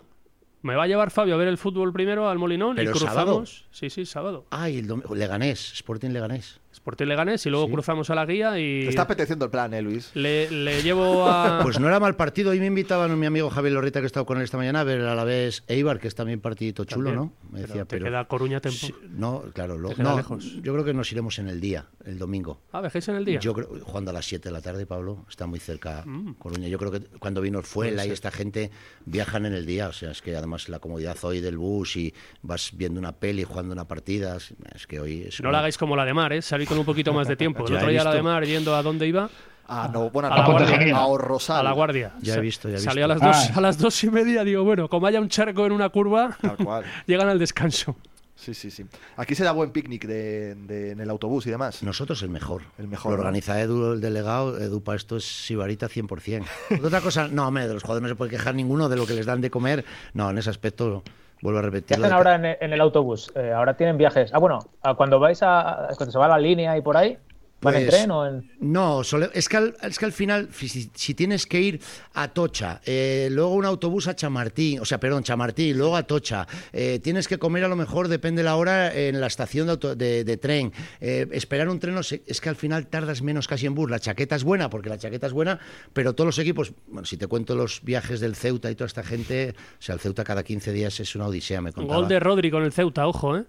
Speaker 3: Me va a llevar Fabio a ver el fútbol primero al Molinón y
Speaker 7: ¿Pero
Speaker 3: cruzamos.
Speaker 7: sábado?
Speaker 3: Sí, sí, sábado.
Speaker 7: Ay, el domingo. Leganés, Sporting Leganés.
Speaker 3: Sporting Leganés y luego cruzamos a la guía y
Speaker 2: Te está apeteciendo el plan, eh, Luis.
Speaker 3: le, le llevo a.
Speaker 7: Pues no era mal partido. Hoy me invitaban a mi amigo Javier Lorrita, que he estado con él esta mañana, a ver a la vez Eibar, que es también partidito chulo,
Speaker 3: También.
Speaker 7: ¿no? Me
Speaker 3: Pero
Speaker 7: decía,
Speaker 3: te
Speaker 7: pero.
Speaker 3: queda Coruña tempo.
Speaker 7: Sí, No, claro, lo-
Speaker 3: Te queda
Speaker 7: no,
Speaker 3: lejos.
Speaker 7: yo creo que nos iremos en el día, el domingo.
Speaker 3: Ah, ¿viajáis en el día?
Speaker 7: Yo creo, jugando a las 7 de la tarde, Pablo, está muy cerca
Speaker 3: Mm.
Speaker 7: Coruña. Yo creo que cuando vino
Speaker 3: Puede
Speaker 7: Orfuela y
Speaker 3: ser.
Speaker 7: esta gente viajan en el día. O sea, es que además la comodidad hoy del bus y vas viendo una peli, jugando una partida, es- es que hoy es.
Speaker 3: No la hagáis como la de Mar, ¿eh? Salid con un poquito más de tiempo. El
Speaker 7: Ya
Speaker 3: otro
Speaker 7: he
Speaker 3: día la de
Speaker 7: visto.
Speaker 3: Mar, yendo a dónde iba.
Speaker 2: Ah, no, bueno,
Speaker 3: a
Speaker 2: no,
Speaker 3: la
Speaker 2: Ponte
Speaker 3: guardia.
Speaker 2: Genil. a
Speaker 3: A
Speaker 2: Orrosal.
Speaker 3: la guardia.
Speaker 7: Ya he visto, ya he
Speaker 3: Salió a las,
Speaker 7: visto.
Speaker 3: dos,
Speaker 7: Ah.
Speaker 3: a las dos y media. Digo, bueno, como haya un charco en una curva,
Speaker 2: Tal cual.
Speaker 3: llegan al descanso.
Speaker 2: Sí, sí, sí. Aquí se da buen picnic de- de- en el autobús y demás.
Speaker 7: Nosotros el mejor.
Speaker 2: El mejor.
Speaker 7: Lo
Speaker 2: ¿no?
Speaker 7: organiza Edu, el delegado. Edu, para esto es Sibarita 100%. Otra cosa, no, hombre, de los jugadores no se puede quejar ninguno de lo que les dan de comer. No, en ese aspecto, vuelvo a
Speaker 5: ¿Qué
Speaker 7: repetir.
Speaker 5: hacen ahora en, en el autobús? Eh, ahora tienen viajes. Ah, bueno, ah, cuando vais a, cuando se va la línea y por ahí, ¿van en
Speaker 7: Pues,
Speaker 5: tren o en...?
Speaker 7: No, sole- es, que al, es que al final, si, si tienes que ir a Tocha, eh, luego un autobús a Chamartín, o sea, perdón, Chamartín, luego a Tocha, eh, tienes que comer a lo mejor, depende la hora, en la estación de, auto- de- de tren, eh, esperar un tren, no sé, es que al final tardas menos casi en bus. La chaqueta es buena, porque la chaqueta es buena, pero todos los equipos, bueno, si te cuento los viajes del Ceuta y toda esta gente, o sea, el Ceuta cada 15 días es una odisea, me contaba.
Speaker 3: Gol de Rodri con el Ceuta, ojo, ¿eh?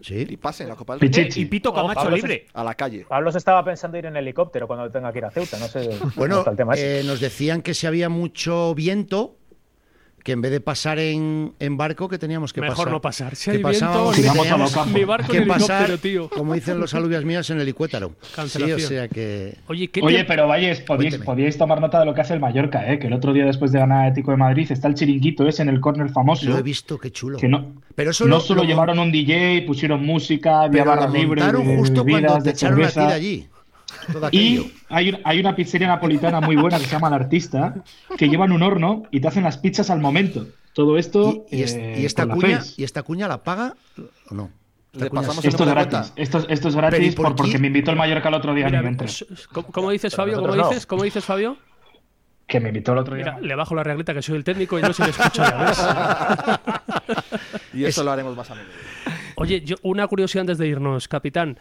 Speaker 7: Sí.
Speaker 2: Y pase en la Copa del
Speaker 7: Pichichi.
Speaker 2: Rey.
Speaker 7: Y Pito
Speaker 5: Camacho
Speaker 2: Pablo se-
Speaker 5: libre.
Speaker 2: A la calle.
Speaker 5: Pablo se estaba pensando ir en helicóptero cuando tenga que ir a Ceuta, no sé bueno,
Speaker 7: Bueno,
Speaker 5: está el tema ese.
Speaker 7: eh, nos decían que si había mucho viento, que en vez de pasar en, en barco, que teníamos que
Speaker 3: Mejor
Speaker 7: pasar.
Speaker 3: no pasar. Si
Speaker 7: Que
Speaker 3: hay viento,
Speaker 7: pasábamos-
Speaker 3: olvidemos
Speaker 7: que teníamos
Speaker 3: mi barco
Speaker 7: que
Speaker 3: en helicóptero,
Speaker 7: pasar,
Speaker 3: tío.
Speaker 7: como dicen los alubias mías, en helicóptero. Sí, o
Speaker 3: Cancelación.
Speaker 7: sea que...
Speaker 3: Oye, ¿qué
Speaker 6: Oye,
Speaker 3: te-
Speaker 6: pero Valles, podíais,
Speaker 7: Cuénteme.
Speaker 6: podíais tomar nota de lo que hace el Mallorca, ¿eh? que el otro día después de ganar Atlético de Madrid está el chiringuito ese en el córner famoso.
Speaker 7: Lo he visto, qué chulo.
Speaker 6: Que no,
Speaker 7: pero eso
Speaker 6: no
Speaker 7: lo-
Speaker 6: solo
Speaker 7: lo-
Speaker 6: llevaron un DJ, pusieron música, había
Speaker 7: Pero
Speaker 6: barra
Speaker 7: lo
Speaker 6: libre.
Speaker 7: montaron
Speaker 6: de
Speaker 7: justo
Speaker 6: eh, bebidas,
Speaker 7: cuando te
Speaker 6: de
Speaker 7: echaron a ti de
Speaker 6: cerveza.
Speaker 7: allí. Todo aquello.
Speaker 6: Y hay, un- hay una pizzería napolitana muy buena que se llama El Artista, que llevan un horno y te hacen las pizzas al momento. Todo esto.
Speaker 7: Y, es-
Speaker 6: eh,
Speaker 7: y esta
Speaker 6: con la
Speaker 7: cuña,
Speaker 6: Face.
Speaker 7: ¿Y esta cuña la paga o no? Esta
Speaker 2: Le
Speaker 7: cuña
Speaker 2: pasamos
Speaker 7: sí.
Speaker 6: Esto es
Speaker 2: cuenta?
Speaker 6: gratis. Esto, esto es
Speaker 7: Pero ¿y
Speaker 6: gratis
Speaker 7: por
Speaker 6: por- porque
Speaker 7: qué?
Speaker 6: me invitó el Mallorca el otro día.
Speaker 3: Mira,
Speaker 6: ni me enteré.
Speaker 5: pues,
Speaker 3: ¿cómo, cómo dices, Fabio? ¿Cómo
Speaker 5: nosotros no.
Speaker 3: dices? ¿Cómo dices, Fabio?
Speaker 6: Que me invitó el otro día.
Speaker 3: Mira, le bajo la regleta que soy el técnico y no se le escucha. ya ves.
Speaker 2: Y eso lo haremos más a menudo.
Speaker 3: Oye, yo, una curiosidad antes de irnos, capitán.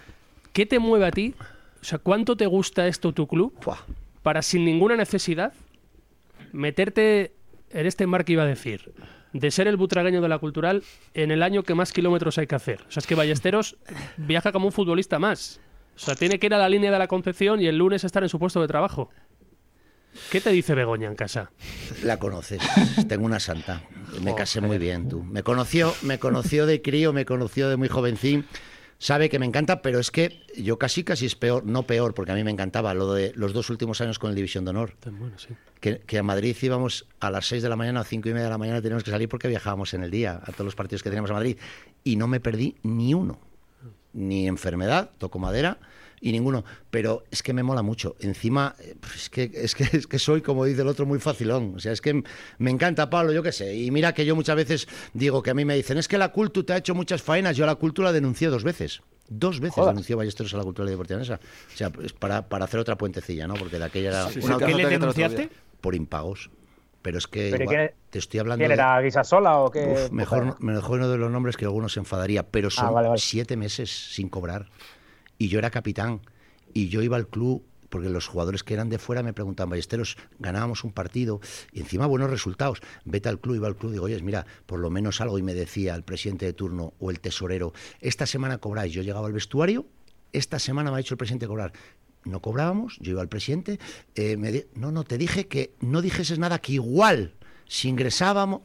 Speaker 3: ¿Qué te mueve a ti? O sea, ¿cuánto te gusta esto tu club
Speaker 7: Buah.
Speaker 3: para sin ninguna necesidad meterte en este mar que iba a decir? De ser el butragueño de la cultural en el año que más kilómetros hay que hacer. O sea, es que Ballesteros viaja como un futbolista más. O sea, tiene que ir a la línea de la Concepción y el lunes estar en su puesto de trabajo. ¿Qué te dice Begoña en casa?
Speaker 7: La conoces. Tengo una santa. Me casé muy bien, tú. Me conoció, me conoció de crío, me conoció de muy jovencín. Sabe que me encanta, pero es que yo casi, casi es peor, no peor, porque a mí me encantaba lo de los dos últimos años con el División de Honor.
Speaker 3: Tan bueno, sí.
Speaker 7: Que, que a Madrid íbamos a las 6 de la mañana, a 5 y media de la mañana teníamos que salir porque viajábamos en el día a todos los partidos que teníamos a Madrid. Y no me perdí ni uno. Ni enfermedad, toco madera, y ninguno. Pero es que me mola mucho. Encima, eh, es que, es que, es que soy, como dice el otro, muy facilón. O sea, es que m- me encanta Pablo, yo qué sé. Y mira que yo muchas veces digo que a mí me dicen, es que la cultura te ha hecho muchas faenas. Yo a la cultura la denuncié dos veces. Dos veces
Speaker 5: Joder.
Speaker 7: denunció Ballesteros a la cultura deportiva Leonesa. O sea, pues, para, para hacer otra puentecilla, ¿no? Porque de aquella era
Speaker 2: Sí, sí,
Speaker 7: una
Speaker 2: sí,
Speaker 4: ¿Por qué
Speaker 2: Te
Speaker 4: le
Speaker 2: lo tengo otro
Speaker 4: denunciaste?
Speaker 7: por impagos. Pero es que
Speaker 5: Pero
Speaker 7: igual-
Speaker 5: ¿quién-
Speaker 7: te estoy hablando
Speaker 5: ¿Quién
Speaker 7: de-
Speaker 5: era? ¿Guisasola o qué?
Speaker 7: Uf, mejor,
Speaker 5: Bueno,
Speaker 7: no- mejor no de los nombres que algunos se enfadaría, pero son
Speaker 5: Ah, vale, vale.
Speaker 7: siete meses sin cobrar. Y yo era capitán y yo iba al club porque los jugadores que eran de fuera me preguntaban, Ballesteros, ganábamos un partido y encima buenos resultados. Vete al club, iba al club, digo, oye, mira, por lo menos algo. Y me decía el presidente de turno o el tesorero, esta semana cobráis. Yo llegaba al vestuario, esta semana me ha hecho el presidente cobrar. no cobrábamos, yo iba al presidente, eh, me di- no, no, te dije que no dijeses nada, que igual, si ingresábamos,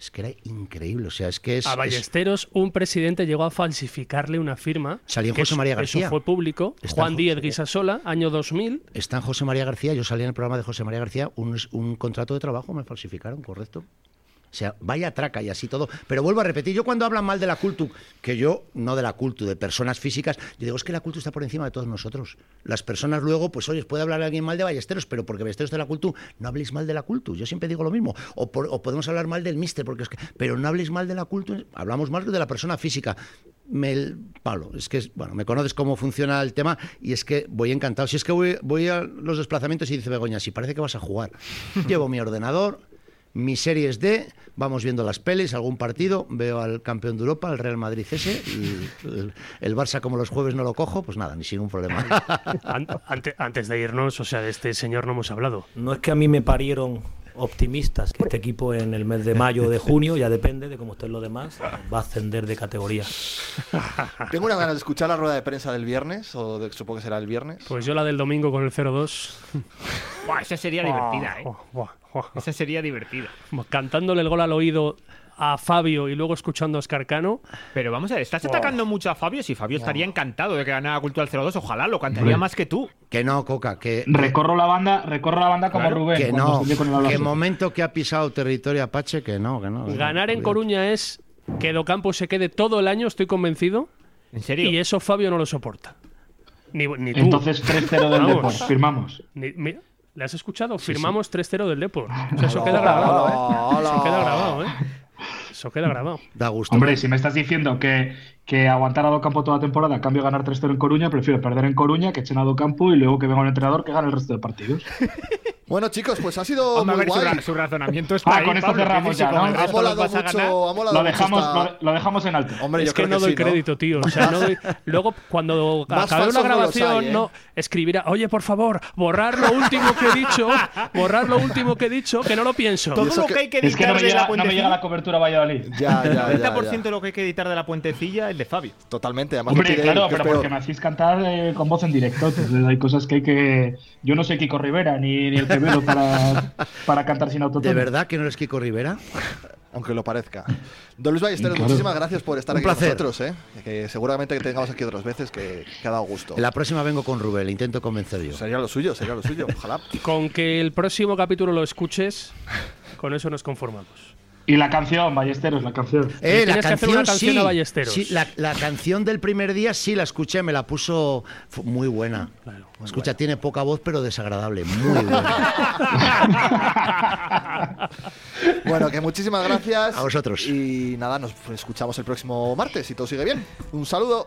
Speaker 7: es que era increíble, o sea, es que es...
Speaker 3: a
Speaker 7: es-
Speaker 3: Ballesteros, un presidente llegó a falsificarle una firma.
Speaker 7: Salía en
Speaker 3: que
Speaker 7: José
Speaker 3: eso-
Speaker 7: María García.
Speaker 3: Eso fue público.
Speaker 7: Está en
Speaker 3: Juan
Speaker 7: José
Speaker 3: Díez Guisasola, año 2000.
Speaker 7: Está en José María García, yo salí en el programa de José María García, un, un contrato de trabajo me falsificaron, ¿correcto? O sea, vaya traca y así todo. Pero vuelvo a repetir, yo cuando hablan mal de la cultu, que yo, no de la cultu, de personas físicas, yo digo, es que la cultu está por encima de todos nosotros. Las personas luego, pues oye, puede hablar alguien mal de Ballesteros, pero porque Ballesteros de la cultu, no habléis mal de la cultu. Yo siempre digo lo mismo. O, por- o podemos hablar mal del mister, porque es que, pero no habléis mal de la cultu, hablamos mal de la persona física. Me, el- Pablo, es que, es- bueno, me conoces cómo funciona el tema y es que voy encantado. Si es que voy, voy a los desplazamientos y dice Begoña, si parece que vas a jugar. Llevo mi ordenador, mis series D, vamos viendo las pelis, algún partido, veo al campeón de Europa, el Real Madrid ese, y el, el Barça como los jueves no lo cojo, pues nada, ni sin un problema.
Speaker 3: An- ante- antes de irnos, o sea, de este señor no hemos hablado.
Speaker 11: No es que a mí me parieron optimistas que este equipo en el mes de mayo o de junio, ya depende de cómo estén los demás, va a ascender de categoría.
Speaker 2: Tengo unas ganas de escuchar la rueda de prensa del viernes, o de- supongo que será el viernes.
Speaker 3: Pues yo la del domingo con el 0-2.
Speaker 4: Buah, esa sería divertida, ¿eh?
Speaker 3: Esa
Speaker 4: sería divertida.
Speaker 3: Cantándole el gol al oído a Fabio y luego escuchando a Oscar Cano.
Speaker 4: Pero vamos a ver, estás
Speaker 3: Oh.
Speaker 4: atacando mucho a Fabio. Si Fabio estaría encantado de que ganara Cultural 02, ojalá lo cantaría más que tú.
Speaker 7: Que no, Coca, que...
Speaker 6: Recorro la banda, recorro la banda como
Speaker 7: Claro.
Speaker 6: Rubén.
Speaker 7: Que
Speaker 6: eh, cuando
Speaker 7: no,
Speaker 6: estudió con el Albacete.
Speaker 7: que momento que ha pisado territorio Apache, que no, que no.
Speaker 3: Ganar en Coruña es que Docampo se quede todo el año, estoy convencido.
Speaker 4: ¿En serio?
Speaker 3: Y eso Fabio no lo soporta. Ni, ni tú.
Speaker 6: Entonces 3-0 del
Speaker 3: Vamos.
Speaker 6: Depor, firmamos.
Speaker 3: Ni- mi- ¿Le has escuchado? Firmamos 3-0 del Depor. O sea, eso
Speaker 6: Hola,
Speaker 3: queda grabado,
Speaker 6: hola,
Speaker 3: ¿eh? Eso
Speaker 6: hola.
Speaker 3: queda grabado, ¿eh? Eso queda grabado.
Speaker 7: Da gusto.
Speaker 6: Hombre, si me estás diciendo que, que aguantar a Docampo toda la temporada, a cambio de ganar 3-0 en Coruña, prefiero perder en Coruña que echen a Docampo y luego que venga un entrenador que gane el resto de partidos.
Speaker 2: Bueno, chicos, pues ha sido
Speaker 4: Vamos a
Speaker 2: muy
Speaker 4: ver su,
Speaker 2: guay.
Speaker 4: ra- su razonamiento. Está
Speaker 6: Ah,
Speaker 4: ahí,
Speaker 6: con esto
Speaker 4: Pablo,
Speaker 6: cerramos
Speaker 4: que dice,
Speaker 6: ya,
Speaker 4: con
Speaker 6: ¿no?
Speaker 4: el resto los vas a ganar.
Speaker 6: lo, dejamos, lo, lo dejamos en alto.
Speaker 2: Hombre,
Speaker 3: es que no doy crédito, tío. O sea, no doy- Luego, cuando
Speaker 6: Más
Speaker 3: acabe
Speaker 6: falsos
Speaker 3: una
Speaker 6: no los
Speaker 3: grabación, no,
Speaker 6: hay, ¿eh?
Speaker 3: escribirá, oye, por favor, borrar lo último que he dicho, borrar lo último que he dicho, que no lo pienso.
Speaker 4: Todo lo que hay que
Speaker 6: Es que
Speaker 4: editar
Speaker 6: no me
Speaker 4: de
Speaker 6: llega,
Speaker 4: la
Speaker 6: no me
Speaker 4: puentecilla.
Speaker 6: llega la cobertura a Valladolid.
Speaker 4: El 90% de lo que hay que editar de la puentecilla es de Fabio.
Speaker 2: Totalmente,
Speaker 6: Hombre, claro, pero porque me hacéis cantar eh, con voz en directo, entonces hay cosas que hay que... Yo no soy Kiko Rivera, ni, ni el que veo para, para cantar sin autotune.
Speaker 7: ¿De verdad que no eres Kiko Rivera?
Speaker 2: Aunque lo parezca. Don Luis Ballesteros,
Speaker 7: Claro.
Speaker 2: muchísimas gracias por estar
Speaker 7: Un
Speaker 2: aquí
Speaker 7: placer.
Speaker 2: con nosotros, ¿eh? Que seguramente que tengamos aquí otras veces que, que ha dado gusto.
Speaker 7: La próxima vengo con Rubén, le intento convencer yo.
Speaker 2: Sería lo suyo, sería lo suyo, ojalá.
Speaker 3: Con que el próximo capítulo lo escuches, con eso nos conformamos.
Speaker 6: Y la canción, Ballesteros, la canción.
Speaker 7: Eh, la
Speaker 3: Tienes que hacer
Speaker 7: canción,
Speaker 3: una canción
Speaker 7: sí.
Speaker 3: a Ballesteros.
Speaker 7: Sí, la, la canción del primer día sí la escuché, me la puso fu- muy buena. Escucha, tiene poca voz, pero desagradable. Muy buena.
Speaker 2: Bueno, que muchísimas gracias.
Speaker 7: A vosotros.
Speaker 2: Y nada, nos escuchamos el próximo martes, si todo sigue bien. Un saludo.